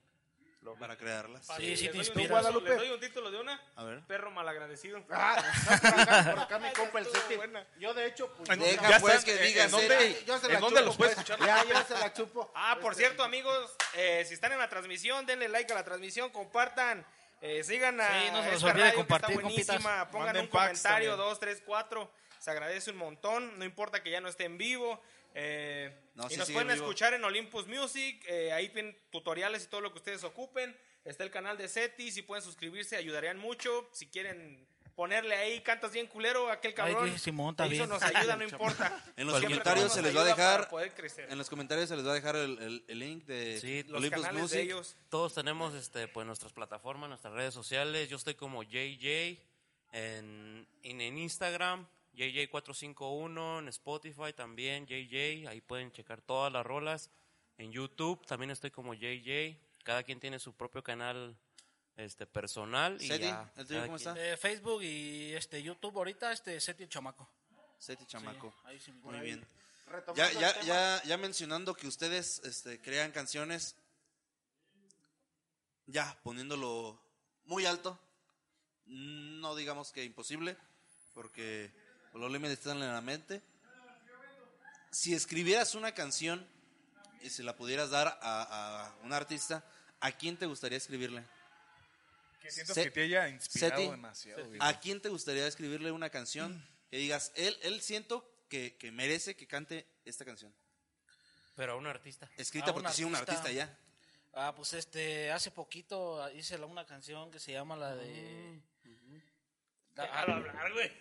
S2: Para crearlas.
S4: Sí, sí
S5: Les
S4: te
S5: doy un
S4: inspiras.
S5: título,
S3: Guadalupe.
S5: Les doy un título de una.
S2: A ver.
S5: Perro malagradecido.
S3: por, acá, por acá mi compa el
S5: estuvo
S3: Seti.
S5: buena.
S3: Yo de hecho, pues.
S6: En-
S3: yo-
S2: Deja,
S6: ya
S2: pues,
S6: están,
S2: que
S6: eh,
S2: diga
S6: ¿En dónde,
S2: Seti.
S3: yo se
S6: en
S3: la
S6: dónde
S3: chupo,
S6: los puedes
S3: pues.
S6: escuchar?
S3: Ya, yo se la chupo. Este,
S5: Ah,
S2: Este,
S5: por cierto, amigos, eh, si están en la transmisión, denle like a la transmisión, compartan, eh, sigan a
S4: Sí, no se les
S5: esta
S4: olvide
S5: radio que
S4: compartir,
S5: está buenísima,
S4: compitas.
S5: pongan
S6: Manden
S5: un
S6: packs
S5: comentario,
S6: también.
S5: dos, tres, cuatro, se agradece un montón, no importa que ya no esté en vivo. eh,
S2: No,
S5: y
S2: sí
S5: nos
S2: sigue
S5: pueden
S2: en vivo.
S5: escuchar en Olympus Music, eh, ahí tienen tutoriales y todo lo que ustedes ocupen. Está el canal de SETI, si pueden suscribirse, ayudarían mucho. Si quieren ponerle ahí, cantas bien culero, aquel cabrón.
S4: que Simón, está
S5: Eso
S4: bien.
S5: nos ayuda, no importa.
S2: En los
S5: Siempre
S2: comentarios
S5: nos
S2: se les va a
S5: ayuda para
S2: dejar-
S5: poder crecer.
S2: En los comentarios se les va a dejar el, el- el link de
S7: Sí,
S5: los
S2: Olympus
S5: canales
S2: Music.
S5: de ellos.
S7: Todos tenemos este, pues, nuestras plataformas, nuestras redes sociales. Yo estoy como JJ en, en, en Instagram, JJ451, en Spotify también, JJ. Ahí pueden checar todas las rolas. En YouTube también estoy como JJ. Cada quien tiene su propio canal este, personal. Y
S2: Seti,
S7: ya,
S2: ¿el tuyo
S7: cada
S2: cómo
S7: quien-
S2: está?
S4: Eh, Facebook y este YouTube ahorita, este Seti el Chamaco.
S2: Seti Chamaco.
S4: Ahí sí,
S2: Muy bien.
S3: Retomando
S2: Ya,
S3: el
S2: ya,
S3: tema.
S2: ya, ya mencionando que ustedes este, crean canciones, ya poniéndolo muy alto, no digamos que imposible, porque los límites están en la mente. Si escribieras una canción y se la pudieras dar a, a un artista, ¿a quién te gustaría escribirle?
S6: Que sientas
S2: Se-
S6: que te haya inspirado
S2: Seti.
S6: demasiado, güey.
S2: ¿A quién te gustaría escribirle una canción que digas, él, él siento que, que merece que cante esta canción?
S7: Pero a un artista.
S2: Escrita
S4: A un
S2: porque sí, un
S4: artista.
S2: artista ya.
S4: Ah, pues este, hace poquito hice la- una canción que se llama la de.
S3: Mm.
S4: Ah,
S5: Déjalo hablar, güey.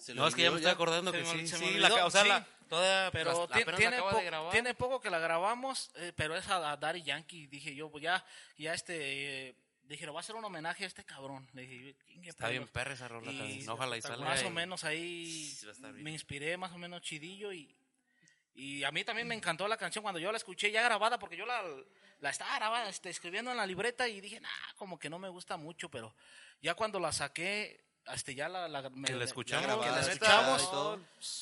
S2: Se le
S7: No, es que ya me
S2: olvidó
S7: estoy acordando
S4: Se
S7: que
S4: me ol-
S7: sí,
S4: se me
S7: sí,
S4: olvidó,
S7: la, o sea,
S4: sí.
S7: la- todavía
S4: Pero
S7: pues,
S4: ti-
S7: apenas la
S4: tiene,
S7: acaba
S4: po-
S7: de grabar.
S4: tiene poco que la grabamos, eh, pero es a, a Daddy Yankee. Dije yo, pues ya, ya este, eh, dije, le voy a hacer un homenaje a este cabrón. Le dije, yo, "Chingue
S7: Está bien
S4: pedo".
S7: perra esa rola
S4: Y
S7: también. Ojalá y salga.
S4: Más o
S7: y-
S4: menos ahí
S7: Sí, va a estar bien.
S4: me inspiré, más o menos chidillo y, y a mí también me encantó la canción cuando yo la escuché ya grabada porque yo la, la estaba grabada, este, escribiendo en la libreta y dije, nah, como que no me gusta mucho, pero ya cuando la saqué, hasta ya la, la- me-
S7: Que la
S4: me-
S7: escuchamos,
S4: la,
S7: que la
S4: neta,
S2: escuchamos.
S4: y todo.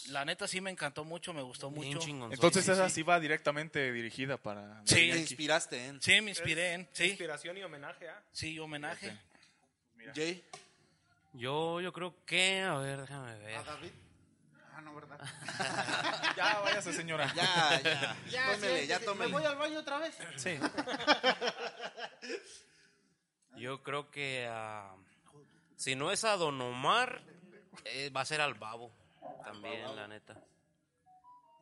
S4: la neta sí me encantó mucho, me gustó
S7: Bien
S4: mucho.
S7: chingonzón.
S6: Entonces
S7: Ah, Sí,
S6: esa
S7: sí.
S6: sí va directamente dirigida para...
S4: Sí.
S2: Te
S6: Yankee.
S2: inspiraste en
S4: Sí, me inspiré en, sí,
S5: Inspiración y homenaje, ¿ah?
S4: sí, homenaje.
S2: Jay.
S7: Yo, yo creo que, a ver, déjame ver.
S3: A David. Ah, no, ¿verdad?
S6: Ya, váyase señora.
S2: Ya, ya.
S3: Ya,
S2: tómele,
S3: sí,
S2: ya
S3: sí,
S2: tómele.
S3: Me voy al baño otra vez.
S7: Sí. Yo creo que a- si no es a Don Omar, eh, va a ser al Babo. También, la neta.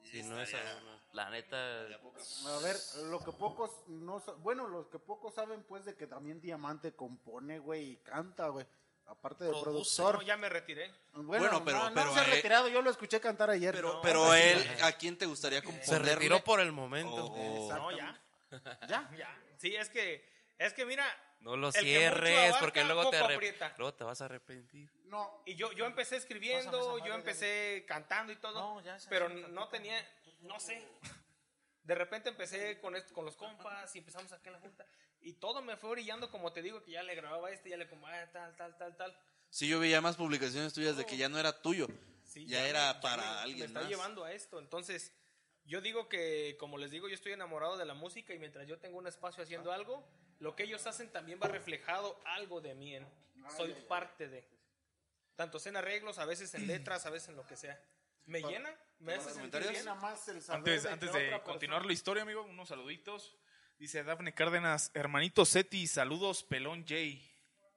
S7: Si no es a Don Omar, la neta.
S3: A ver, lo que pocos no sa- bueno, los que pocos saben pues de que también Diamante compone, güey, y canta, güey. Aparte de
S5: Produce,
S3: productor.
S5: no, ya me retiré.
S3: Bueno,
S2: Bueno, pero-
S3: no, no
S2: pero,
S3: se ha
S2: eh,
S3: retirado, yo lo escuché cantar ayer.
S2: Pero,
S3: No,
S2: pero
S3: pues,
S2: él, ¿a quién te gustaría
S7: Se
S2: componerle? Oh.
S7: retiró por el
S2: O-
S7: momento.
S2: o-
S5: No, ya.
S2: eh,
S3: ya.
S5: Ya. Sí, es que, es que mira,
S7: No lo
S5: El que mucho
S7: cierres
S5: abarca,
S7: porque luego te,
S5: poco
S7: arrep-
S5: aprieta.
S7: luego te vas a arrepentir.
S3: No,
S5: y yo, yo
S4: Pásame esa
S5: empecé escribiendo,
S4: madre,
S5: yo empecé cantando y todo,
S4: No, ya, esa
S5: pero
S4: chica
S5: no tenía, no sé. De repente empecé con, esto- con los compas y empezamos aquí en la junta. Y todo me fue brillando, como te digo, que ya le grababa este, ya le como, ah, tal, tal, tal, tal.
S2: Sí, yo veía más publicaciones tuyas de que ya no era tuyo.
S5: Sí,
S2: ya,
S5: me-
S2: era
S5: ya
S2: para
S5: me- Me
S2: alguien
S5: está
S2: más.
S5: llevando a esto. Entonces, yo digo que, como les digo, yo estoy enamorado de la música y mientras yo tengo un espacio haciendo algo, lo que ellos hacen también va reflejado algo de mí. en- soy parte de. Tanto en arreglos, a veces en letras, a veces en lo que sea. ¿Me llena? ¿Me hace sentir
S2: comentarios?
S5: bien?
S3: Nada más el saber
S6: Antes,
S3: de que
S6: antes
S3: otra
S6: de
S3: persona-
S6: continuar la historia, amigo, unos saluditos. Dice Dafne Cárdenas, hermanito Seti, saludos, pelón Jay.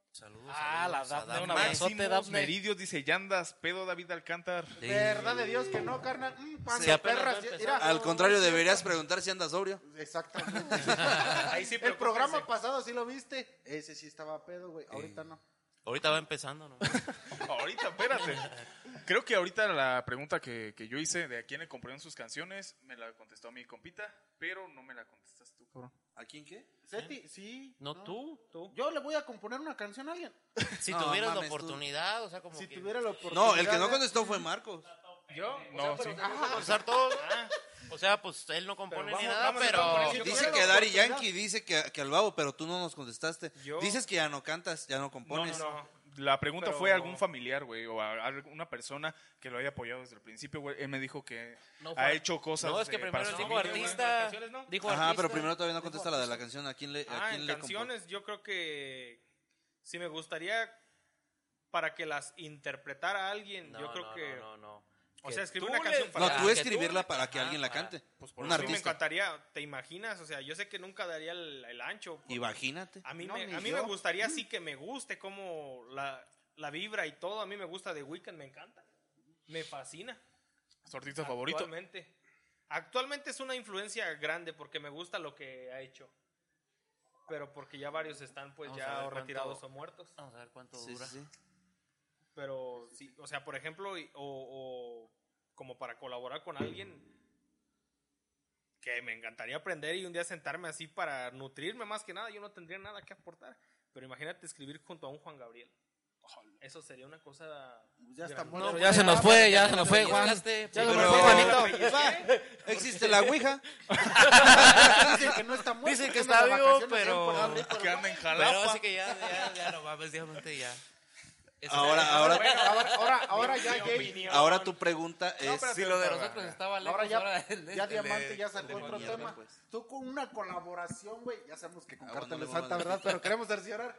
S7: Saludos.
S4: Ah, la
S7: saludos a
S4: Dafne,
S7: Dafne.
S4: Un abrazote,
S6: Máximos
S4: Dafne.
S6: Meridios, dice Yandas, pedo David Alcántar.
S7: Sí.
S3: Verdad de Dios que no, carnal. Mm, pan
S2: Sí,
S3: de
S7: apenas va
S3: perras.
S7: empezando.
S3: Mira,
S2: Al contrario, deberías preguntar si andas sobrio.
S3: Exactamente.
S5: Ahí sí,
S3: el
S5: preocúpense.
S3: programa pasado sí lo viste. Ese sí estaba pedo, güey. Ahorita no.
S7: Ahorita va empezando, ¿no?
S6: Ahorita, espérate. Creo que ahorita la pregunta que, que yo hice de a quién le compraron sus canciones, me la contestó a mi compita, pero no me la contestas tú, cabrón.
S2: ¿A quién qué?
S3: Seti, sí.
S7: No tú.
S3: Yo le voy a componer una canción a alguien.
S7: Si
S2: No,
S7: tuvieras la
S2: mames, tú.
S7: oportunidad, o sea, como
S3: Si
S7: que-
S3: tuviera la oportunidad.
S2: No, el que no
S3: de-
S2: contestó fue Marcos.
S5: ¿Yo?
S6: No, sí.
S7: O sea, todo- ah, o sea, pues él no compone
S5: Pero
S7: ni
S5: vamos-
S7: nada,
S5: vamos a componer
S7: pero
S5: yo
S2: Dice
S5: creo
S2: que
S5: que
S2: Dari
S3: oportunidad.
S2: Yankee, dice que, que al babo, pero tú no nos contestaste.
S5: Yo-
S2: Dices que ya no cantas, ya no
S6: No,
S2: compones.
S6: no, no. La pregunta
S5: Pero-
S6: fue a algún familiar, güey, o a alguna persona que lo haya apoyado desde el principio, güey. Él me dijo que
S7: No,
S6: ha
S7: fue-
S6: hecho cosas.
S7: no, es que
S6: eh,
S7: primero
S6: para su
S7: dijo
S6: familia, güey.
S5: Las
S7: artista,
S5: canciones, ¿no?
S7: dijo
S2: Ajá, pero
S7: artista.
S2: primero todavía no contesta la de la canción. ¿A quién le, a
S5: Ah,
S2: quién
S5: en
S2: le
S5: canciones yo creo que si me gustaría para que las interpretara alguien,
S7: No,
S5: yo creo
S7: no,
S5: que
S7: no, no, no.
S5: o
S7: Que
S5: sea, escribe
S7: tú
S5: una
S7: le-
S5: canción
S2: compuso?
S5: para-
S2: No,
S5: Ah,
S2: tú
S5: que
S2: escribirla
S7: le-
S2: para que
S7: ajá,
S2: alguien la
S7: para-
S2: cante.
S6: Pues por
S2: un
S5: Sí, me
S2: artista.
S5: encantaría, ¿te imaginas? O sea, yo sé que nunca daría el, el ancho. porque
S2: Imagínate.
S5: A mí,
S3: No,
S5: me,
S3: ni
S5: a mí
S3: yo.
S5: me gustaría sí que me guste como la, la vibra y todo. A mí me gusta The Weeknd, me encanta. Me fascina.
S6: Su artista favorito.
S5: Actualmente. Actualmente es una influencia grande porque me gusta lo que ha hecho. Pero porque ya varios están pues
S7: Vamos a
S5: ya
S7: ver
S5: o retirados
S7: cuánto-
S5: o muertos.
S7: Vamos a ver cuánto
S2: Sí, sí,
S7: dura.
S2: sí.
S5: Pero sí, o sea, por ejemplo, y- o, o como para colaborar con alguien que me encantaría aprender y un día sentarme así para nutrirme más que nada, yo no tendría nada que aportar. Pero imagínate escribir junto a un Juan Gabriel. Eso sería una cosa...
S3: Ya está
S5: grande.
S3: muerto.
S4: ya se nos fue, ya se nos fue,
S7: Te
S4: Juan.
S7: llegaste,
S4: Ya se
S2: Pero-
S4: nos fue, Juanito.
S2: Va, Existe la Ouija.
S3: Dicen que no está muerto.
S7: Dicen que
S3: anda
S7: está
S3: de
S7: vivo,
S3: vacaciones
S7: pero-
S3: ahí por Gabriel, pero
S6: Que anda en
S7: Pero
S6: Jalapa.
S7: así que ya, ya, ya, no mames, diamante ya. Ese-
S2: Ahora, ahora,
S5: Bueno,
S3: Ahora, ahora, ahora ya,
S5: mi
S3: Jay.
S5: opinión.
S2: ahora tu pregunta
S5: No,
S2: es.
S5: espérate,
S7: Si lo de nosotros estaba lejos,
S3: Ahora ya,
S7: pues el este de-
S3: ya
S7: el de-
S3: Diamante ya sacó
S2: el de
S3: otro
S2: mierda,
S3: tema.
S2: pues.
S3: Tú con una colaboración, güey. Ya sabemos que con
S2: Ah,
S3: Cartel
S2: bueno,
S3: de
S2: no
S3: Santa,
S2: mames.
S3: ¿verdad? Pero queremos cerciorar.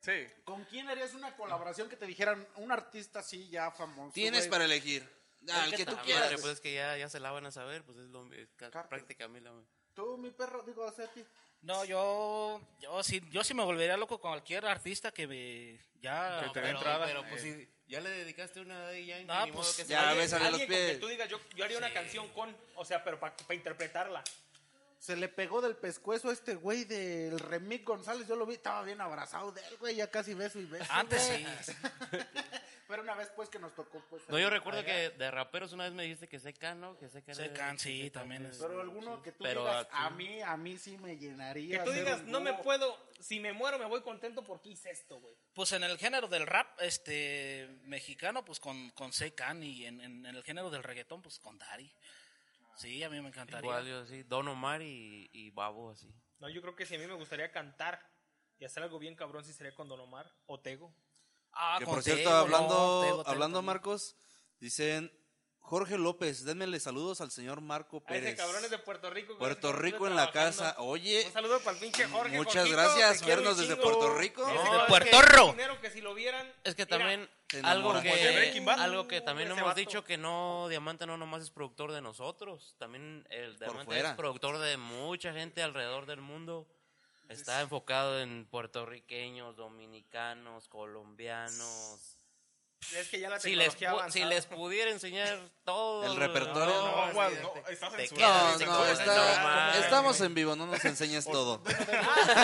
S6: Sí.
S3: ¿Con quién harías una colaboración que te dijeran un artista así ya famoso?
S2: Tienes
S3: güey?
S2: para elegir. Ah, el que tú
S7: Ah,
S2: quieras.
S7: Madre, pues es que ya, ya se la van a saber, pues es lo es ca- prácticamente lo
S3: Tú, mi perro, digo, Seti.
S4: No, yo, yo sí, yo sí me volvería loco con cualquier artista que me ya.
S6: Que te dé
S4: pero-
S6: entrada.
S4: pero, pues,
S6: Eh,
S4: sí.
S7: Ya le dedicaste una de Yankee,
S4: Ah, ni modo pues, que se
S2: ya
S5: Alguien-
S2: ves a los
S5: alguien con
S2: pies.
S5: que tú digas, yo, yo haría una canción con, o sea, pero para interpretarla.
S3: Se le pegó del pescuezo a este güey del Remix González. Yo lo vi, estaba bien abrazado de él, güey. Ya casi beso y beso.
S4: Antes
S3: güey.
S4: sí.
S3: Pero una vez, pues, que nos tocó, pues.
S7: No,
S3: ahí.
S7: yo recuerdo que de raperos una vez me dijiste que Secan, ¿no? Que Secan. era-
S4: Secan, sí,
S7: Secan
S4: también
S7: era-
S4: es-
S3: Pero alguno que tú
S7: Pero,
S3: digas,
S7: ah, sí.
S3: a mí, a mí sí me llenaría.
S5: Que tú
S3: hacer
S5: digas,
S3: un
S5: no me
S3: dúo".
S5: puedo, si me muero me voy contento porque hice esto, güey.
S4: Pues en el género del rap, este, mexicano, pues con con Secan y en, en- en el género del reggaetón, pues con Dari. Sí, a mí me encantaría.
S7: Igual yo así, Don Omar y, y Babo así.
S5: No, yo creo que si a mí me gustaría cantar y hacer algo bien cabrón, si sería con Don Omar o Tego.
S4: Ah,
S2: Que
S4: con
S2: por cierto,
S4: Tego, no,
S2: hablando,
S4: Tego, Tego
S2: hablando
S4: también.
S2: Marcos, dicen Jorge López, denmele saludos al señor Marco
S5: A ese
S2: Pérez.
S5: cabrón es de Puerto Rico. güey,
S2: Puerto
S5: que
S2: Rico
S5: estuve
S2: en la
S5: trabajando.
S2: casa. Oye,
S5: Un saludo para el pinche Jorge.
S2: muchas
S5: Jorgito,
S2: gracias,
S5: te quiero
S2: vernos
S5: un
S2: desde
S5: chingo.
S2: Puerto Rico.
S5: Ese
S4: No,
S5: cabrón
S4: Puerto
S5: es un
S4: Ro.
S5: dinero que si lo vieran,
S7: Es que
S5: mira,
S7: también
S2: Te
S7: algo
S2: enamoraste.
S5: Como el de
S7: que
S5: Breaking Bad.
S7: algo que también
S5: Ese
S7: hemos
S5: vato.
S7: dicho que no Diamante no nomás es productor de nosotros, también el Diamante es
S2: fuera.
S7: productor de mucha gente alrededor del mundo. Está enfocado en puertorriqueños, dominicanos, colombianos.
S5: es que ya la
S7: Si les,
S5: tecnología
S7: pu-
S5: avanzada.
S7: si les pudiera enseñar todo
S2: El repertorio,
S7: no,
S6: No,
S7: así
S6: guau,
S7: de-
S6: no, está
S7: te
S6: censurado.
S2: no,
S6: Está
S7: quedas sin
S2: no,
S7: comer,
S6: censurado.
S2: está-
S7: no mames.
S2: estamos en vivo, no nos enseñes todo.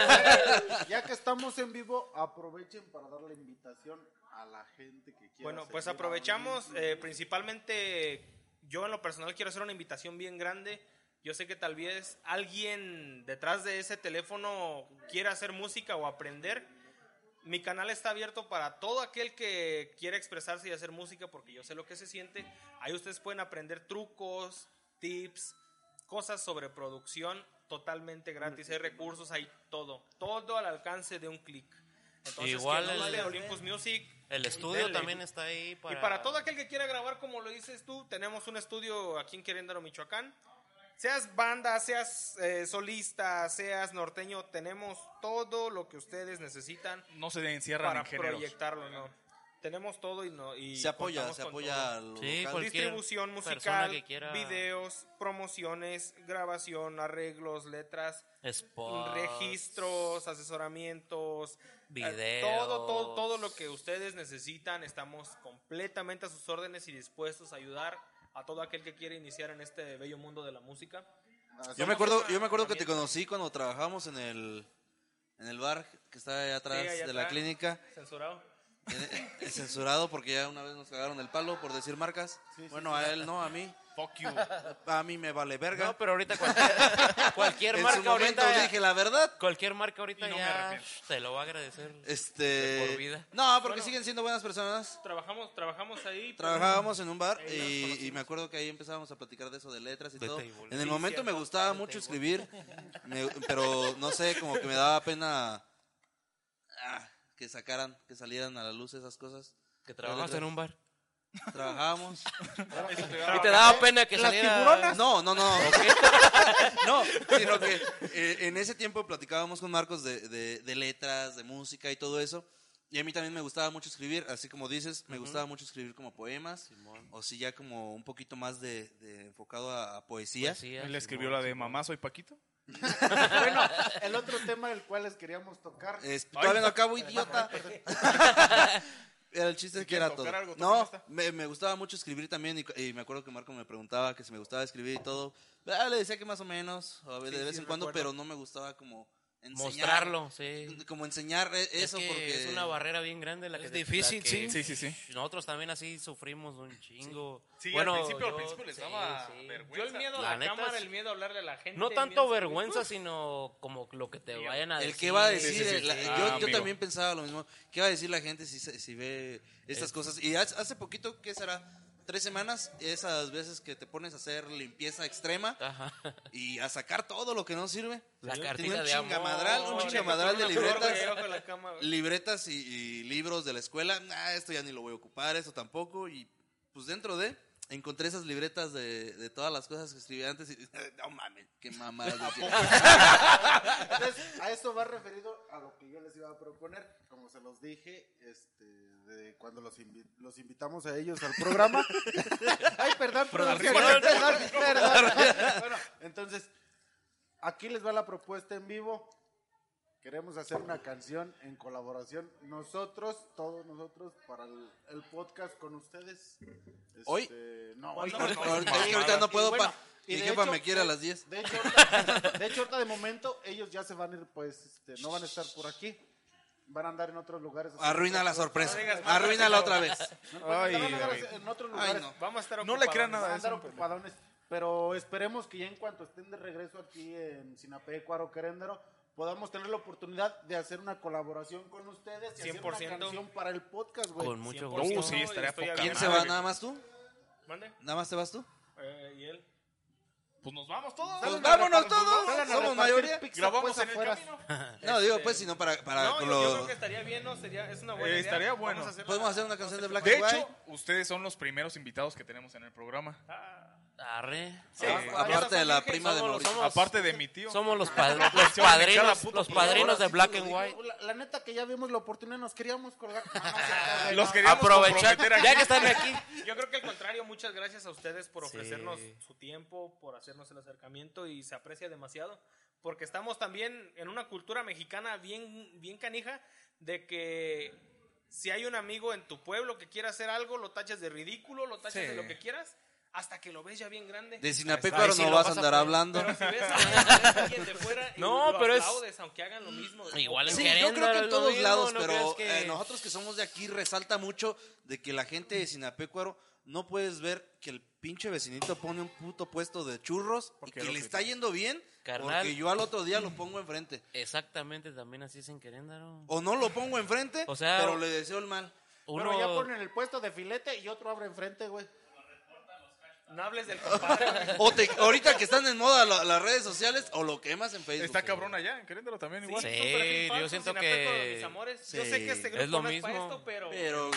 S3: Ya que estamos en vivo, aprovechen para dar la invitación a la gente que quiera.
S5: Bueno, pues
S3: seguir
S5: aprovechamos,
S3: a Luis.
S5: eh, principalmente yo en lo personal quiero hacer una invitación bien grande. Yo sé que tal vez alguien detrás de ese teléfono quiera hacer música o aprender. Mi canal está abierto para todo aquel que quiera expresarse y hacer música porque yo sé lo que se siente. Ahí ustedes pueden aprender trucos, tips, cosas sobre producción totalmente gratis. Hay recursos, hay todo. Todo al alcance de un clic. Entonces,
S7: Igual
S5: que no
S7: el-
S5: de Olympus Music,
S7: El estudio
S5: Denle.
S7: también está ahí para...
S5: Y para todo aquel que quiera grabar como lo dices tú, tenemos un estudio aquí en Queréndaro, Michoacán. Seas banda, seas eh, solista, seas norteño, tenemos todo lo que ustedes necesitan
S6: No se encierran
S5: para
S6: en géneros.
S5: proyectarlo. ¿no? Tenemos todo y no. Y
S2: Se apoya,
S5: contamos
S2: se
S5: con
S2: apoya
S5: todo.
S2: al
S7: Sí,
S2: local.
S7: cualquier
S5: Distribución
S7: persona
S5: musical,
S7: que quiera-
S5: videos, promociones, grabación, arreglos, letras,
S7: Spots,
S5: registros, asesoramientos, eh,
S7: videos.
S5: todo, todo, todo lo que ustedes necesitan. Estamos completamente a sus órdenes y dispuestos a ayudar a todo aquel que quiere iniciar en este bello mundo de la música.
S2: Yo me acuerdo,
S5: una
S2: yo me acuerdo que te
S5: herramienta.
S2: conocí cuando trabajamos en el en el bar que está allá atrás
S5: allá
S2: de la
S5: atrás.
S2: clínica,
S5: Censurado.
S2: en- en censurado porque ya una vez nos cagaron el palo por decir marcas. bueno, a él no, a mí,
S6: Fuck you.
S2: a mí me vale verga.
S7: No, pero ahorita cualquier, cualquier
S2: en
S7: marca
S2: su momento
S7: ahorita.
S2: dije la verdad.
S7: Cualquier marca ahorita
S6: Y no me
S7: ya
S6: arrepiento.
S7: te lo va a agradecer.
S2: Este,
S7: De por vida.
S2: No, porque siguen siendo buenas personas.
S5: Trabajamos, trabajamos ahí. pero-
S2: Trabajábamos en un bar
S5: Ahí nos
S2: y,
S5: conocimos.
S2: y me acuerdo que ahí empezábamos a platicar de eso, de letras y
S7: De
S2: todo.
S7: table.
S2: En el
S7: Sí,
S2: momento me
S7: cierto.
S2: gustaba
S7: De
S2: mucho
S7: table.
S2: escribir, me- pero no sé, como que me daba pena ah, que sacaran, que salieran a la luz esas cosas.
S7: Que trabajas en un bar.
S2: Trabajábamos.
S7: Y te daba pena que
S5: Las
S7: saliera.
S5: tiburonas.
S2: No, no, no. no, sino que eh, en ese tiempo platicábamos con Marcos de, de- de letras, de música y todo eso. Y a mí también me gustaba mucho escribir, así como dices, me gustaba mucho escribir como poemas, o si ya como un poquito más de, de enfocado a, a poesía.
S7: Poesía,
S6: Él escribió
S7: Pues Simón,
S6: la de
S7: Simón.
S6: Mamá, soy Paquito.
S3: Bueno, el otro tema del cual les queríamos tocar.
S2: Es- todavía no acabo, idiota. Era el chiste que
S6: quieren
S2: era todo.
S6: tocar algo, toquen
S2: no,
S6: esta.
S2: me, me gustaba mucho escribir también. Y, cu- y me acuerdo que Marco me preguntaba que si me gustaba escribir y todo. Ah, le decía que más o menos, o a ver,
S5: Sí,
S2: de vez
S5: sí,
S2: en cuando,
S5: recuerdo.
S2: pero no me gustaba como enseñar-
S7: Mostrarlo, sí.
S2: Como enseñar e-
S7: Es
S2: eso
S7: que
S2: porque.
S7: es una barrera bien grande la que
S4: Es
S7: te- la
S4: difícil,
S7: que-
S4: sí.
S6: Sí, sí, sí.
S7: Nosotros también así sufrimos un chingo.
S6: Sí,
S7: Bueno,
S6: al principio, al
S7: yo-
S6: principio les
S7: sí,
S6: daba
S7: sí.
S5: Yo
S6: vergüenza.
S5: el miedo a
S7: La
S5: la,
S7: neta,
S5: cámara,
S7: sí.
S5: el miedo a hablarle a la gente.
S7: No
S5: el
S7: tanto
S5: miedo a escribir.
S7: vergüenza, sino como lo que te
S5: Miedo.
S7: vayan a
S2: El
S7: decir.
S2: que va a decir,
S6: sí, sí,
S2: la-
S6: sí.
S2: yo,
S6: Ah,
S2: yo
S6: amigo.
S2: también pensaba lo mismo. ¿Qué va a decir la gente si, se- si ve estas
S7: Es-
S2: cosas? Y hace hace poquito, ¿qué será? Tres semanas, esas veces que te pones a hacer limpieza extrema
S7: Ajá.
S2: y a sacar todo lo que no sirve.
S7: La
S2: Tenía
S7: cartita
S2: un
S7: de amor.
S2: chingamadral, un
S5: Ahora,
S2: chingamadral de
S5: una flor,
S2: libretas.
S5: güey, abajo de la cama, güey.
S2: libretas y, y libros de la escuela. Nah, esto ya ni lo voy a ocupar, esto tampoco. Y pues dentro de, encontré esas libretas de, de todas las cosas que escribí antes. Y no mames, qué mamada.
S3: Entonces, a eso va referido a lo que yo les iba a proponer. Como se los dije, este, de cuando los, invi- los invitamos a ellos al programa. Ay, perdón, producción, perdón, perdón. Bueno, entonces, aquí les va la propuesta en vivo. Queremos hacer una canción en colaboración nosotros, todos nosotros, para el, el podcast con ustedes. Este,
S2: ¿Hoy?
S3: No, hoy
S2: Ahorita-
S3: no,
S2: ahorita- es que ahorita no puedo.
S3: y bueno,
S2: pa-
S3: y
S2: mi
S3: de
S2: jefa
S3: hecho,
S2: me quiere a
S3: de-
S2: las 10.
S3: De hecho, ahorita, de hecho, ahorita de momento ellos ya se van a ir, pues, este, no van a estar por aquí. Van a andar en otros lugares.
S2: Arruina la sorpresa.
S5: No digas más,
S2: Arruínala
S5: no.
S2: otra vez.
S3: No, pues, van a
S6: Ay,
S3: andar
S6: David.
S3: en otros
S2: Ay,
S3: lugares.
S2: no.
S5: Vamos a estar
S6: No le crean
S5: ocupados.
S6: nada
S3: Van a
S6: de
S3: andar
S6: eso. pues.
S3: ocupadones. Pero esperemos que ya en cuanto estén de regreso aquí en Sinapecuaro, Queréndaro, podamos tener la oportunidad de hacer una colaboración con ustedes y hacer
S5: 100%.
S3: una canción para el podcast, güey.
S7: Con mucho
S5: 100%.
S7: gusto.
S6: Uh, sí, estaría
S5: Estoy
S6: poca
S5: abierto.
S2: ¿Quién se
S6: madre.
S2: va? ¿Nada más tú?
S5: Mande.
S2: ¿Nada más te vas tú?
S5: Eh, ¿Y él?
S6: Pues nos vamos todos.
S2: Pues
S3: Salgan a
S2: vámonos
S3: repartir-
S2: todos,
S3: salgan a
S2: somos
S3: repartir
S2: mayoría.
S3: pizza,
S6: Grabamos
S3: pues,
S6: en el
S3: afuera.
S6: camino.
S2: No, digo pues, sino para, para
S5: no,
S2: con
S5: yo,
S2: lo-
S5: yo creo que estaría bien, ¿no? Sería, es una buena
S6: Eh,
S5: idea.
S6: estaría
S5: Vamos
S6: bueno.
S5: a hacerla.
S2: Podemos hacer una canción de Black
S6: De
S2: and White.
S6: hecho, ustedes son los primeros invitados que tenemos en el programa.
S7: Arre.
S5: Sí,
S6: Ah,
S5: cuando
S2: aparte
S5: ya nos
S2: de la
S5: alejen,
S2: prima de
S5: somos-
S2: Mauricio.
S5: somos-
S6: Aparte de mi tío.
S7: Somos los, pa- los
S6: Canción de cada
S7: padrinos,
S6: puto
S7: los
S6: programa.
S7: padrinos de
S3: Ahora sí
S7: Black
S3: te lo
S7: and
S3: digo,
S7: White.
S3: La, la neta que ya vimos la oportunidad, nos queríamos colgar. No, no, no,
S6: Los
S3: no.
S6: queríamos
S7: Aprovechar,
S6: comprometer aquí.
S7: ya que están aquí.
S5: Yo creo que al contrario, muchas gracias a ustedes por
S7: Sí.
S5: ofrecernos su tiempo, por hacernos el acercamiento y se aprecia demasiado. Porque estamos también en una cultura mexicana bien, bien canija de que si hay un amigo en tu pueblo que quiera hacer algo, lo tachas de ridículo, lo tachas
S6: Sí.
S5: de lo que quieras, hasta que lo ves ya bien grande.
S2: De
S7: Ahí
S2: Sinapecuaro
S7: sí
S2: no
S7: lo
S2: vas a
S7: vas a
S2: andar
S7: poner.
S2: hablando.
S5: Pero si ves a alguien de fuera y
S7: No,
S5: lo
S7: pero es- Mm,
S5: aplaudes, aunque hagan lo mismo.
S7: Igual en
S2: Sí, yo
S7: Querétaro
S2: creo que
S7: es
S2: en
S7: lo
S2: todos
S7: mismo,
S2: lados,
S7: ¿no
S2: pero
S7: crees que-
S2: eh, nosotros que somos de aquí resalta mucho de que la gente de Sinapecuaro no puedes ver que el pinche vecinito pone un puto puesto de churros y
S6: Porque
S2: que
S6: lo
S2: le está yendo bien
S7: Carnal.
S2: porque yo al otro día lo pongo enfrente.
S7: Exactamente, también así es en Querétaro.
S2: O no lo pongo enfrente,
S7: O sea,
S2: pero le deseo el mal.
S7: Uno,
S3: Pero ya ponen el puesto de filete y otro abre enfrente, güey.
S5: No hables del compadre. güey.
S2: O te- ahorita que están en moda la- las redes sociales, o lo quemas en Facebook.
S6: Está cabrón allá, en Querétaro también igual.
S7: Sí.
S5: Tú, perfil
S7: yo
S5: falso,
S7: siento
S5: sin apego,
S7: que-
S5: mis amores. Yo
S2: Sí,
S5: sé que este
S2: es
S5: grupo
S7: lo
S5: no es para
S7: mismo,
S5: esto, pero,
S2: Pero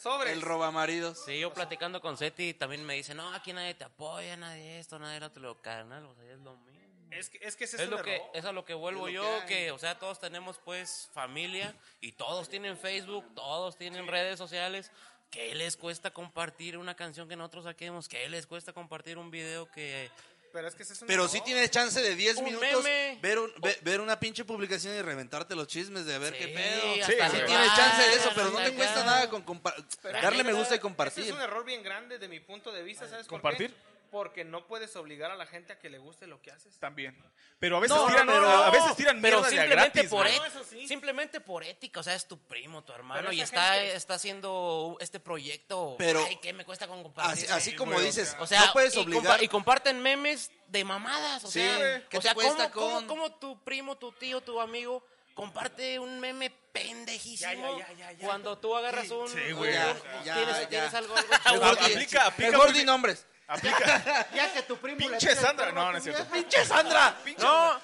S5: sobre
S2: el roba maridos.
S7: sí, yo platicando con Seti también me dice, no, aquí nadie te apoya, nadie esto, nadie lo otro. Le digo, carnal, o sea, es lo mismo.
S5: Es que, es que ese es,
S7: Es,
S5: un
S7: lo que,
S5: error.
S7: es a lo que vuelvo
S3: Es lo
S7: yo,
S3: que hay.
S7: que, o sea, todos tenemos pues familia y todos tienen Facebook, todos tienen redes sociales. ¿Qué les cuesta compartir una canción que nosotros saquemos? ¿Qué les cuesta compartir un video que...
S5: Pero es que ese es un
S2: Pero
S5: error.
S2: sí tienes chance de 10
S7: Un
S2: minutos
S7: meme.
S2: ver, un- ve- ver una pinche publicación y reventarte los chismes de a ver qué
S7: Sí,
S2: pedo.
S7: hasta
S2: Sí,
S6: allá,
S2: tienes chance de eso,
S7: hasta
S2: pero no te
S7: allá.
S2: cuesta nada con compa- darle me gusta y
S5: Ese
S2: compartir.
S5: es un error bien grande de mi punto de vista, ¿sabes
S6: ¿Compartir?
S5: por qué? Porque no puedes obligar a la gente a que le guste lo que haces.
S6: También. Pero a veces
S7: No,
S6: tiran,
S7: no, no,
S6: a
S7: no,
S6: veces tiran
S7: pero
S6: mierda de a
S7: simplemente
S6: gratis,
S7: por
S6: güey.
S7: et-
S5: No, eso sí.
S7: simplemente por ética, o sea, es tu primo, tu hermano
S5: Pero
S7: y
S5: esa
S7: está
S5: gente-
S7: está haciendo este proyecto.
S2: Pero-
S7: ay, ¿qué me cuesta con compartir?
S2: Así, así como
S6: güey, o
S2: dices,
S7: O sea,
S2: no puedes
S7: y, compa-
S2: obligar.
S7: y comparten memes de mamadas. O
S2: Sí, güey.
S7: sea,
S2: ¿Qué
S7: o sea
S2: te cuesta
S7: ¿cómo, cómo-
S2: con-
S7: cómo tu primo, tu tío, tu amigo comparte un meme pendejísimo
S5: Ya, ya, ya, ya, ya.
S7: cuando tú agarras un.
S6: Sí, güey.
S7: un-
S2: Ya,
S7: un-
S2: ya,
S7: tienes,
S2: ya.
S7: tienes algo.
S2: El
S7: algo
S2: gordi-
S6: aplica, aplica
S2: El gordi
S6: porque-
S2: nombres.
S6: Aplica.
S3: Ya que tu primo le
S6: Pinche
S3: tira el
S6: Sandra.
S3: perro a
S6: No,
S3: tu
S6: no es cierto.
S3: vieja.
S2: ¡Pinche Sandra!
S7: No, yo,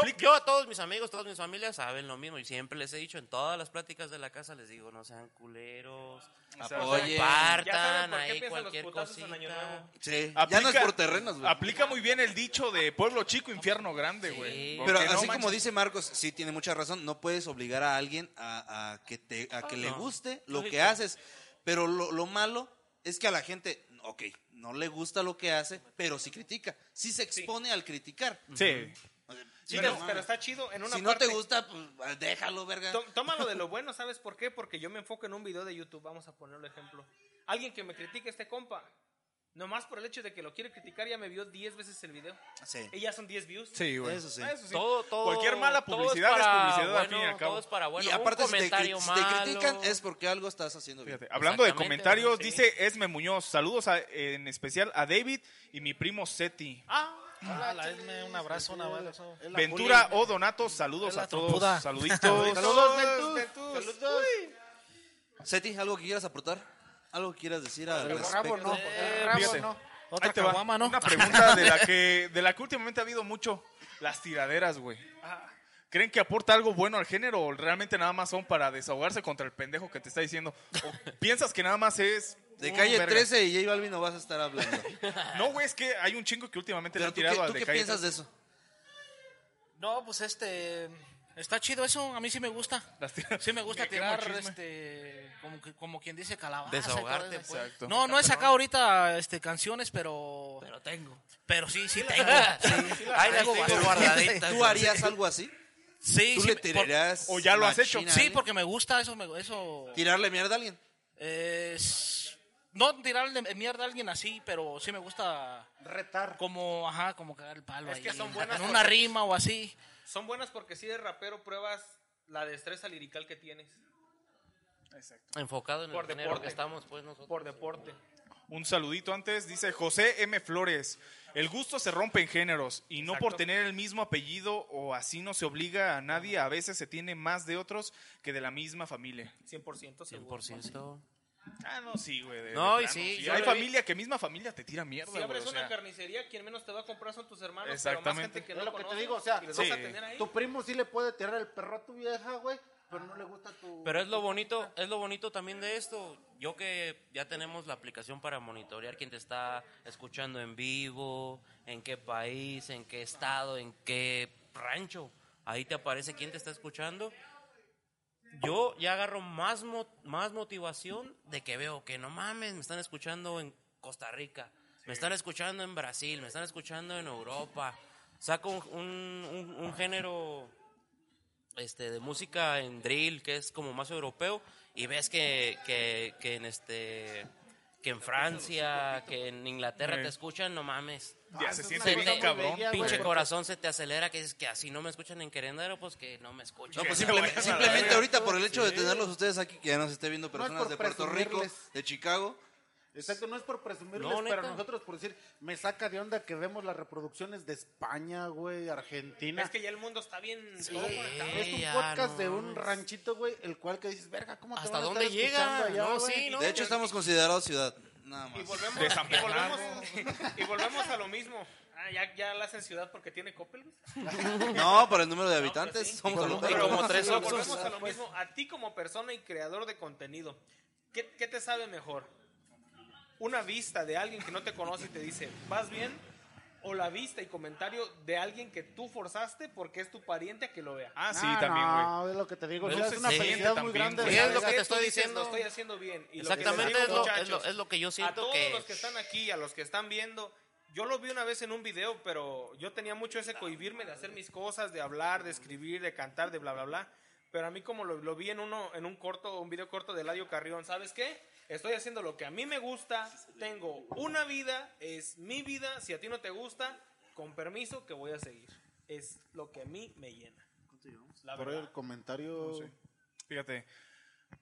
S6: Aplica.
S7: yo a todos mis amigos, todas mis familias saben lo mismo y siempre les he dicho en todas las pláticas de la casa les digo no sean culeros,
S6: O sea,
S2: Oye.
S5: Ya saben
S7: compartan
S5: por qué
S7: ahí
S5: piensan los
S7: cualquier
S5: putazos en Año
S7: cosita.
S5: Nuevo.
S2: Sí, ya
S6: Aplica-
S2: no es por terrenos, güey.
S6: Aplica muy bien el dicho de pueblo chico, infierno grande, güey.
S7: Sí.
S6: Porque
S2: Pero
S6: no
S2: así como
S6: manches,
S2: dice Marcos, sí tiene mucha razón, no puedes obligar a alguien a, a que, te, a que
S7: Ah,
S2: le
S7: no.
S2: guste lo
S7: Sí,
S2: que
S7: sí.
S2: haces. Pero lo, lo malo es que a la gente, ok, no le gusta lo que hace, pero sí critica. Sí se expone al criticar.
S6: Mm. Sí.
S2: Sí,
S5: pero,
S2: no,
S5: pero está chido. En una
S2: si no
S5: parte-
S2: te gusta, pues déjalo, verga.
S5: Tó- Tómalo de lo bueno, ¿sabes por qué? Porque yo me enfoco en un video de YouTube, vamos a ponerlo ejemplo. Alguien que me critique a este compa, nomás por el hecho de que lo quiere criticar, ya me vio 10 veces el video.
S2: Sí,
S5: Y ya son 10 views.
S6: Sí, güey.
S2: eso sí.
S6: Ah, eso sí.
S7: Todo, todo,
S6: Cualquier mala
S7: todo
S6: publicidad es,
S7: para
S6: publicidad al fin y
S7: bueno,
S6: al cabo.
S7: todo es para bueno.
S2: y aparte,
S7: un
S2: si te, cri-
S7: comentario
S2: si te critican
S7: malo.
S2: es porque algo estás haciendo bien.
S6: Fíjate, hablando de
S7: Exactamente,
S6: comentarios,
S7: sí.
S6: dice Esme Muñoz, saludos a- en especial a David y mi primo Seti.
S5: Ah,
S4: Hola, la Esme, un abrazo, un abrazo.
S3: Es la
S6: Ventura
S3: bullying.
S6: o Donato, saludos
S4: Es la
S6: a todos.
S4: trompuda.
S6: Saluditos.
S3: Saludos, Ventus. Saludos.
S2: Seti, ¿algo que quieras aportar? ¿Algo que quieras decir al
S3: El
S2: respecto?
S3: rabo no.
S4: Eh,
S7: Eh,
S3: El rabo
S6: Fíjate.
S3: no.
S4: Otra
S6: Ahí te va.
S4: caguama, ¿no?
S6: Una pregunta de la que de la que últimamente ha habido mucho, las tiraderas, güey. ¿Creen que aporta algo bueno al género o realmente nada más son para desahogarse contra el pendejo que te está diciendo? ¿O piensas que nada más es
S2: De
S6: un
S2: calle
S6: verga?
S2: 13 y J Balvin no vas a estar hablando.
S6: No, güey, es que hay un chingo que últimamente le
S2: Pero
S6: han
S2: tú
S6: tirado
S2: qué,
S6: al
S2: tú
S6: de
S2: qué
S6: calle
S2: piensas
S6: 13.
S2: de eso?
S4: No, pues este. Está chido eso, a mí sí me gusta.
S6: Las tira-
S4: Sí me gusta
S6: Me quemo
S4: tirar,
S6: chisme.
S4: este. Como, que- como quien dice calabaza.
S7: Desahogarte,
S4: cosas así.
S7: pues.
S6: Exacto.
S4: No, no he sacado ahorita este, canciones, pero.
S7: Pero tengo.
S4: Pero sí, sí tengo. Sí,
S7: Ahí las
S4: tengo
S7: tengo
S4: bastante.
S7: guardaditas.
S2: ¿Tú harías algo así?
S4: Sí,
S2: ¿Tú
S4: sí,
S2: le
S4: me- por-
S2: tirarías?
S6: o ya lo has hecho.
S2: machina a
S4: Sí,
S2: alguien?
S4: porque me gusta eso. Me, eso
S2: ¿Tirarle mierda a alguien?
S4: es- no tirarle mierda a alguien así, pero sí me gusta
S3: Retar.
S4: como, ajá, como cagar el palo
S5: Es
S4: ahí,
S5: que son buenas
S4: en una
S5: porque-
S4: rima o así.
S5: son buenas porque si eres rapero pruebas la destreza lirical que tienes
S7: pues, Enfocado en el
S5: Por
S7: género
S5: deporte.
S7: que estamos pues nosotros.
S5: por deporte.
S6: Un saludito antes, dice José M. Flores. El gusto se rompe en géneros y no por
S5: Exacto.
S6: tener el mismo apellido o así no se obliga a nadie. A veces se tiene más de otros que de la misma familia.
S5: 100% seguro.
S7: 100%.
S6: Ah, no, sí, güey. de-
S7: No,
S6: de
S7: y
S6: plano,
S7: sí, yo
S6: Hay
S7: lo
S6: familia que misma familia te tira mierda,
S5: Si
S6: güey.
S5: abres
S6: o
S5: una
S6: sea.
S5: carnicería, quien menos te va a comprar son tus hermanos, pero más
S6: Exactamente.
S5: gente que
S3: Es
S5: no
S3: lo que te
S5: conoces,
S3: digo, o sea,
S5: y los
S6: sí.
S5: vas a tener ahí.
S3: Tu primo sí le puede tirar el perro a tu vieja, güey, pero no le gusta tu...
S7: Pero es lo bonito, es lo bonito también de esto. Yo que ya tenemos la aplicación para monitorear quién te está escuchando en vivo, en qué país, en qué estado, en qué rancho. Ahí te aparece quién te está escuchando. Yo ya agarro más, mo- más motivación de que veo que no mames, me están escuchando en Costa Rica, me están escuchando en Brasil, me están escuchando en Europa. Saco un- un- un- un género este, de música en drill, que es como más europeo, y ves que, que, que en este que en Francia, que en Inglaterra
S6: Sí.
S2: Mm.
S7: te escuchan, no mames.
S6: Ya
S3: Ah,
S6: se
S3: eso es
S6: siente
S7: una
S6: bien
S7: cosa muy
S6: cabrón.
S3: bella, güey.
S7: Pinche
S3: porque-
S7: corazón se te acelera, que dices que así no me escuchan en Querétaro, pues que no me escuchan.
S2: No, pues
S6: Sí,
S2: simple-
S6: güey.
S2: simplemente ahorita por el hecho de tenerlos ustedes aquí, que ya nos esté viendo
S3: No es
S2: personas
S3: por
S2: de Puerto Rico,
S3: presumirles.
S2: de Chicago.
S3: Exacto, no es por presumirles,
S7: No, neta.
S3: pero nosotros por decir, me saca de onda que vemos las reproducciones de España, güey, Argentina.
S5: Es que ya el mundo está bien
S7: Sí.
S5: todo conectado.
S3: Es un
S7: ya,
S3: podcast
S7: no
S3: de un
S7: mames.
S3: ranchito, güey, el cual que dices, verga, ¿cómo te
S7: ¿Hasta
S3: van a
S7: dónde
S3: estar
S7: llega?
S3: escuchando allá,
S7: No,
S3: güey?"
S7: sí, ¿no?
S2: De hecho, estamos considerados ciudad. Nada
S5: Y
S2: más.
S5: volvemos,
S6: De San
S5: y, volvemos, y volvemos a lo mismo. Ah, ya, ya la hacen ciudad porque tiene Coppel. güey.
S2: No, por el número de habitantes.
S5: sí.
S2: Somos
S3: Por-
S2: el
S7: y
S2: número.
S7: como tres
S5: Pero
S7: Oxxos.
S5: Volvemos a lo mismo. A ti como persona y creador de contenido, ¿qué, qué te sabe mejor? ¿Una vista de alguien que no te conoce y te dice, ¿vas bien? o la vista y comentario de alguien que tú forzaste porque es tu pariente a que lo vea.
S6: Ah, sí,
S3: Ah,
S6: también, güey.
S3: No, es lo que te digo.
S7: Pero
S3: o sea,
S7: se
S3: es una
S7: siente
S3: felicidad muy
S6: también,
S3: grande.
S6: güey.
S5: Y
S3: de
S7: Es lo
S3: ver-
S7: que te
S5: tú
S7: estoy
S5: dices,
S7: diciendo.
S5: Lo estoy haciendo bien. Y lo que les
S7: Exactamente,
S5: digo,
S7: es lo, es,
S5: muchachos,
S7: lo, es lo que yo
S5: a
S7: siento
S5: todos
S7: que...
S5: los que están aquí, a los que están viendo, yo lo vi una vez en un video, pero yo tenía mucho ese cohibirme de hacer mis cosas, de hablar, de escribir, de cantar, de bla, bla, bla. Pero a mí como lo, lo vi en uno, en un corto, un video corto de Eladio Carrión, ¿sabes qué? Estoy haciendo lo que a mí me gusta, tengo una vida, es mi vida, si a ti no te gusta, con permiso que voy a seguir. Es lo que a mí me llena. La
S3: Por el
S5: verdad.
S3: comentario.
S6: Fíjate.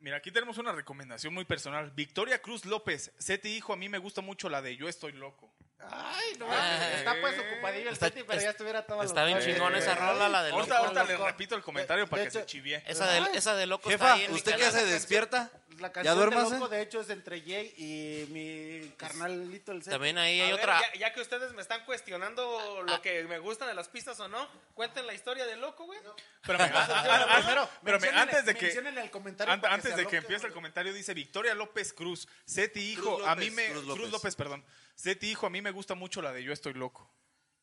S6: Mira, aquí tenemos una recomendación muy personal. Victoria Cruz López, Seti hijo, a mí me gusta mucho la de Yo estoy loco.
S3: Ay, no,
S7: Ah,
S3: está pues ocupadillo el
S7: está-
S3: Titi, pero
S7: es-
S3: ya estuviera todo
S7: Está bien chingón esa rola, la de loco.
S6: Ahorita, ahorita le repito el comentario
S3: De-
S6: para
S3: de
S6: que se
S3: hecho-
S6: chivie.
S7: Esa de, esa de loco
S2: Jefa,
S7: está Pues ahí en mi
S2: ¿usted qué
S7: canal.
S2: se despierta?
S3: La
S2: ¿Ya
S3: canción
S2: duermas?
S3: de loco,
S6: eh?
S3: de hecho, es entre Jay y mi carnalito el Seti.
S7: También ahí
S5: A
S7: hay
S5: ver,
S7: otra...
S5: ya, ya que ustedes me están cuestionando lo que me gustan de las pistas o no, cuenten la historia de loco, güey.
S6: Espérame, a- a- a- a- espérame,
S3: mencionen-
S6: antes de que,
S3: mencionen el comentario
S6: an-
S3: para que
S6: antes
S3: se
S6: de que
S3: aloquen,
S6: empiece el
S3: güey.
S6: comentario, dice Victoria López Cruz, Seti hijo,
S2: Cruz
S6: a
S2: López,
S6: mí me.
S2: Cruz
S6: Cruz López.
S2: López.
S6: perdón. Seti hijo, a mí me gusta mucho la de Yo estoy loco.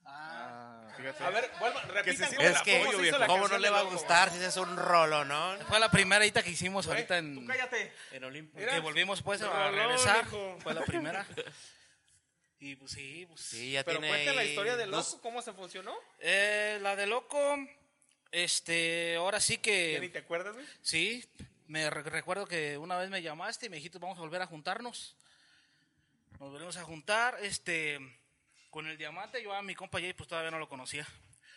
S2: Ah.
S6: Ah,
S5: A ver, vuelvan, repitan
S6: sienta
S5: cómo-
S6: el
S7: Es que,
S5: cómo se hizo la
S7: ¿cómo no
S5: canción
S7: le
S5: de
S7: va a
S5: Loco,
S7: gustar si ese es un rolo, no?
S4: Fue la primera edita que hicimos
S5: güey.
S4: ahorita
S5: Tú
S4: en,
S5: cállate.
S4: en Olimpo.
S5: Mira,
S4: Que volvimos pues a
S5: rolón,
S4: regresar.
S5: hijo.
S4: Fue la primera. Y pues sí, pues
S7: Sí, ya
S5: Pero
S7: tiene
S5: cuenten la
S7: ahí-
S5: historia de
S2: Los-
S5: Loco, cómo se funcionó.
S4: Eh, la de loco, este, ahora sí
S5: Ya ni
S4: que
S5: te acuerdas, güey.
S4: sí. Me re- recuerdo que una vez me llamaste y me dijiste vamos a volver a juntarnos. Nos volvemos a juntar, este, con el diamante. Yo a mi compa Jay pues todavía no lo conocía.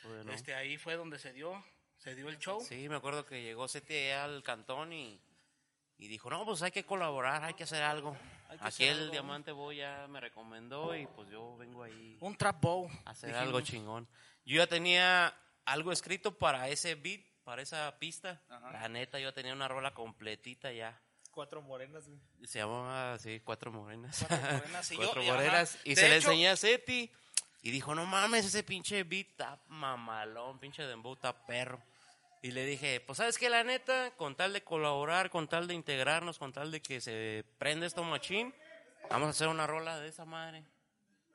S7: Bueno.
S4: Este, ahí fue donde se dio, se dio el show.
S7: Sí, me acuerdo que llegó Seti al cantón y, y dijo, no, pues hay que colaborar, hay que hacer algo.
S4: Hay que
S7: Aquí
S4: hacer
S7: el
S4: algo,
S7: Diamante Boy ya me recomendó y pues yo vengo ahí
S4: Un trap bow.
S7: a hacer
S4: dijimos.
S7: algo chingón. Yo ya tenía algo escrito para ese beat, para esa pista. La neta, yo tenía una rola completita ya.
S5: Cuatro morenas, güey.
S7: Se llamaba así, Cuatro Morenas.
S4: Cuatro Morenas, y yo-
S7: Cuatro
S4: y ajá.
S7: Morenas. Y
S4: De
S7: se le
S4: hecho-
S7: enseñé a Seti. Y dijo, no mames, ese pinche beat está mamalón, pinche dembow está perro. Y le dije, pues sabes que la neta, con tal de colaborar, con tal de integrarnos, con tal de que se prenda esto machín, vamos a hacer una rola de esa madre.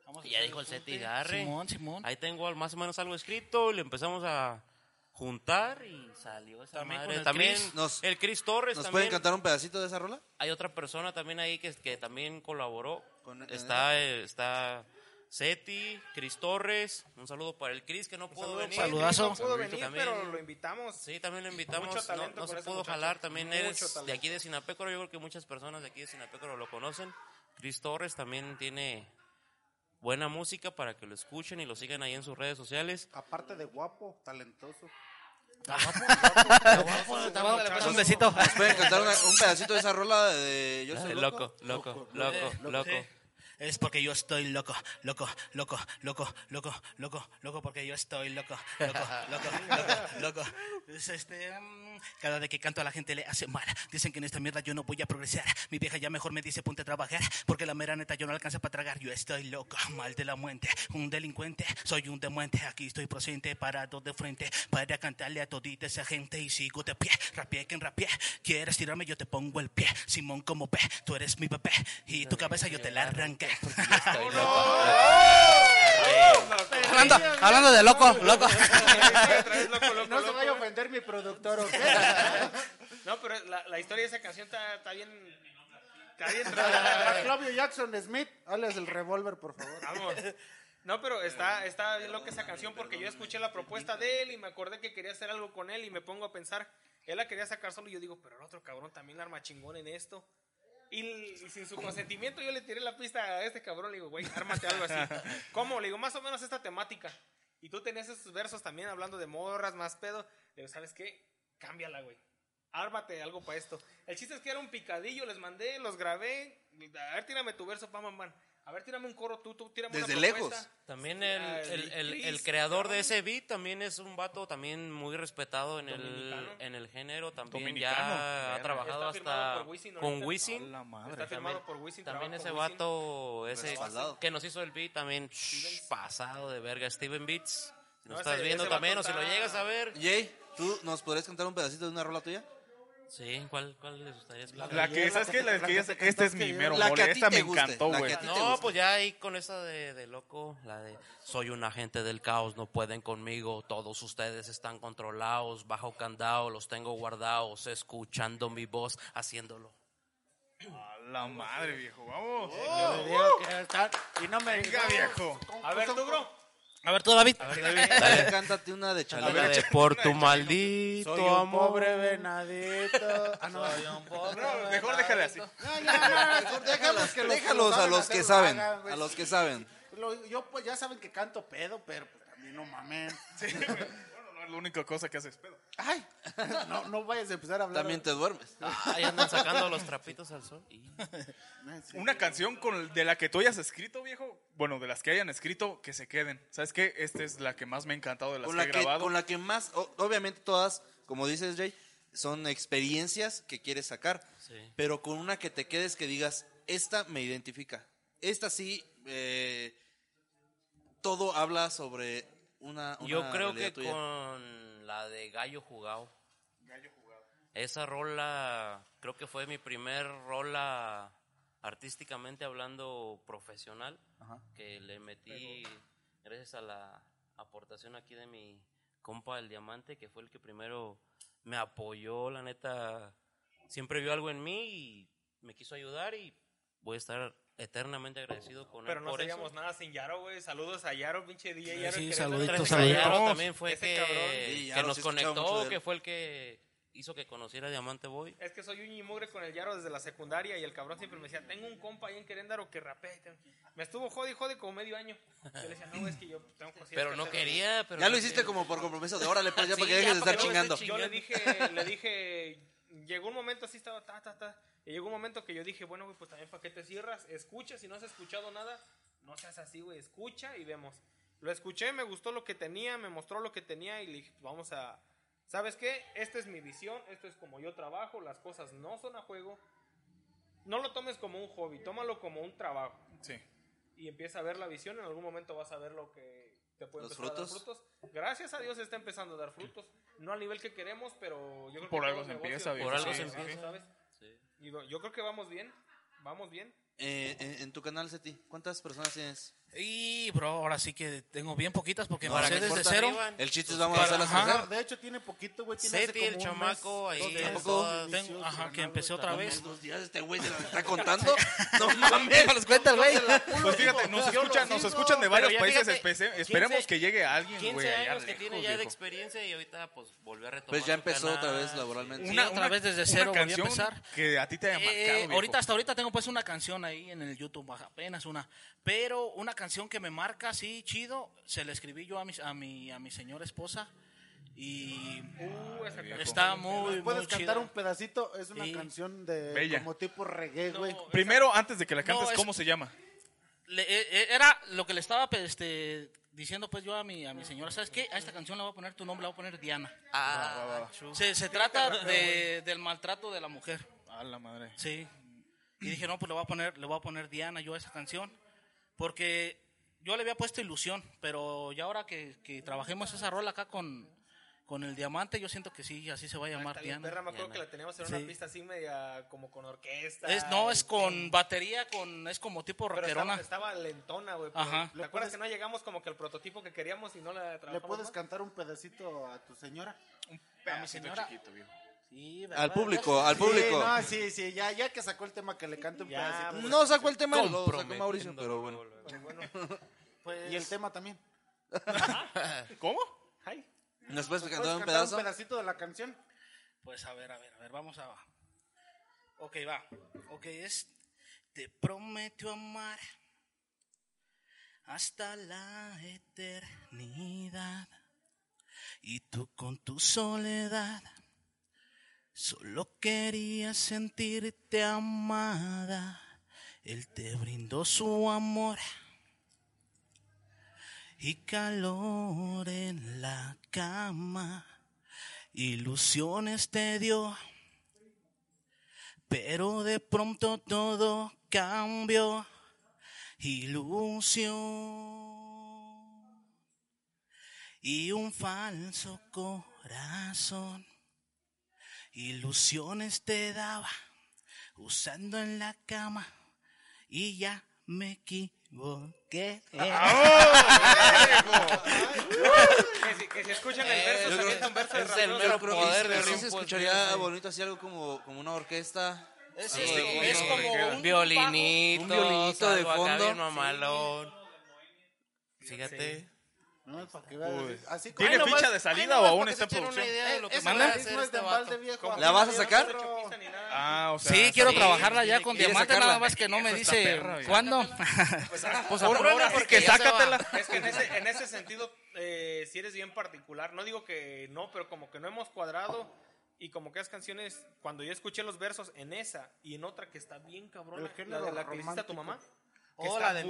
S4: Vamos a
S7: Y ya
S4: hacer
S7: dijo el Seti,
S4: junte.
S7: "Arre".
S4: Simón, Simón.
S7: Ahí tengo al- más o menos algo escrito y le empezamos a juntar y salió esa
S4: También con
S7: madre.
S4: el
S7: también
S4: Chris.
S2: Nos-
S7: el Chris Torres
S2: ¿Nos
S7: también
S2: pueden cantar un pedacito de esa rola?
S7: hay otra persona también ahí que, que también colaboró.
S2: Con-
S7: está, eh, está Seti, Cris Torres. Un saludo para el Cris que no pudo venir.
S4: saludazo.
S5: No pudo venir,
S7: También-
S5: pero lo invitamos.
S7: Sí, también lo invitamos.
S5: Mucho
S7: no
S5: talento
S7: no
S5: por
S7: se
S5: ese
S7: pudo
S5: muchacho.
S7: jalar. También
S5: Mucho
S7: eres de
S5: talento.
S7: aquí de Sinapécoro. Yo creo que muchas personas de aquí de Sinapécoro lo conocen. Cris Torres también tiene buena música para que lo escuchen y lo sigan ahí en sus redes sociales.
S3: Aparte de guapo, talentoso.
S4: un besito.
S2: ¿Nos pueden cantar una- un pedacito de esa rola de Yo soy loco?
S7: Loco, loco,
S5: eh,
S7: loco, loco.
S4: Es porque yo estoy loco, loco, loco, loco, loco, loco, loco, porque yo estoy loco, loco, loco, loco, loco. Es este, mm, cada vez que canto a la gente le hace mal. Dicen que en esta mierda yo no voy a progresar. Mi vieja ya mejor me dice ponte a trabajar, porque la mera neta yo no alcanza para tragar. Yo estoy loco, mal de la muerte, un delincuente, soy un demuente. Aquí estoy presente, parado de frente, para cantarle a todita esa gente y sigo de pie. Rapié, quien rapié, quieres tirarme, yo te pongo el pie. Simón como pe, tú eres mi bebé y tu cabeza yo te la arranqué. hablando, hablando de loco, loco.
S5: Otra vez, loco, loco,
S3: No se
S5: loco,
S3: vaya a
S5: güey.
S3: ofender mi productor, ¿ok?
S5: No, pero la, la historia de esa canción está, está bien. Está bien
S3: A
S5: rara.
S3: Flavio Jackson Smith, hazles el revólver, por favor.
S5: Vamos. No, pero está, está bien loca esa canción porque yo escuché la propuesta de él y me acordé que quería hacer algo con él y me pongo a pensar, él la quería sacar solo y yo digo, pero el otro cabrón también la arma chingón en esto. Y, l- y sin su consentimiento yo le tiré la pista a este cabrón, le digo, güey, ármate algo así. ¿Cómo? Le digo, más o menos esta temática. Y tú tenías esos versos también hablando de morras, más pedo. Le digo, ¿sabes qué? Cámbiala, güey. Ármate algo para esto. El chiste es que era un picadillo, les mandé, los grabé. A ver, tírame tu verso, pam, pam, pam. A ver, tírame un coro tú, tú, tírame
S2: Desde
S5: una propuesta.
S2: lejos.
S7: También el, el- el- el creador de ese beat también es un vato también muy respetado en el,
S5: Dominicano.
S7: en el género. También
S6: Dominicano.
S7: ya ha
S6: Verga.
S7: trabajado
S5: Está firmado
S7: hasta
S5: por Wisin
S7: con
S5: ahorita.
S7: Wisin.
S5: Está firmado por Wisin.
S7: También
S5: trabaja
S7: ese
S5: con Wisin.
S7: vato ese
S2: Respaldado.
S7: que nos hizo el beat también shh, pasado de verga. Steven Beats. Si nos
S5: No, ese-
S7: estás viendo
S5: ese
S7: también o
S5: vato
S7: si lo
S5: está-
S7: llegas a ver.
S2: Jay, ¿tú nos podrías cantar un pedacito de una rola tuya?
S7: Sí, ¿cuál, cuál les gustaría escuchar?
S6: La que, ¿sabes qué? La que ya- Este es mi mero
S2: La que a
S6: mole.
S2: ti
S6: Esta
S2: te
S6: me
S2: guste,
S6: encantó,
S2: la que
S6: güey.
S2: a ti te
S7: No,
S2: gusta.
S7: pues ya ahí con esa de, de loco, la de soy un agente del caos, no pueden conmigo, todos ustedes están controlados, bajo candado, los tengo guardados, escuchando mi voz, haciéndolo.
S6: A la madre, viejo. Vamos.
S2: Oh.
S8: Yo le
S3: uh.
S8: digo que está- y no me
S6: Venga, viejo.
S5: A ver, tú, bro.
S7: A ver tú, David.
S2: Dale, cántate una de
S7: La
S2: chalera.
S7: de por tu maldito
S8: soy un
S7: amor.
S8: pobre venadito. Ah, no.
S6: No, mejor déjale así.
S2: Déjalos,
S3: que los-
S2: déjalos a los que
S3: lo
S2: saben.
S3: hagan, güey.
S2: A los que saben.
S3: Lo- yo pues ya saben que canto pedo, pero pues, también no mamen.
S6: Sí, güey. bueno, no es la única cosa que haces pedo.
S3: Ay, no, no vayas a empezar a hablar.
S2: También te duermes.
S7: Ahí andan sacando los trapitos al sol. Y-
S3: Ay, sí.
S6: Una canción con, de la que tú hayas escrito, viejo. Bueno, de las que hayan escrito, que se queden. ¿Sabes qué? Esta es la que más me ha encantado de las
S2: Con la
S6: que he
S2: que,
S6: grabado.
S2: con la que más, o- obviamente todas, como dices Jay, son experiencias que quieres sacar.
S7: Sí.
S2: Pero con una que te quedes que digas, esta me identifica. Esta sí, eh, todo habla sobre una. una
S7: Yo creo
S2: realidad
S7: que
S2: tuya.
S7: con la de Gallo Jugado. Gallo Jugado. Esa rola, creo que fue mi primer rola artísticamente hablando profesional, que le metí gracias a la aportación aquí de mi compa El Diamante, que fue el que primero me apoyó, la neta, siempre vio algo en mí y me quiso ayudar y voy a estar eternamente agradecido con
S5: Pero
S7: él
S5: no
S7: por eso.
S5: seríamos nada sin Yaro, güey. Saludos a Yaro, pinche DJ Yaro.
S8: sí,
S5: en Querétaro.
S8: saluditos,
S7: Tres
S8: saluditos.
S7: Gallardo
S6: Vamos.
S7: también fue
S5: Ese
S7: que,
S5: cabrón.
S2: Sí, ya
S7: que
S2: los
S7: nos
S2: he escuchado mucho de
S7: conectó,
S2: él.
S7: que fue el que hizo que conociera a Diamante Boy.
S5: Es que soy un inmugre con el Yaro desde la secundaria y el cabrón siempre me decía, tengo un compa ahí en Querétaro que rapea. y te- Me estuvo jode y jode como medio año. Yo le decía, no, es que yo tengo cosillas
S7: Pero
S5: que
S7: no
S5: hacer".
S7: quería, pero
S2: Ya
S7: no
S2: lo hiciste
S7: quería.
S2: como por compromiso de órale, pues ya
S7: Sí,
S2: para que
S7: ya
S2: dejes de
S7: para
S2: estar
S7: que no me esté
S2: chingando.
S5: Yo le
S7: chingando.
S5: dije, le dije, llegó un momento así, estaba ta, ta, ta. Y llegó un momento que yo dije, bueno, güey, pues también para qué te cierras, escucha, si no has escuchado nada, no seas así, güey, escucha y vemos. Lo escuché, me gustó lo que tenía, me mostró lo que tenía y le dije, "Pues vamos a, ¿sabes qué? Esta es mi visión, esto es como yo trabajo, las cosas no son a juego. No lo tomes como un hobby, tómalo como un trabajo
S6: Sí.
S5: y empieza a ver la visión, en algún momento vas a ver lo que te puede
S2: Los
S5: empezar a dar
S2: frutos.
S5: frutos. Gracias a Dios está empezando a dar frutos, no al nivel que queremos, pero yo creo
S6: Por
S5: que
S6: algo
S5: todo
S6: se
S5: negocio
S6: empieza,
S5: tiene
S6: viejo.
S7: Por algo
S5: que
S7: se
S5: empezar,
S7: empieza.
S5: ¿sabes?
S7: Sí.
S5: Y no- yo creo que vamos bien, vamos bien.
S2: Eh, en, en tu canal, Seti, ¿cuántas personas tienes?
S4: Y, bro, ahora sí que tengo bien poquitas porque
S2: No,
S4: empecé
S2: que
S4: desde
S7: corta
S4: cero.
S7: arriba.
S2: El chiste es vamos a hacer las
S4: Ajá.
S2: cosas.
S3: Ah, De hecho, tiene poquito, güey. Tiene
S7: Seti, el chamaco, ahí.
S4: Entonces,
S7: es
S2: tampoco
S7: todo-
S4: tengo- ajá, que empecé otra vez.
S2: Dos días este güey se la está contando. No mames.
S4: Déjalos cuenta, güey.
S6: Pues fíjate, nos escuchan, nos escuchan de varios
S7: ya
S6: países.
S7: fíjate,
S6: espece- esperemos
S7: 15
S6: que llegue alguien,
S7: 15
S6: güey. allá
S7: años que
S6: lejos,
S7: tiene ya de
S6: viejo.
S7: experiencia y ahorita pues volvió a retomar.
S2: Pues ya
S7: su
S2: empezó otra
S7: canal,
S2: vez
S7: sí.
S2: laboralmente.
S4: Una- otra vez desde cero volví a
S6: canción
S4: empezar.
S6: que a ti te haya
S4: Eh,
S6: marcado, viejo.
S4: ahorita hasta ahorita tengo pues una canción ahí en el YouTube, apenas una, pero una canción que me marca así chido, se la escribí yo a mi a mi a mi señora esposa y
S5: Uh, esa canción
S4: está
S5: bien
S4: muy muy
S3: Puedes cantar
S4: chida.
S3: un pedacito. Es una
S4: Sí.
S3: canción de
S6: Bella.
S3: como tipo reggae, güey.
S5: esa-
S6: Primero, antes de que la
S4: No,
S6: cantes,
S4: es-
S6: ¿cómo se llama?
S4: Le- eh, eh, era lo que le estaba pues, este, diciendo pues yo a mi a mi señora, ¿sabes qué? A esta canción la voy a poner tu nombre, la voy a poner Diana.
S7: Ah,
S4: Se, se trata de- del maltrato de la mujer.
S6: A la madre.
S4: Sí. Y dije, no, pues le voy a poner, le voy a poner Diana yo a esa canción. Porque yo le había puesto ilusión, pero ya ahora que, que trabajemos esa rola acá con, con el diamante, yo siento que sí, así se va a
S5: perra.
S4: llamar
S5: Está bien
S4: Diana.
S5: perra, me acuerdo que la teníamos en una
S4: Sí.
S5: pista así media como con orquesta.
S4: Es, no, es
S5: y-
S4: con batería, con, es como tipo
S5: Pero estaba,
S4: rockerona.
S5: estaba lentona, güey.
S4: Ajá.
S5: Ajá. ¿Te
S3: Le
S5: acuerdas
S3: puedes-
S5: que no llegamos como que el prototipo que queríamos y no la
S3: ¿Le
S5: trabajamos?
S3: puedes
S5: más?
S3: cantar un pedacito a tu señora?
S4: A mi señora. Sí, ¿verdad?
S2: Al público, al público.
S3: Sí, no, sí, sí. Ya, ya que sacó el tema, que le cante un
S5: Ya,
S3: pedacito.
S2: No sacó el tema, lo sacó
S7: Comprometiendo
S2: Mauricio, pero bueno.
S4: Pues,
S3: Y el tema también.
S6: ¿Cómo?
S5: Ay.
S2: ¿Nos puedes cantar
S3: ¿Puedes
S2: un
S3: cantar
S2: pedazo?
S3: un pedacito de la canción?
S4: Pues a ver, a ver, a ver, vamos a... Ok, va. Ok, es... Te prometió amar hasta la eternidad. Y tú con tu soledad solo querías sentirte amada. Él te brindó su amor y calor en la cama ilusiones te dio, pero de pronto todo cambió. Ilusión y un falso corazón Ilusiones te daba, usando en la cama, y ya me equivoqué.
S5: Que si, que si escuchan el
S2: yo
S5: verso, se
S2: creo-
S5: avienta un verso de
S7: es el
S5: Ramiro.
S7: mero
S2: Yo creo que
S7: poder
S2: sí,
S7: de
S2: sí se
S7: Rumpos,
S2: escucharía
S7: sí.
S2: bonito así algo como, como una orquesta.
S4: Es,
S2: Algo
S4: este-
S2: de
S4: es
S2: fondo.
S4: como un
S7: Violinito,
S2: Un violinito de
S7: algo acá
S2: fondo.
S7: bien mamalón. Fíjate.
S3: No, para que veas,
S6: Uy.
S3: Así como.
S6: ¿Tiene
S3: Ay, no,
S6: ficha de salida o aún está en
S4: Tiene una
S6: producción?
S4: idea de lo que
S8: Ese
S4: manda a
S8: güey
S4: hacer
S8: no es
S4: este
S8: de embalde
S4: vato.
S8: viejo.
S2: ¿La vas a sacar?
S6: Ah, o sea.
S4: Sí, quiero
S7: sí,
S4: trabajarla
S7: tiene
S4: ya
S7: que-
S4: con
S2: quiere
S4: diamante,
S2: sacarla.
S4: nada más que no me
S6: Esta
S4: dice
S6: perra, güey.
S4: cuándo.
S7: Pues
S5: apúrale,
S7: porque sácatela.
S5: Es que en ese, en ese sentido, eh, si eres bien particular, no digo que no, pero como que no hemos cuadrado. Y como que las canciones, cuando yo escuché los versos en esa y en otra que está bien cabrona,
S3: El
S5: la
S3: género
S5: de la que le hiciste a tu
S3: romántico.
S5: mamá, que
S8: Oh,
S5: está
S8: la de mi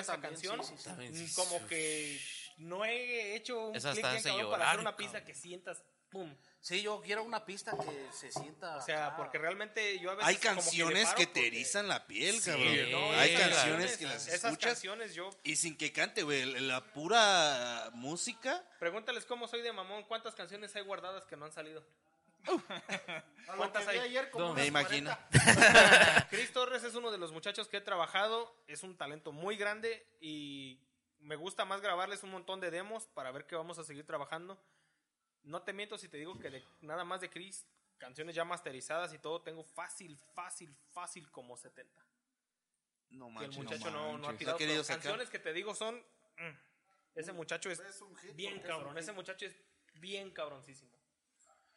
S8: jefecita
S5: esa
S8: también,
S5: canción,
S8: sí, sí,
S7: sí.
S5: mm, como que no he hecho un
S7: Esa
S5: clic
S7: hasta
S5: bien
S7: hace
S5: cabrón para
S7: llorar,
S5: hacer una
S7: cabrón.
S5: pista que sientas, pum.
S4: Sí, yo quiero una pista que se sienta.
S5: O sea, porque realmente yo a veces
S2: Hay
S5: Pues como le
S2: canciones
S5: paro
S2: que te
S5: porque-
S2: erizan la piel,
S7: Sí,
S2: cabrón.
S7: no,
S2: Hay
S7: esas
S2: canciones que las
S5: esas
S2: escuchas
S5: canciones yo
S2: y sin que cante, güey. La pura música.
S5: Pregúntales cómo soy de mamón, cuántas canciones hay guardadas que no han salido.
S3: a lo
S5: ¿Cuántas
S3: que vi
S5: hay?
S3: ayer, como
S7: No.
S2: Me
S3: unas
S2: imagino.
S3: 40.
S5: Chris Torres es uno de los muchachos que he trabajado, es un talento muy grande y me gusta más grabarles un montón de demos para ver qué vamos a seguir trabajando. No te miento si te digo que de- nada más de Chris, canciones ya masterizadas y todo, tengo fácil, fácil, fácil como 70.
S2: No
S5: que el
S2: manches.
S5: muchacho no, no ha
S2: manches.
S5: tirado.
S2: No ha querido
S5: pero
S2: sacar.
S5: canciones que te digo son... mm, ese muchacho es
S3: Es un hit,
S5: bien
S3: porque es
S5: cabrón,
S3: un
S5: ese
S3: hit.
S5: muchacho es bien cabroncísimo.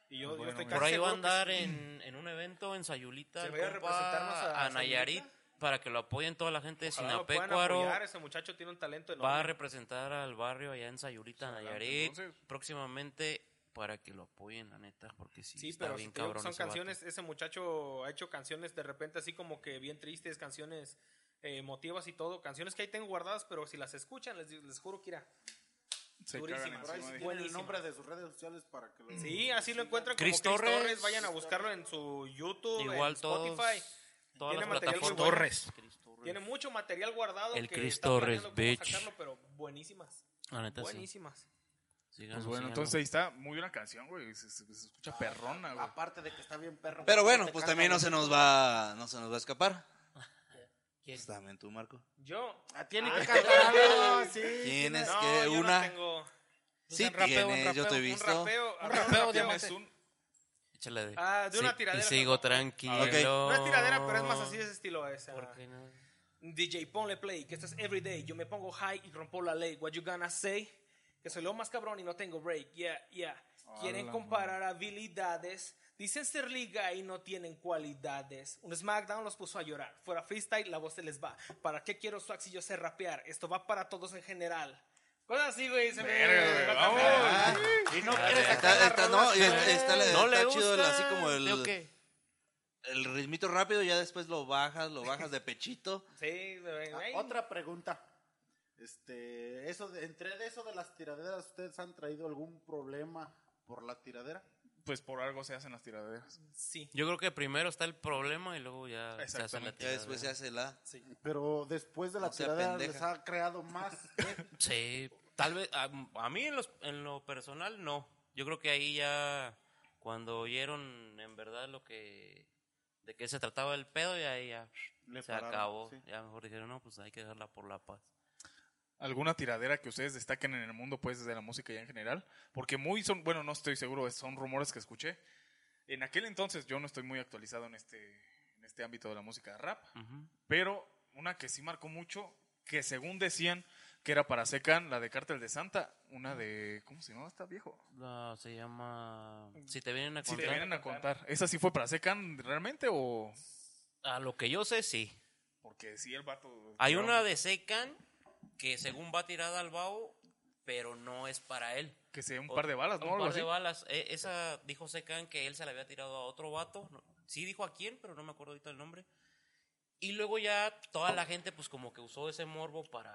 S5: Y yo, yo
S6: Bueno,
S5: estoy
S6: mira.
S5: casi
S7: Por ahí va a
S5: seguro que
S7: andar
S5: sí.
S7: en, en un evento en Sayulita.
S5: ¿Se
S7: el
S5: va a ir a
S7: compa
S5: representarnos a
S7: a Nayarit
S5: Sayulita?
S7: para que lo apoyen toda la gente de
S5: Ojalá lo puedan
S7: Sinapecuaro.
S5: apoyar, ese muchacho tiene un talento
S7: Va a
S5: enorme.
S7: representar al barrio allá en Sayulita, Nayarit.
S6: entonces.
S7: Próximamente para que lo apoyen, la neta, porque sí,
S5: Sí,
S7: está
S5: pero si
S7: bien
S5: te digo que
S7: cabrón.
S5: son
S7: ese vato.
S5: canciones, ese muchacho ha hecho canciones de repente así como que bien tristes, canciones eh, emotivas y todo, canciones que ahí tengo guardadas, pero si las escuchan, les, les juro que irá.
S6: Se cagan
S5: durísima, por
S3: Por ahí
S6: encima
S3: sí
S5: Buenísima.
S6: de-
S3: tiene el nombre de sus redes sociales para que lo.
S5: Sí, así lo encuentran como
S7: Chris
S5: Chris Torres.
S7: Torres.
S5: vayan a buscarlo en su YouTube, en
S7: Igual todos-
S5: Spotify.
S7: Todas
S5: Tiene
S7: las
S5: material muy
S7: plataformas.
S5: bueno.
S4: Torres.
S5: Tiene mucho material guardado.
S7: El
S5: que
S7: Chris
S5: está
S7: Torres,
S5: planeando cómo
S7: bitch.
S5: sacarlo, pero buenísimas.
S7: La neta, sí.
S5: Buenísimas.
S6: Pues
S7: Síganos,
S6: bueno,
S7: síganos.
S6: entonces ahí está. Muy buena canción, güey. Se, se- se escucha perrona, güey.
S3: Aparte de que está bien perro.
S2: Pero bueno,
S3: te
S2: pues
S3: canta
S2: también no se
S3: bonito.
S2: nos va, no se nos va a escapar.
S7: ¿Quién?
S2: Pues también tú, Marco.
S5: Yo.
S3: Ah, Tiene que cantar algo, Ah, sí.
S2: Tienes
S5: no,
S2: que
S5: yo no
S2: una.
S5: tengo
S2: Sí
S4: Un rapeo, un
S2: tienes, yo te he
S4: rapeo, un
S5: un
S2: visto.
S5: rapeo.
S4: Un
S5: ah,
S4: rapeo,
S5: un
S4: dígame.
S6: Es un-
S7: Échale de.
S5: Ah, de una
S7: Sí,
S5: tiradera,
S7: Y sigo
S5: tampoco.
S7: tranquilo.
S2: Ok.
S5: No es tiradera, pero es más así de ese estilo. Es, ah,
S7: Oh. ¿Por qué no?
S5: DJ, ponle play, que esto es everyday. Yo me pongo high y rompo la ley. What you gonna say? Que soy lo más cabrón y no tengo break. Yeah, yeah. Quieren
S6: Hola,
S5: comparar habilidades. Dicen ser liga y no tienen cualidades. Un SmackDown los puso a llorar. Fuera freestyle, la voz se les va. ¿Para qué quiero swag si yo sé rapear? Esto va para todos en general. Cosas así, güey. Se me-
S6: Verga, güey, vamos.
S3: Y no
S7: Ah,
S3: quieres
S7: ya.
S3: sacar
S2: Está,
S3: las
S2: está- no,
S3: rolas,
S2: y está,
S3: güey.
S2: está-
S7: No
S2: está
S7: le
S2: chido el-
S7: gusta.
S2: así como
S7: ¿Yo
S2: el,
S7: qué?
S2: el ritmito rápido, ya después lo bajas, lo bajas de pechito.
S5: Sí, güey.
S3: Ah, Otra pregunta. Este, eso de- entre de eso de las tiraderas, ¿ustedes han traído algún problema por la tiradera?
S6: Pues por algo se hacen las tiraderas.
S5: Sí.
S7: Yo creo que primero está el problema y luego ya se hace la
S6: Exactamente.
S2: Ya después se
S7: tiradera.
S2: hace la.
S3: Pero después de la
S2: No sea
S3: tiradera
S2: pendeja.
S3: les ha creado más. ¿eh?
S7: Sí, tal vez. A, a mí en, los- en lo personal no. Yo creo que ahí ya. Cuando oyeron en verdad lo que. De qué se trataba el pedo, y ahí ya.
S3: Le
S7: se
S3: pararon,
S7: acabó.
S3: sí.
S7: Ya mejor dijeron, no, pues hay que dejarla por la paz.
S6: alguna tiradera que ustedes destaquen en el mundo, pues, desde la música y en general. Porque muy son, bueno, no estoy seguro, son rumores que escuché. En aquel entonces yo no estoy muy actualizado en este, en este ámbito de la música de rap,
S7: Ujú.
S6: pero una que sí marcó mucho, que según decían que era para Secan, la de Cártel de Santa, una de, ¿cómo se llama? Está viejo.
S7: La- se llama. Si te vienen a
S6: Si
S7: contar.
S6: te vienen a contar, ¿esa sí fue para Secan realmente o...?
S7: A lo que yo sé, sí.
S6: Porque sí, el vato...
S7: Hay una de Secan que según va tirada al babo, pero no es para él.
S6: Que se un par de balas, ¿no?
S7: Un
S6: Algo
S7: par de
S6: así.
S7: balas. E- esa dijo Secan que él se la había tirado a otro vato. No- Sí dijo a quién, pero no me acuerdo ahorita el nombre. Y luego ya toda la gente pues como que usó ese morbo para,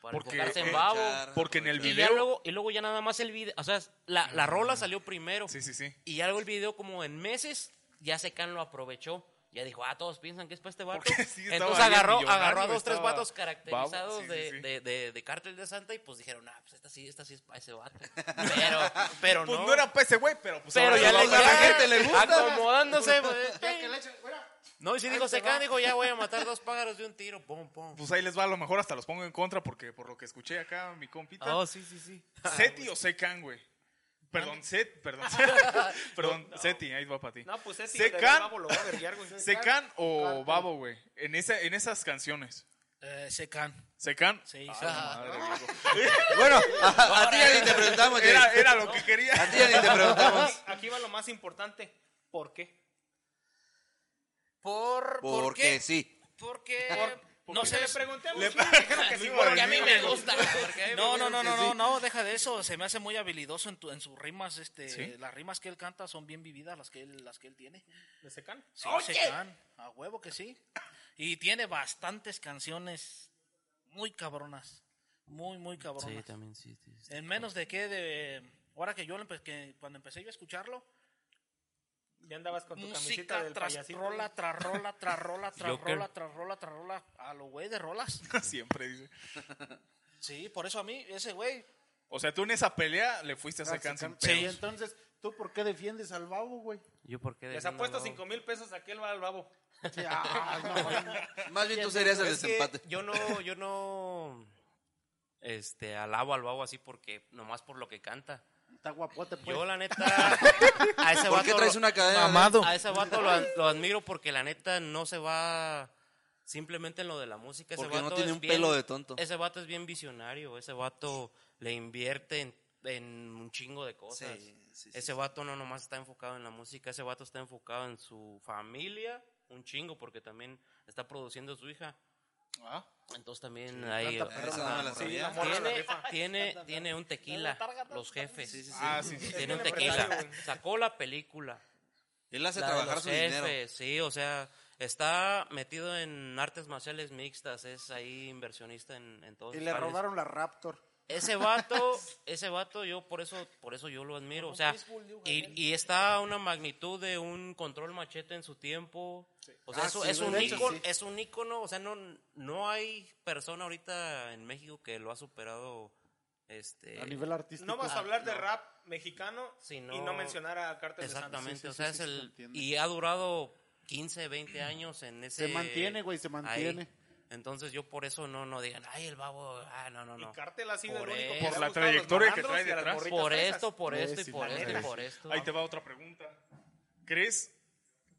S7: para
S6: Porque,
S7: enfocarse en
S6: eh,
S7: babo.
S2: aprovechar,
S6: porque en el
S7: Y,
S2: aprovechar.
S7: ya
S6: video-
S7: luego, y luego ya nada más el video, o sea, la, la rola salió primero.
S6: Sí, sí, sí.
S7: Y ya luego el video como en meses, ya Secan lo aprovechó. Ya dijo, ah, todos piensan que es para este vato.
S6: sí estaba
S7: Entonces
S6: bien
S7: agarró,
S6: millonario,
S7: agarró a dos, tres
S6: estaba
S7: vatos
S6: babo,
S7: caracterizados
S6: sí,
S7: de,
S6: sí, sí.
S7: De, de- de Cártel de Santa y pues dijeron, ah, pues esta sí, esta sí es para ese vato. Pero, pero
S6: Pues
S7: no.
S6: no era para ese güey, pero pues
S7: pero
S6: ahora
S7: ya
S6: lo
S7: le
S6: vamos a
S7: ya
S6: la gente.
S7: le gusta. Acomodándose, pues,
S3: Que le
S7: eh.
S3: echen, fuera.
S7: No, y si dijo Secán, dijo, ya voy a matar dos pájaros de un tiro. Pum, pum.
S6: Pues ahí les va, a lo mejor hasta los pongo en contra porque por lo que escuché acá mi compita.
S7: Oh, sí, sí, sí.
S6: Seti o Secan, güey. Perdón, Set, perdón. perdón, Seti, ahí va para ti.
S5: No, pues Seti,
S6: Se
S5: de
S6: can-
S5: Babo lo va a verguiar, güey.
S6: Secan o Babo, güey. En, esa, en esas canciones.
S4: Eh, Secán.
S6: Secan.
S4: Sí,
S6: Ah,
S4: sí.
S6: madre, viejo.
S2: Bueno, a, a ti ya ni te preguntamos, Jerry.
S6: Era, era lo que
S2: A
S6: quería.
S2: ti ya ni te preguntamos.
S5: Aquí, aquí va lo más importante. ¿Por qué?
S4: ¿Por, ¿por
S2: Porque sí.
S4: Porque
S5: Porque
S4: no se le
S5: le pregunté a
S6: Le
S5: Agustín.
S6: dijeron que sí,
S7: Porque a
S6: güey.
S7: mí me gusta. porque a mí me
S4: No, no,
S7: gusta.
S4: no, no,
S2: que
S4: no,
S2: sí.
S4: no, deja de eso. Se me hace muy habilidoso en, tu- en sus rimas. Este,
S6: ¿Sí?
S4: Las rimas que él canta son bien vividas, las que él, las que él tiene.
S5: ¿De Secan?
S4: Sí, Secán, a huevo que sí. Y tiene bastantes canciones muy cabronas. Muy, muy cabronas.
S7: Sí, también, sí. sí, sí.
S4: En menos de que de. Ahora que yo lo empe- que cuando empecé yo a escucharlo,
S5: Ya andabas con tu camiseta
S4: música
S5: del
S4: tras
S5: payasito.
S4: rola, tras rola, tras rola, tras
S7: Joker.
S4: rola, tras rola, tras rola, a lo güey de rolas.
S6: Siempre dice.
S4: Sí, por eso a mí, ese güey,
S6: O sea, tú en esa pelea le fuiste a
S3: Ah,
S6: Secan
S3: se
S6: sin
S3: can- Sí,
S6: pedos.
S3: entonces, ¿tú por qué defiendes al babo, güey?
S7: Yo por qué
S5: Les
S7: defiendo
S5: apuesto
S7: al Babo?
S5: 5 mil pesos a aquel va al Babo.
S3: Sí, ah, no, güey.
S2: Más bien tú serías el
S7: Es que
S2: desempate.
S7: Yo no, yo no este alabo al babo así porque nomás por lo que canta.
S3: Está guapote, pues.
S7: Yo la neta a ese
S2: ¿Por qué
S7: vato
S2: traes
S7: lo-
S2: una cadena? de-
S7: a ese vato lo, ad- lo admiro porque la neta no se va simplemente en lo de la música. Ese
S2: Porque no
S7: vato
S2: tiene
S7: es
S2: un
S7: bien-
S2: pelo de tonto.
S7: Ese vato es bien visionario. Ese vato le invierte en, en un chingo de cosas.
S2: Sí, sí, sí,
S7: ese vato no nomás está enfocado en la música. Ese vato está enfocado en su familia. Un chingo porque también está produciendo su hija.
S6: Ah.
S7: Entonces también hay...
S3: planta
S2: Ah, Esa no me la sabía.
S7: Tiene, tiene, tiene un tequila, los jefes.
S6: Ah, sí, sí.
S7: Tiene un
S5: bien empresario,
S7: tequila.
S5: güey.
S7: Sacó la película.
S2: Él hace
S7: La de
S2: trabajar
S7: los
S2: su dinero.
S7: jefes, Sí, o sea, está metido en artes marciales mixtas, es ahí inversionista en, en todos
S3: Y
S7: los
S3: le
S7: jales.
S3: robaron la Raptor.
S7: Ese vato, ese vato, yo por eso, por eso yo lo admiro. O sea, y, y está a una magnitud de un control machete en su tiempo. O sea,
S3: Ah,
S7: eso
S3: sí,
S7: es, un
S3: de hecho,
S7: ícono,
S3: sí.
S7: es un ícono. O sea, no, no hay persona ahorita en México que lo ha superado. Este,
S3: A nivel artístico.
S5: No vas a hablar de rap mexicano
S7: Sí,
S5: y
S7: no-
S5: no mencionar a Cartel de Santa.
S7: Exactamente,
S3: Sí, sí,
S7: o
S3: sí,
S7: sea,
S3: sí,
S7: es
S3: sí, te
S7: el
S3: entiendo.
S7: y ha durado 15, 20 años en ese
S3: Se mantiene, güey, se
S7: ahí.
S3: mantiene.
S7: Entonces yo por eso no no digan, "Ay, el babo, ah, no, no,
S5: Y
S7: no."
S5: Cartel ha sido
S7: Por
S5: el único
S7: eso.
S5: que le
S7: Por
S5: ha
S6: la
S5: gustado a los
S6: trayectoria que
S5: malandros
S6: trae
S5: y a las
S6: detrás.
S5: morritas
S7: Por
S5: fresas.
S7: esto, por
S3: Sí,
S7: esto y
S3: sí,
S7: por
S3: la
S7: esto y
S5: neta.
S7: por esto.
S6: Ahí te va otra pregunta. ¿Crees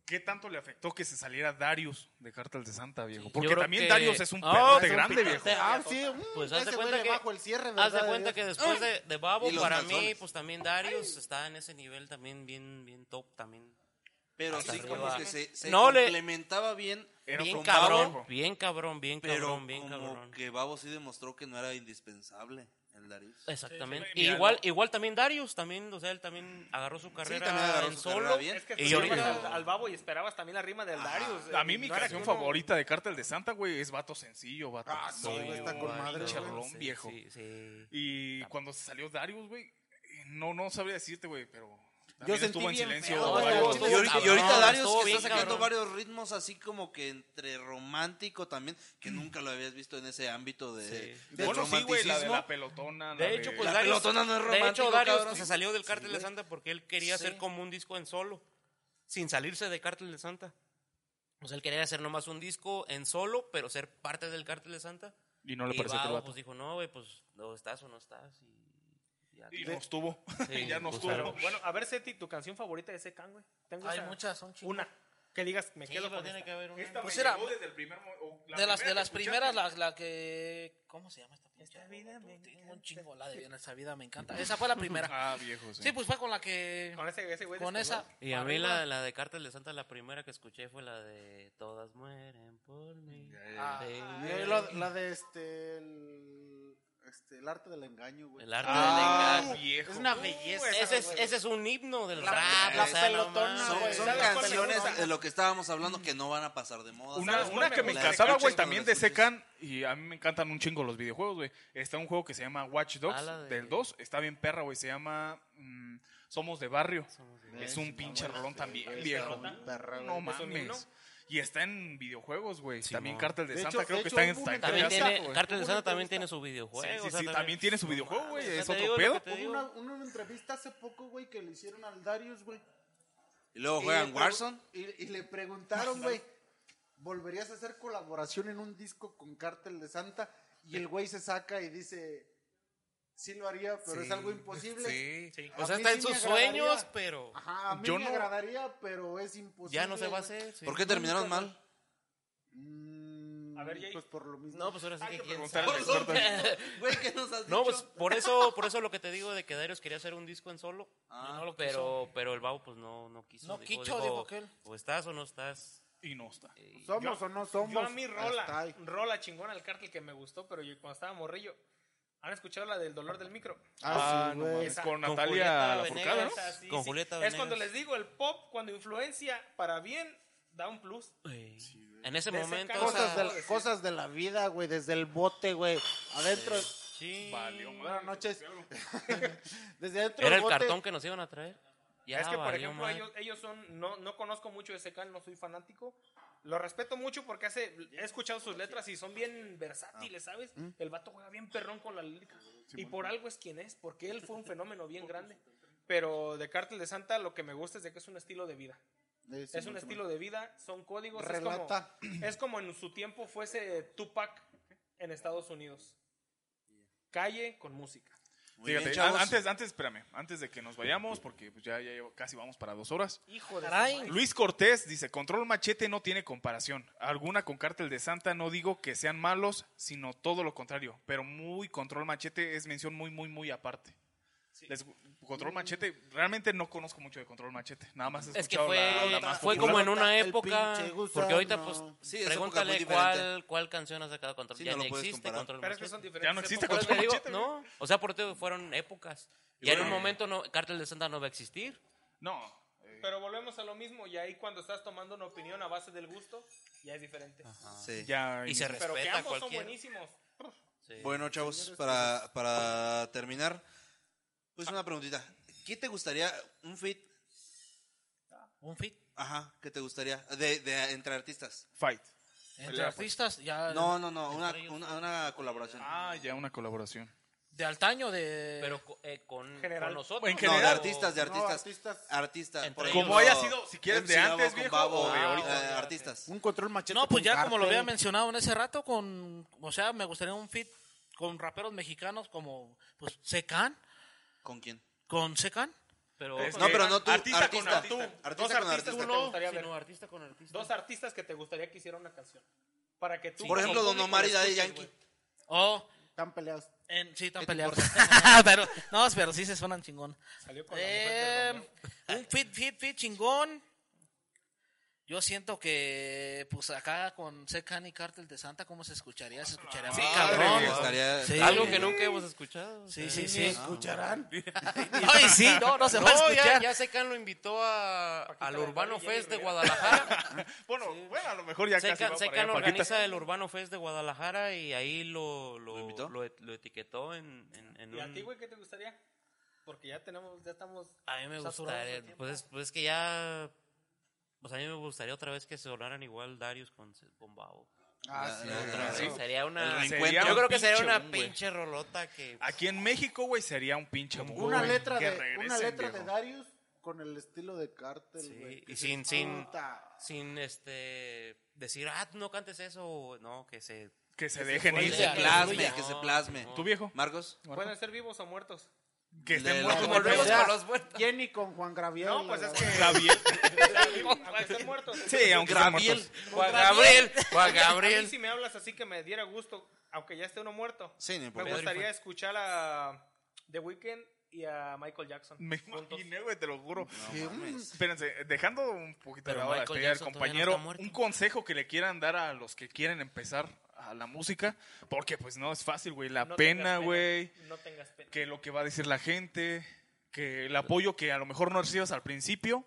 S6: qué tanto le afectó que se saliera Darius de Cartel de Santa, viejo?
S7: Sí,
S6: Porque
S7: yo creo
S6: también
S7: que-
S6: Darius es un
S7: Ah,
S6: perrote
S7: es un
S6: grande,
S7: pitote.
S6: viejo.
S3: Ah, sí. mm,
S7: Pues haz
S3: ese
S7: de
S3: güey
S7: cuenta
S3: le
S7: que
S3: bajo el cierre,
S7: haz de
S3: ¿verdad,
S7: cuenta
S3: Dios?
S7: que después de, de Babo
S2: Y los
S7: para mí
S2: calzones.
S7: pues también Darius está en ese nivel también bien bien top también.
S2: Pero
S7: Hasta
S2: sí, como
S7: arriba.
S2: que se, se
S7: No le-
S2: complementaba bien.
S6: Era
S7: Bien
S6: un
S7: cabrón,
S6: babo.
S7: bien cabrón, bien
S2: Pero
S7: cabrón, bien
S2: como
S7: cabrón.
S2: que Babo sí demostró que no era indispensable el Darius.
S7: Exactamente.
S6: mira,
S7: igual, igual también Darius, también, o sea, él también agarró su carrera
S2: también agarró
S7: en
S2: su
S7: solo.
S2: carrera bien.
S5: Es que
S7: y yo
S5: escuchabas
S7: digo-
S5: al, al babo y esperabas también la rima del Darius.
S6: A
S5: eh,
S6: mí mi
S5: no era
S6: canción
S5: que uno-
S6: favorita de Cartel de Santa, güey, es Vato Sencillo, Vato.
S3: Ah, sí, güey, está con madre,
S6: pinche
S3: güey.
S6: rolón,
S7: Sí,
S6: viejo.
S7: sí, sí.
S6: Y cuando se salió Darius, güey, no, no sabría decirte, güey, pero
S3: Yo
S6: también
S3: sentí
S6: estuvo en
S3: bien
S6: silencio.
S3: feo,
S6: varios-
S3: güey.
S2: Y ahorita,
S7: Cabrón,
S2: y ahorita Darius
S7: estuvo
S2: que
S7: bien
S2: está sacando
S7: cabrón.
S2: varios ritmos así como que entre romántico también, que nunca lo habías visto en ese ámbito de,
S7: Mm. Sí.
S2: del
S6: Bueno, sí, güey, la de
S2: romanticismo.
S6: la pelotona. la
S7: De hecho, pues
S2: La
S7: Darius,
S2: pelotona no es
S7: de
S2: romántico,
S7: hecho, Darius
S2: cabrón.
S7: se salió del Cártel de Santa porque él quería
S2: Sí.
S7: hacer como un disco en solo, sin salirse de Cártel de Santa. O sea, él quería hacer nomás un disco en solo, pero ser parte del Cártel de Santa.
S6: Y no le
S7: y
S6: pareció que el
S7: Babo,
S6: vato.
S7: pues dijo, no, güey, pues no estás o no estás. Y, ya.
S6: pues, Y no estuvo.
S7: Sí,
S6: ya no
S7: pues,
S6: estuvo.
S7: claro.
S5: Bueno, a ver, Seti, tu canción favorita de ese can, güey. Tengo
S4: hay
S5: esa-
S4: muchas, son chingadas.
S5: Una. Que digas, me
S4: Sí,
S5: quedo
S4: pero
S5: con
S4: tiene
S5: esta.
S4: que haber una.
S6: Esta
S4: Pues
S6: me
S4: era-
S6: llegó desde el primer mo- o la
S4: de las,
S6: primera
S4: de las
S6: que
S4: primeras,
S6: escuchaste.
S4: la, la que. ¿Cómo se llama esta pinche?
S5: vida me
S4: Tengo un chingo la de en esa vida, me encanta. Esa fue la primera.
S6: Ah, viejo, sí.
S4: Sí, pues fue con la que.
S5: Con ese, ese güey.
S4: Con
S5: despegó.
S4: esa.
S7: Y a mí
S4: arriba.
S7: la, la de Cártel de Santa, la primera que escuché fue la de Todas mueren por mí.
S3: Ah,
S7: Sí.
S3: y la, la de este el, este. el arte del engaño, güey.
S7: El arte
S6: Ah,
S7: del engaño.
S6: viejo.
S3: Es una belleza.
S7: Ese es, ese es un himno del
S3: La-
S7: rap.
S3: la
S7: o sea, no
S3: pelotona,
S7: mames.
S3: güey.
S2: Son
S5: ¿Sabes cuál me gusta?
S2: canciones de lo que estábamos hablando que no van a pasar de moda.
S6: Una,
S2: ¿sabes?
S5: ¿Sabes
S6: una
S5: cuál
S6: que
S5: me
S6: me
S2: La
S5: gusta?
S6: encantaba, güey,
S2: escuches
S6: también
S2: cuando
S6: de
S2: la escuches.
S6: Secan. Y a mí me encantan un chingo los videojuegos, güey. Está un juego que se llama Watch Dogs
S7: Ah, la de-
S6: del 2. Está bien perra, güey. Se llama mm, Somos de Barrio. es un pinche rolón también, viejo.
S3: Perra,
S6: No
S3: güey.
S5: Es un himno.
S6: mames. Y está en videojuegos, güey.
S7: Sí,
S6: también
S7: mo.
S6: Cartel de,
S3: De
S6: Santa
S3: hecho-
S6: creo
S3: de
S6: que
S3: hecho,
S6: está en
S3: hubo
S6: está en
S3: una
S7: También
S6: Cartel de
S3: entrevista,
S7: tiene,
S6: Santa, güey.
S7: Cártel de
S3: Hubo
S7: Santa
S3: una
S7: también tiene
S3: entrevista.
S7: su videojuego.
S6: Sí,
S7: o
S6: sí,
S7: sea,
S6: sí, también tiene su videojuego, güey.
S7: o sea,
S6: Es
S7: te
S6: otro
S7: digo lo
S6: pedo.
S7: que te
S3: Hubo
S7: digo.
S3: una, una entrevista hace poco, güey, que le hicieron al Darius, güey.
S2: Y luego
S3: Y le
S2: juegan
S3: pregu-
S2: Warzone.
S3: Y, y le preguntaron, güey, ¿volverías a hacer colaboración en un disco con Cártel de Santa? Y el güey se saca y dice, sí lo haría, pero es algo imposible.
S7: Sí.
S5: Sí.
S7: O
S3: A
S7: sea,
S3: mí
S7: está en
S3: sí me
S7: sus
S3: agradaría.
S7: sueños, pero
S6: Ah,
S3: Ajá, a mí
S6: Yo
S3: me
S6: no-
S3: agradaría, pero es imposible.
S7: ya no se va a
S3: güey.
S7: hacer. sí.
S2: ¿Por qué terminaron
S3: Nunca-
S2: mal?
S3: Mm,
S5: A ver, Jay.
S3: Pues por lo mismo.
S7: No, pues ahora sí
S6: Hay
S7: que
S6: que
S7: quién
S6: preguntarle
S7: sabe.
S6: al experto.
S2: Güey, ¿qué nos has
S7: No, pues
S2: dicho?
S7: por eso, por eso lo que te digo de que Darius quería hacer un disco en solo.
S2: Ah,
S7: pero, pero el babo pues no, no quiso.
S4: No quicho, dijo aquel.
S7: O estás o no estás.
S6: Y no está.
S7: Y-
S3: ¿Somos
S5: Yo-
S3: o no somos?
S5: Yo a mí
S3: Hasta
S5: rola,
S3: ahí.
S5: rola chingona al cártel que me gustó, pero yo cuando estaba morrillo. ¿Han escuchado la del dolor del micro?
S3: Ah, sí,
S6: no
S3: güey.
S6: mames. Con
S7: Con
S6: Natalia
S7: Julieta
S6: Lafourcade, ¿no?
S7: Venegas.
S5: Esa, sí,
S7: Ah, Con
S5: sí.
S7: Julieta
S5: Es
S7: Venegas.
S5: cuando les digo, el pop, cuando influencia para bien, da un plus.
S7: en ese
S5: De ese
S7: momento.
S5: caso-
S7: o sea,
S5: Cosas
S8: Cosas,
S5: de-
S8: del- cosas de la vida, güey, desde el bote, güey. Adentro.
S7: sí.
S6: Valió, madre.
S3: Buenas noches. Desde adentro
S7: Era
S3: del
S7: el
S3: bote.
S7: cartón que nos iban a traer. Ya
S5: es que, por
S7: valió
S5: ejemplo,
S7: madre.
S5: ellos, ellos son. No, no conozco mucho de Secal, no soy fanático. Lo respeto mucho porque hace, he escuchado sus letras y son bien versátiles,
S3: Ah.
S5: ¿sabes?
S3: Mm.
S5: El vato juega bien perrón con la lírica. Y por algo es quien es, porque él fue un fenómeno bien grande. Pero de Cártel de Santa lo que me gusta es de que es un estilo de vida.
S3: Eh, sí,
S5: es un
S3: sí,
S5: estilo de vida, son códigos. es como-
S3: Relata.
S5: Es, como, en su tiempo fuese Tupac en Estados Unidos. Calle con música.
S2: Muy bien,
S6: Fíjate,
S2: chavos.
S6: an- antes, antes, espérame, antes de que nos vayamos, porque pues, ya, ya llevo- casi vamos para dos horas.
S5: Hijo de
S4: Caray.
S5: su madre.
S6: Luis Cortés dice, Control Machete no tiene comparación. Alguna con Cártel de Santa, no digo que sean malos, sino todo lo contrario. Pero muy Control Machete es mención muy, muy, muy aparte. Les- Control Machete, realmente no conozco mucho de Control Machete. Nada más he
S7: Es que
S6: escuchado
S7: fue,
S6: la, la más
S7: fue
S6: popular.
S7: como en una
S8: El
S7: época.
S8: pinche gusano.
S7: Porque ahorita, pues,
S2: Sí, es época muy
S7: pregúntale
S2: diferente.
S7: cuál, cuál canción ha sacado Control.
S2: Sí,
S7: ya
S2: no
S7: no
S2: lo puedes
S7: existe
S2: comparar.
S7: Control.
S5: Pero es que
S7: Machete.
S5: son diferentes.
S6: no existe
S5: épocas.
S7: Por eso te digo,
S6: Machete,
S7: no. O sea, por eso fueron épocas. Ya en
S6: bueno,
S7: un momento, no, Cártel de Santa no va a existir.
S6: No, eh,
S5: Pero volvemos a lo mismo y ahí cuando estás tomando una opinión a base del gusto, ya es diferente.
S2: Ah, Sí.
S6: ya...
S7: Y se
S5: Pero que
S7: respeta a
S5: ambos son
S7: cualquier.
S5: buenísimos.
S7: Sí.
S2: Bueno, chavos, para, para terminar, pues una preguntita. ¿Qué te gustaría un fit?
S4: Un fit.
S7: Pues
S2: Ajá, ¿qué te gustaría? De, de- entre artistas.
S6: Fight.
S4: Entre
S6: Pelea, pues.
S4: artistas,
S7: Ah,
S4: ya.
S2: No, no, no, una,
S4: entre ellos.
S2: una, una colaboración.
S6: Ah, ya una colaboración.
S4: De antaño, de.
S7: Pero co- eh, con,
S5: General.
S7: con nosotros.
S6: En
S2: No, de
S6: general.
S2: artistas, de
S3: No,
S2: artistas.
S3: artistas.
S2: Artistas.
S7: Entre
S2: por
S7: ellos.
S2: ejemplo,
S6: Como haya sido, si quieres,
S2: MC
S6: de
S2: Davo
S6: antes,
S2: con
S6: viejo,
S2: Babo,
S6: o de
S2: eh,
S6: ahorita.
S2: artistas.
S3: Un control machete.
S4: No,
S3: con
S4: pues ya como lo
S3: Cártel.
S4: había mencionado en ese rato, con, o sea, me gustaría un fit con raperos mexicanos como, pues, Secan,
S2: ¿Con quién?
S4: con Secan.
S7: Pero,
S6: Es-
S2: No, pero no tú.
S6: Artista
S2: Artista,
S6: con
S2: artista.
S6: artista.
S5: Dos
S2: con
S5: artistas,
S2: artista.
S5: uno. gustaría ver?
S7: sino artista con artista.
S5: Dos artistas que te gustaría que hiciera una canción. Para que tú.
S2: Por ejemplo,
S5: como
S2: Don
S5: público
S2: Omar y
S5: la
S2: Daddy
S5: escuches,
S2: Yankee.
S5: güey.
S4: Oh,
S3: Están peleados.
S4: en, sí, están
S2: ¿Qué te
S4: peleados. pero, no, pero sí se suenan chingón.
S5: Salió con
S4: Eh,
S5: la mujer de Romeo.
S4: un fit, fit, fit chingón. Yo siento que, pues, acá con Secan y Cártel de Santa, ¿cómo se escucharía? Se escucharía
S2: Ah,
S4: muy
S6: madre,
S4: cabrón.
S6: viejo.
S2: Estaría-
S4: Sí.
S7: Algo que nunca hemos escuchado.
S4: Sí, sí, sí.
S3: ¿Escucharán?
S4: Ay, sí, no, no se va a
S7: No, ya,
S4: escuchar.
S7: ya Secan lo invitó a, al
S5: del
S7: Urbano
S5: Barrio y Jenny
S7: Fest de
S5: Rivera.
S7: Guadalajara.
S6: Bueno, bueno, a lo mejor ya casi va
S7: Secan,
S6: para
S7: Secan
S6: allá, Paquita.
S7: organiza el Urbano Fest de Guadalajara y ahí lo, lo,
S2: ¿Lo invitó?
S7: lo et- lo etiquetó en, en, en
S5: ¿Y a
S7: un-
S5: ti, güey, qué te gustaría? Porque ya tenemos, ya estamos.
S7: A mí me
S5: saturados de
S7: gustaría,
S5: tiempo.
S7: pues, pues es que ya... Pues a mí me gustaría otra vez que se sonaran igual Darius con, Se- con Babo.
S3: Ah, sí.
S2: Otra
S7: Sí,
S2: vez.
S7: Sería una...
S2: El
S7: Yo
S2: reencuentro.
S7: creo que
S6: Pinche
S7: sería una
S6: boom, güey.
S7: pinche rolota que...
S6: Aquí en México, güey, sería un pinche boom,
S3: Una
S6: güey.
S3: letra,
S6: Que
S3: de, una
S6: regresen,
S3: letra de
S6: viejo.
S3: Darius con el estilo de Cártel,
S7: Sí,
S3: güey.
S7: y
S3: que
S7: sin-
S3: se
S7: sin-
S3: disfruta.
S7: sin este decir, ah, no cantes eso, o no, que se...
S6: Que se dejen
S2: Que
S6: ir.
S2: se
S4: Oye,
S2: plasme,
S7: Oye,
S2: que se
S7: no,
S2: plasme.
S7: no.
S6: ¿Tú, viejo?
S2: Marcos.
S5: Pueden ser vivos o muertos.
S6: Que
S2: Le-
S6: estén muertos.
S2: le-
S6: no
S7: Volvemos
S6: pedo.
S3: Ya.
S7: con los muertos.
S3: Jenny con Juan Graviel.
S5: No, pues
S3: la
S5: es
S3: verdad.
S5: que.
S6: Gabriel.
S5: Aunque estén muertos.
S6: Sí, aunque estén
S2: Gabriel.
S6: muertos.
S7: Juan Gabriel,
S6: Pues
S7: Juan
S5: A mí
S7: Gabriel.
S5: si me hablas así que me diera gusto, aunque ya esté uno muerto.
S2: Sí, no
S5: Me
S2: importa.
S5: gustaría escuchar a The Weeknd y a Michael Jackson.
S6: Me
S5: juntos.
S6: imaginé, güey, te lo juro.
S2: No mames.
S6: Espérense, dejando un poquito
S7: Pero
S6: de lado la
S7: Michael
S6: despedida del
S7: Jackson
S6: compañero,
S7: todavía no está muerto.
S6: un consejo que le quieran dar a los que quieren empezar a la música, porque pues no es fácil, güey, la
S5: No
S6: pena,
S5: tengas
S6: güey,
S5: No tengas pena.
S6: que lo que va a decir la gente, que el apoyo que a lo mejor no recibas al principio,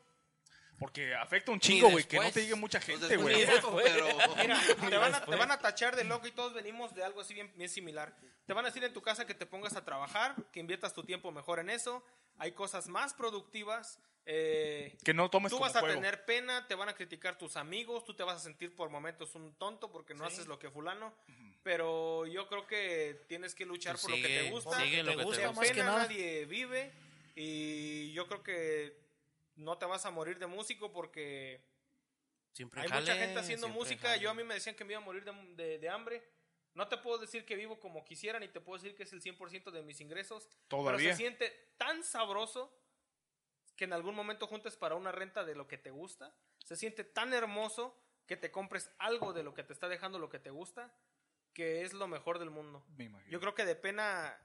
S6: porque afecta un chingo, güey, que no
S7: después.
S6: te llegue mucha
S2: Pues
S6: gente,
S2: después
S6: güey.
S2: de esto, pero-
S5: Mira, te van, a, te van a tachar de loco y todos venimos de algo así bien, bien similar. Te van a decir en tu casa que te pongas a trabajar, que inviertas tu tiempo mejor en eso, hay cosas más productivas. eh,
S6: Que no tomes
S5: tú
S6: como
S5: vas a
S6: juego.
S5: tener pena, te van a criticar tus amigos, tú te vas a sentir por momentos un tonto porque no haces lo que fulano, pero yo creo que tienes que luchar
S7: Tú
S5: por lo que te
S7: sigue-
S5: gusta.
S7: sigue lo
S5: de
S7: que te
S5: pena
S7: gusta.
S4: Más que nada.
S5: nadie vive y yo creo que no te vas a morir de músico porque
S7: Siempre
S5: hay mucha
S7: jale,
S5: gente haciendo
S7: siempre
S5: música.
S7: jale.
S5: Yo a mí me decían que me iba a morir de, de- de hambre. No te puedo decir que vivo como quisiera, ni te puedo decir que es el 100% de mis ingresos. Pero
S6: Todavía.
S5: se siente tan sabroso que en algún momento juntes para una renta de lo que te gusta. Se siente tan hermoso que te compres algo de lo que te está dejando lo que te gusta, que es lo mejor del mundo.
S6: Me imagino.
S5: Yo creo que de pena,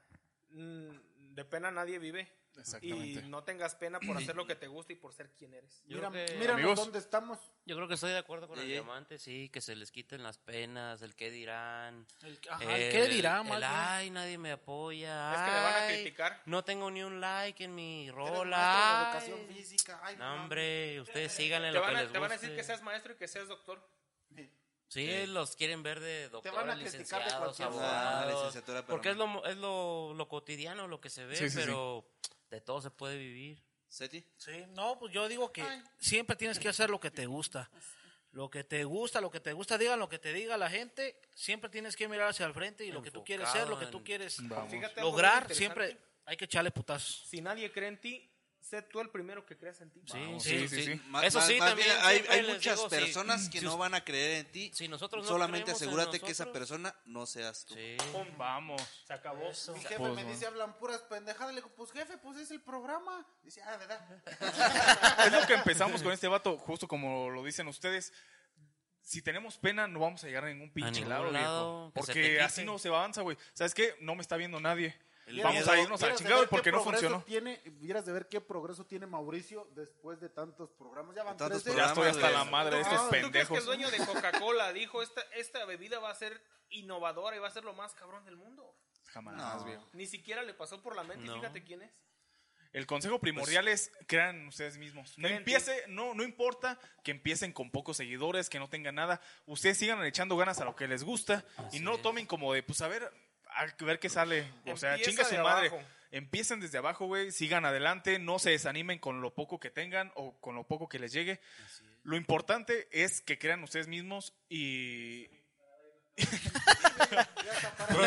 S5: mm, de pena nadie vive. Y
S6: Exactamente.
S5: no tengas pena por hacer lo que te gusta y por ser quien eres.
S7: Yo
S3: Mira,
S7: creo que-
S3: míranos
S6: Amigos.
S3: dónde estamos.
S7: Yo creo que estoy de acuerdo con el
S2: Ey, ey.
S7: diamante, sí, que se les quiten las penas, el qué dirán.
S4: El, ajá, el ¿Qué
S7: el-
S4: dirá,
S7: el
S4: más bien?
S7: ay, nadie me apoya.
S5: Es que le van a
S7: ay,
S5: criticar.
S7: No tengo ni un like en mi
S3: Eres maestro
S7: rola.
S3: de
S7: ay.
S3: educación física. Ay,
S7: No, hombre, ustedes síganle
S5: Te
S7: lo que
S5: van, a,
S7: les
S5: te van a
S7: guste.
S5: decir que seas maestro y que seas doctor.
S7: Sí, los quieren ver de
S3: van a
S7: doctores,
S3: criticar de
S7: licenciados,
S3: cualquier
S2: lado. Ah,
S7: abogados.
S2: licenciatura, pero
S7: porque
S2: no.
S7: es, lo, mo- es lo, lo cotidiano, lo que se ve,
S6: Sí, sí, sí.
S7: pero de todo se puede vivir.
S2: ¿Seti?
S4: Sí, no, pues yo digo que siempre tienes que hacer lo que te gusta. Lo que te gusta, lo que te gusta, digan lo que te diga la gente, siempre tienes que mirar hacia el frente y lo que tú quieres ser, lo que tú
S7: en-
S4: quieres
S6: Vamos.
S5: Fíjate algo
S4: lograr,
S5: muy
S4: siempre
S5: interesante.
S4: hay que echarle putazos.
S5: Si nadie cree en ti, sé tú el primero que creas en ti.
S7: Sí,
S6: Vamos,
S7: sí,
S6: sí,
S7: sí,
S6: sí, sí.
S2: Ma-
S7: Eso
S2: más-
S7: sí,
S2: más
S7: también.
S2: bien, hay,
S7: siempre
S2: hay
S7: les
S2: muchas
S7: digo, sí.
S2: personas que no van a creer en ti.
S7: si nosotros no
S2: solamente
S7: creemos en
S2: asegúrate que esa
S7: nosotros.
S2: persona no seas tú.
S7: Sí.
S5: Pum,
S6: Vamos.
S5: Se acabó.
S3: Mi jefe
S6: Pues,
S3: me
S6: no.
S3: dice, hablan puras pendejadas. Le digo, pues jefe, pues es el programa. Dice, ah, ¿verdad?
S6: Es lo que empezamos con este vato, justo como lo dicen ustedes. Si tenemos pena, no vamos a llegar a ningún pinche
S7: ningún
S6: lado,
S7: lado,
S6: viejo.
S7: que se te
S6: Porque
S7: quite.
S6: así no se avanza, güey. ¿Sabes qué? No me está viendo nadie.
S2: El
S6: vamos
S2: miedo-
S6: a irnos al
S3: Vieras de
S6: chingado
S3: ver
S6: porque
S3: qué
S6: no
S3: progreso
S6: funcionó.
S3: Tiene, vieras de ver qué progreso tiene Mauricio después de tantos programas. Ya van
S2: tantos
S3: tres, ¿eh?
S6: Ya estoy hasta la
S2: Programas,
S6: madre de este
S3: güey.
S6: estos
S3: No, ¿tú
S5: ¿Tú crees que
S6: pendejos.
S5: el dueño de Coca-Cola dijo esta, esta bebida va a ser innovadora y va a ser lo más cabrón del mundo?
S6: Jamás, viejo.
S5: Ni siquiera le pasó por la mente, y
S7: No.
S5: fíjate quién es.
S6: El consejo primordial es crean ustedes mismos. No
S5: Creen Pues, en ti.
S6: empiece, no, no importa que empiecen con pocos seguidores, que no tengan nada. Ustedes sigan echando ganas a lo que les gusta y no lo
S7: es.
S6: tomen como de, pues a ver, a ver qué sale. O sea,
S5: Empieza
S6: chinga su
S5: de
S6: madre.
S5: abajo.
S6: Empiecen desde abajo, güey, sigan adelante, no se desanimen con lo poco que tengan o con lo poco que les llegue. Lo importante es que crean ustedes mismos y,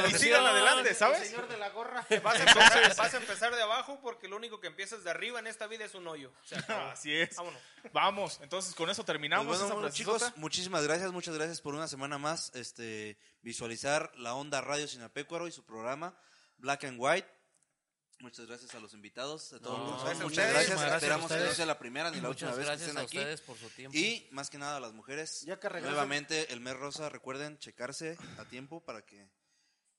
S6: y sigan adelante, ¿sabes?
S3: Señor de la gorra.
S5: Vas a, empezar, vas a empezar de abajo porque lo único que empiezas de arriba en esta vida es un hoyo. Se acabó.
S6: Así es.
S5: Vámonos.
S6: Vamos, entonces con eso
S2: Pues
S6: terminamos
S2: bueno,
S6: esa
S2: bueno,
S6: frasezota.
S2: chicos, muchísimas gracias, muchas gracias por una semana más este, visualizar la onda Radio Sinapecuaro y su programa Black and White. Muchas gracias a los invitados, a todos
S7: No,
S2: los que
S5: gracias a
S2: son. Muchas
S5: ustedes.
S2: gracias,
S4: Muchísimas gracias a
S2: esperamos que no
S4: ustedes.
S2: sea la primera ni la última
S7: Muchas
S2: vez que
S7: gracias
S2: estén
S7: a
S2: aquí.
S7: ustedes por su tiempo.
S2: Y más que nada a las mujeres.
S3: Ya que regresen.
S2: Nuevamente, el mes rosa, recuerden checarse a tiempo para que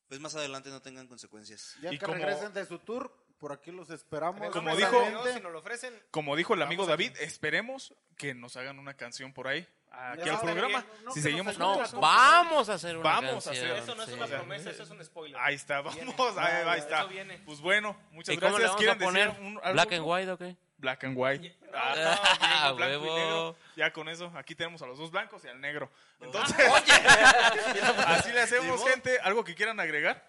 S2: pues más adelante no tengan consecuencias.
S3: Ya
S6: Y
S3: que
S6: como-
S3: regresen de su tour, por aquí los esperamos.
S6: Como
S5: No me
S6: dijo-
S5: sale, ¿no? si nos lo ofrecen,
S6: Como dijo el amigo
S5: Vamos a-
S6: David, esperemos que nos hagan una canción por ahí, aquí
S5: Ya
S6: al
S5: saben
S6: programa.
S3: que- no,
S6: si
S3: que
S6: seguimos
S3: nos
S7: no,
S3: ayuden
S6: juntos.
S3: a-
S7: vamos a hacer una
S6: Vamos a
S7: canción.
S6: hacer-
S5: eso no es
S7: sí.
S5: una promesa, eso es un spoiler.
S6: Ahí está, vamos,
S5: Viene.
S6: ahí, ahí
S5: Eso
S6: está.
S5: viene.
S6: Pues bueno, muchas
S7: ¿Y cómo le
S6: gracias.
S7: vamos a
S6: ¿Quieren
S7: poner?
S6: decir un, algo?
S7: ¿Black and white o qué?
S6: Black and white. Ah,
S7: Ah,
S6: viejo, blanco y
S7: huevo. Ah,
S6: negro. Ya con eso, aquí tenemos a los dos blancos y al negro. Entonces, así le hacemos, gente. ¿Algo que quieran agregar?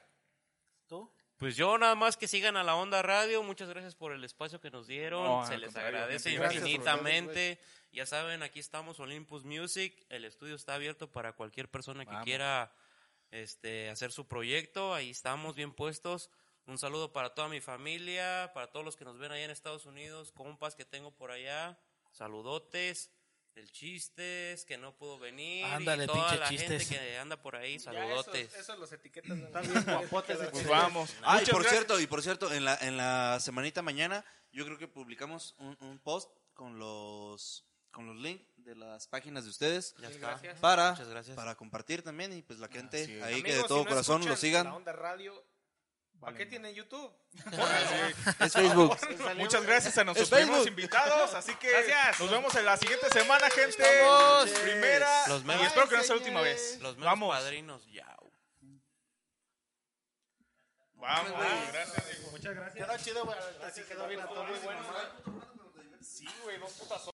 S4: ¿Tú?
S7: Pues yo nada más que sigan a la Onda Radio, muchas gracias por el espacio que nos dieron,
S6: No,
S7: se
S6: al
S7: les
S6: contrario,
S7: agradece
S6: gente, gracias por
S7: infinitamente. Ya saben, aquí estamos Olympus Music, el estudio está abierto para cualquier persona que
S6: Vamos.
S7: quiera este hacer su proyecto, ahí estamos bien puestos. Un saludo para toda mi familia, para todos los que nos ven allá en Estados Unidos, compas que tengo por allá, saludotes. El chistes que no pudo venir.
S4: Ándale,
S7: y toda
S4: pinche
S7: la
S4: chistes.
S7: gente que anda por ahí,
S5: Ya, eso,
S7: saludotes.
S5: eso los etiquetas. ¿no?
S6: Pues vamos.
S2: Ah, y
S6: Muchas
S2: por
S6: gracias.
S2: cierto, y por cierto, en la, en la semanita mañana, yo creo que publicamos un, un post con los con los links de las páginas de ustedes
S7: Ya
S5: Mil
S7: está.
S5: gracias.
S2: para,
S7: Muchas gracias.
S2: para compartir también y pues la gente
S6: Así es.
S2: ahí que
S5: Amigos,
S2: de todo
S5: si no
S2: corazón lo
S5: escuchan La
S2: sigan.
S5: onda radio. ¿Para qué tienen YouTube?
S2: Es Facebook.
S6: Muchas gracias a nuestros primeros invitados. Así que
S5: Gracias.
S6: nos vemos en la siguiente semana, gente. Primera.
S7: Los
S6: y
S7: meros-
S6: espero que no sea la última vez.
S7: Los meros
S6: Vamos.
S7: padrinos, ya.
S6: Vamos. Gracias.
S3: Quedó chido, güey. Así quedó bien a todos.
S5: Sí, güey, dos putas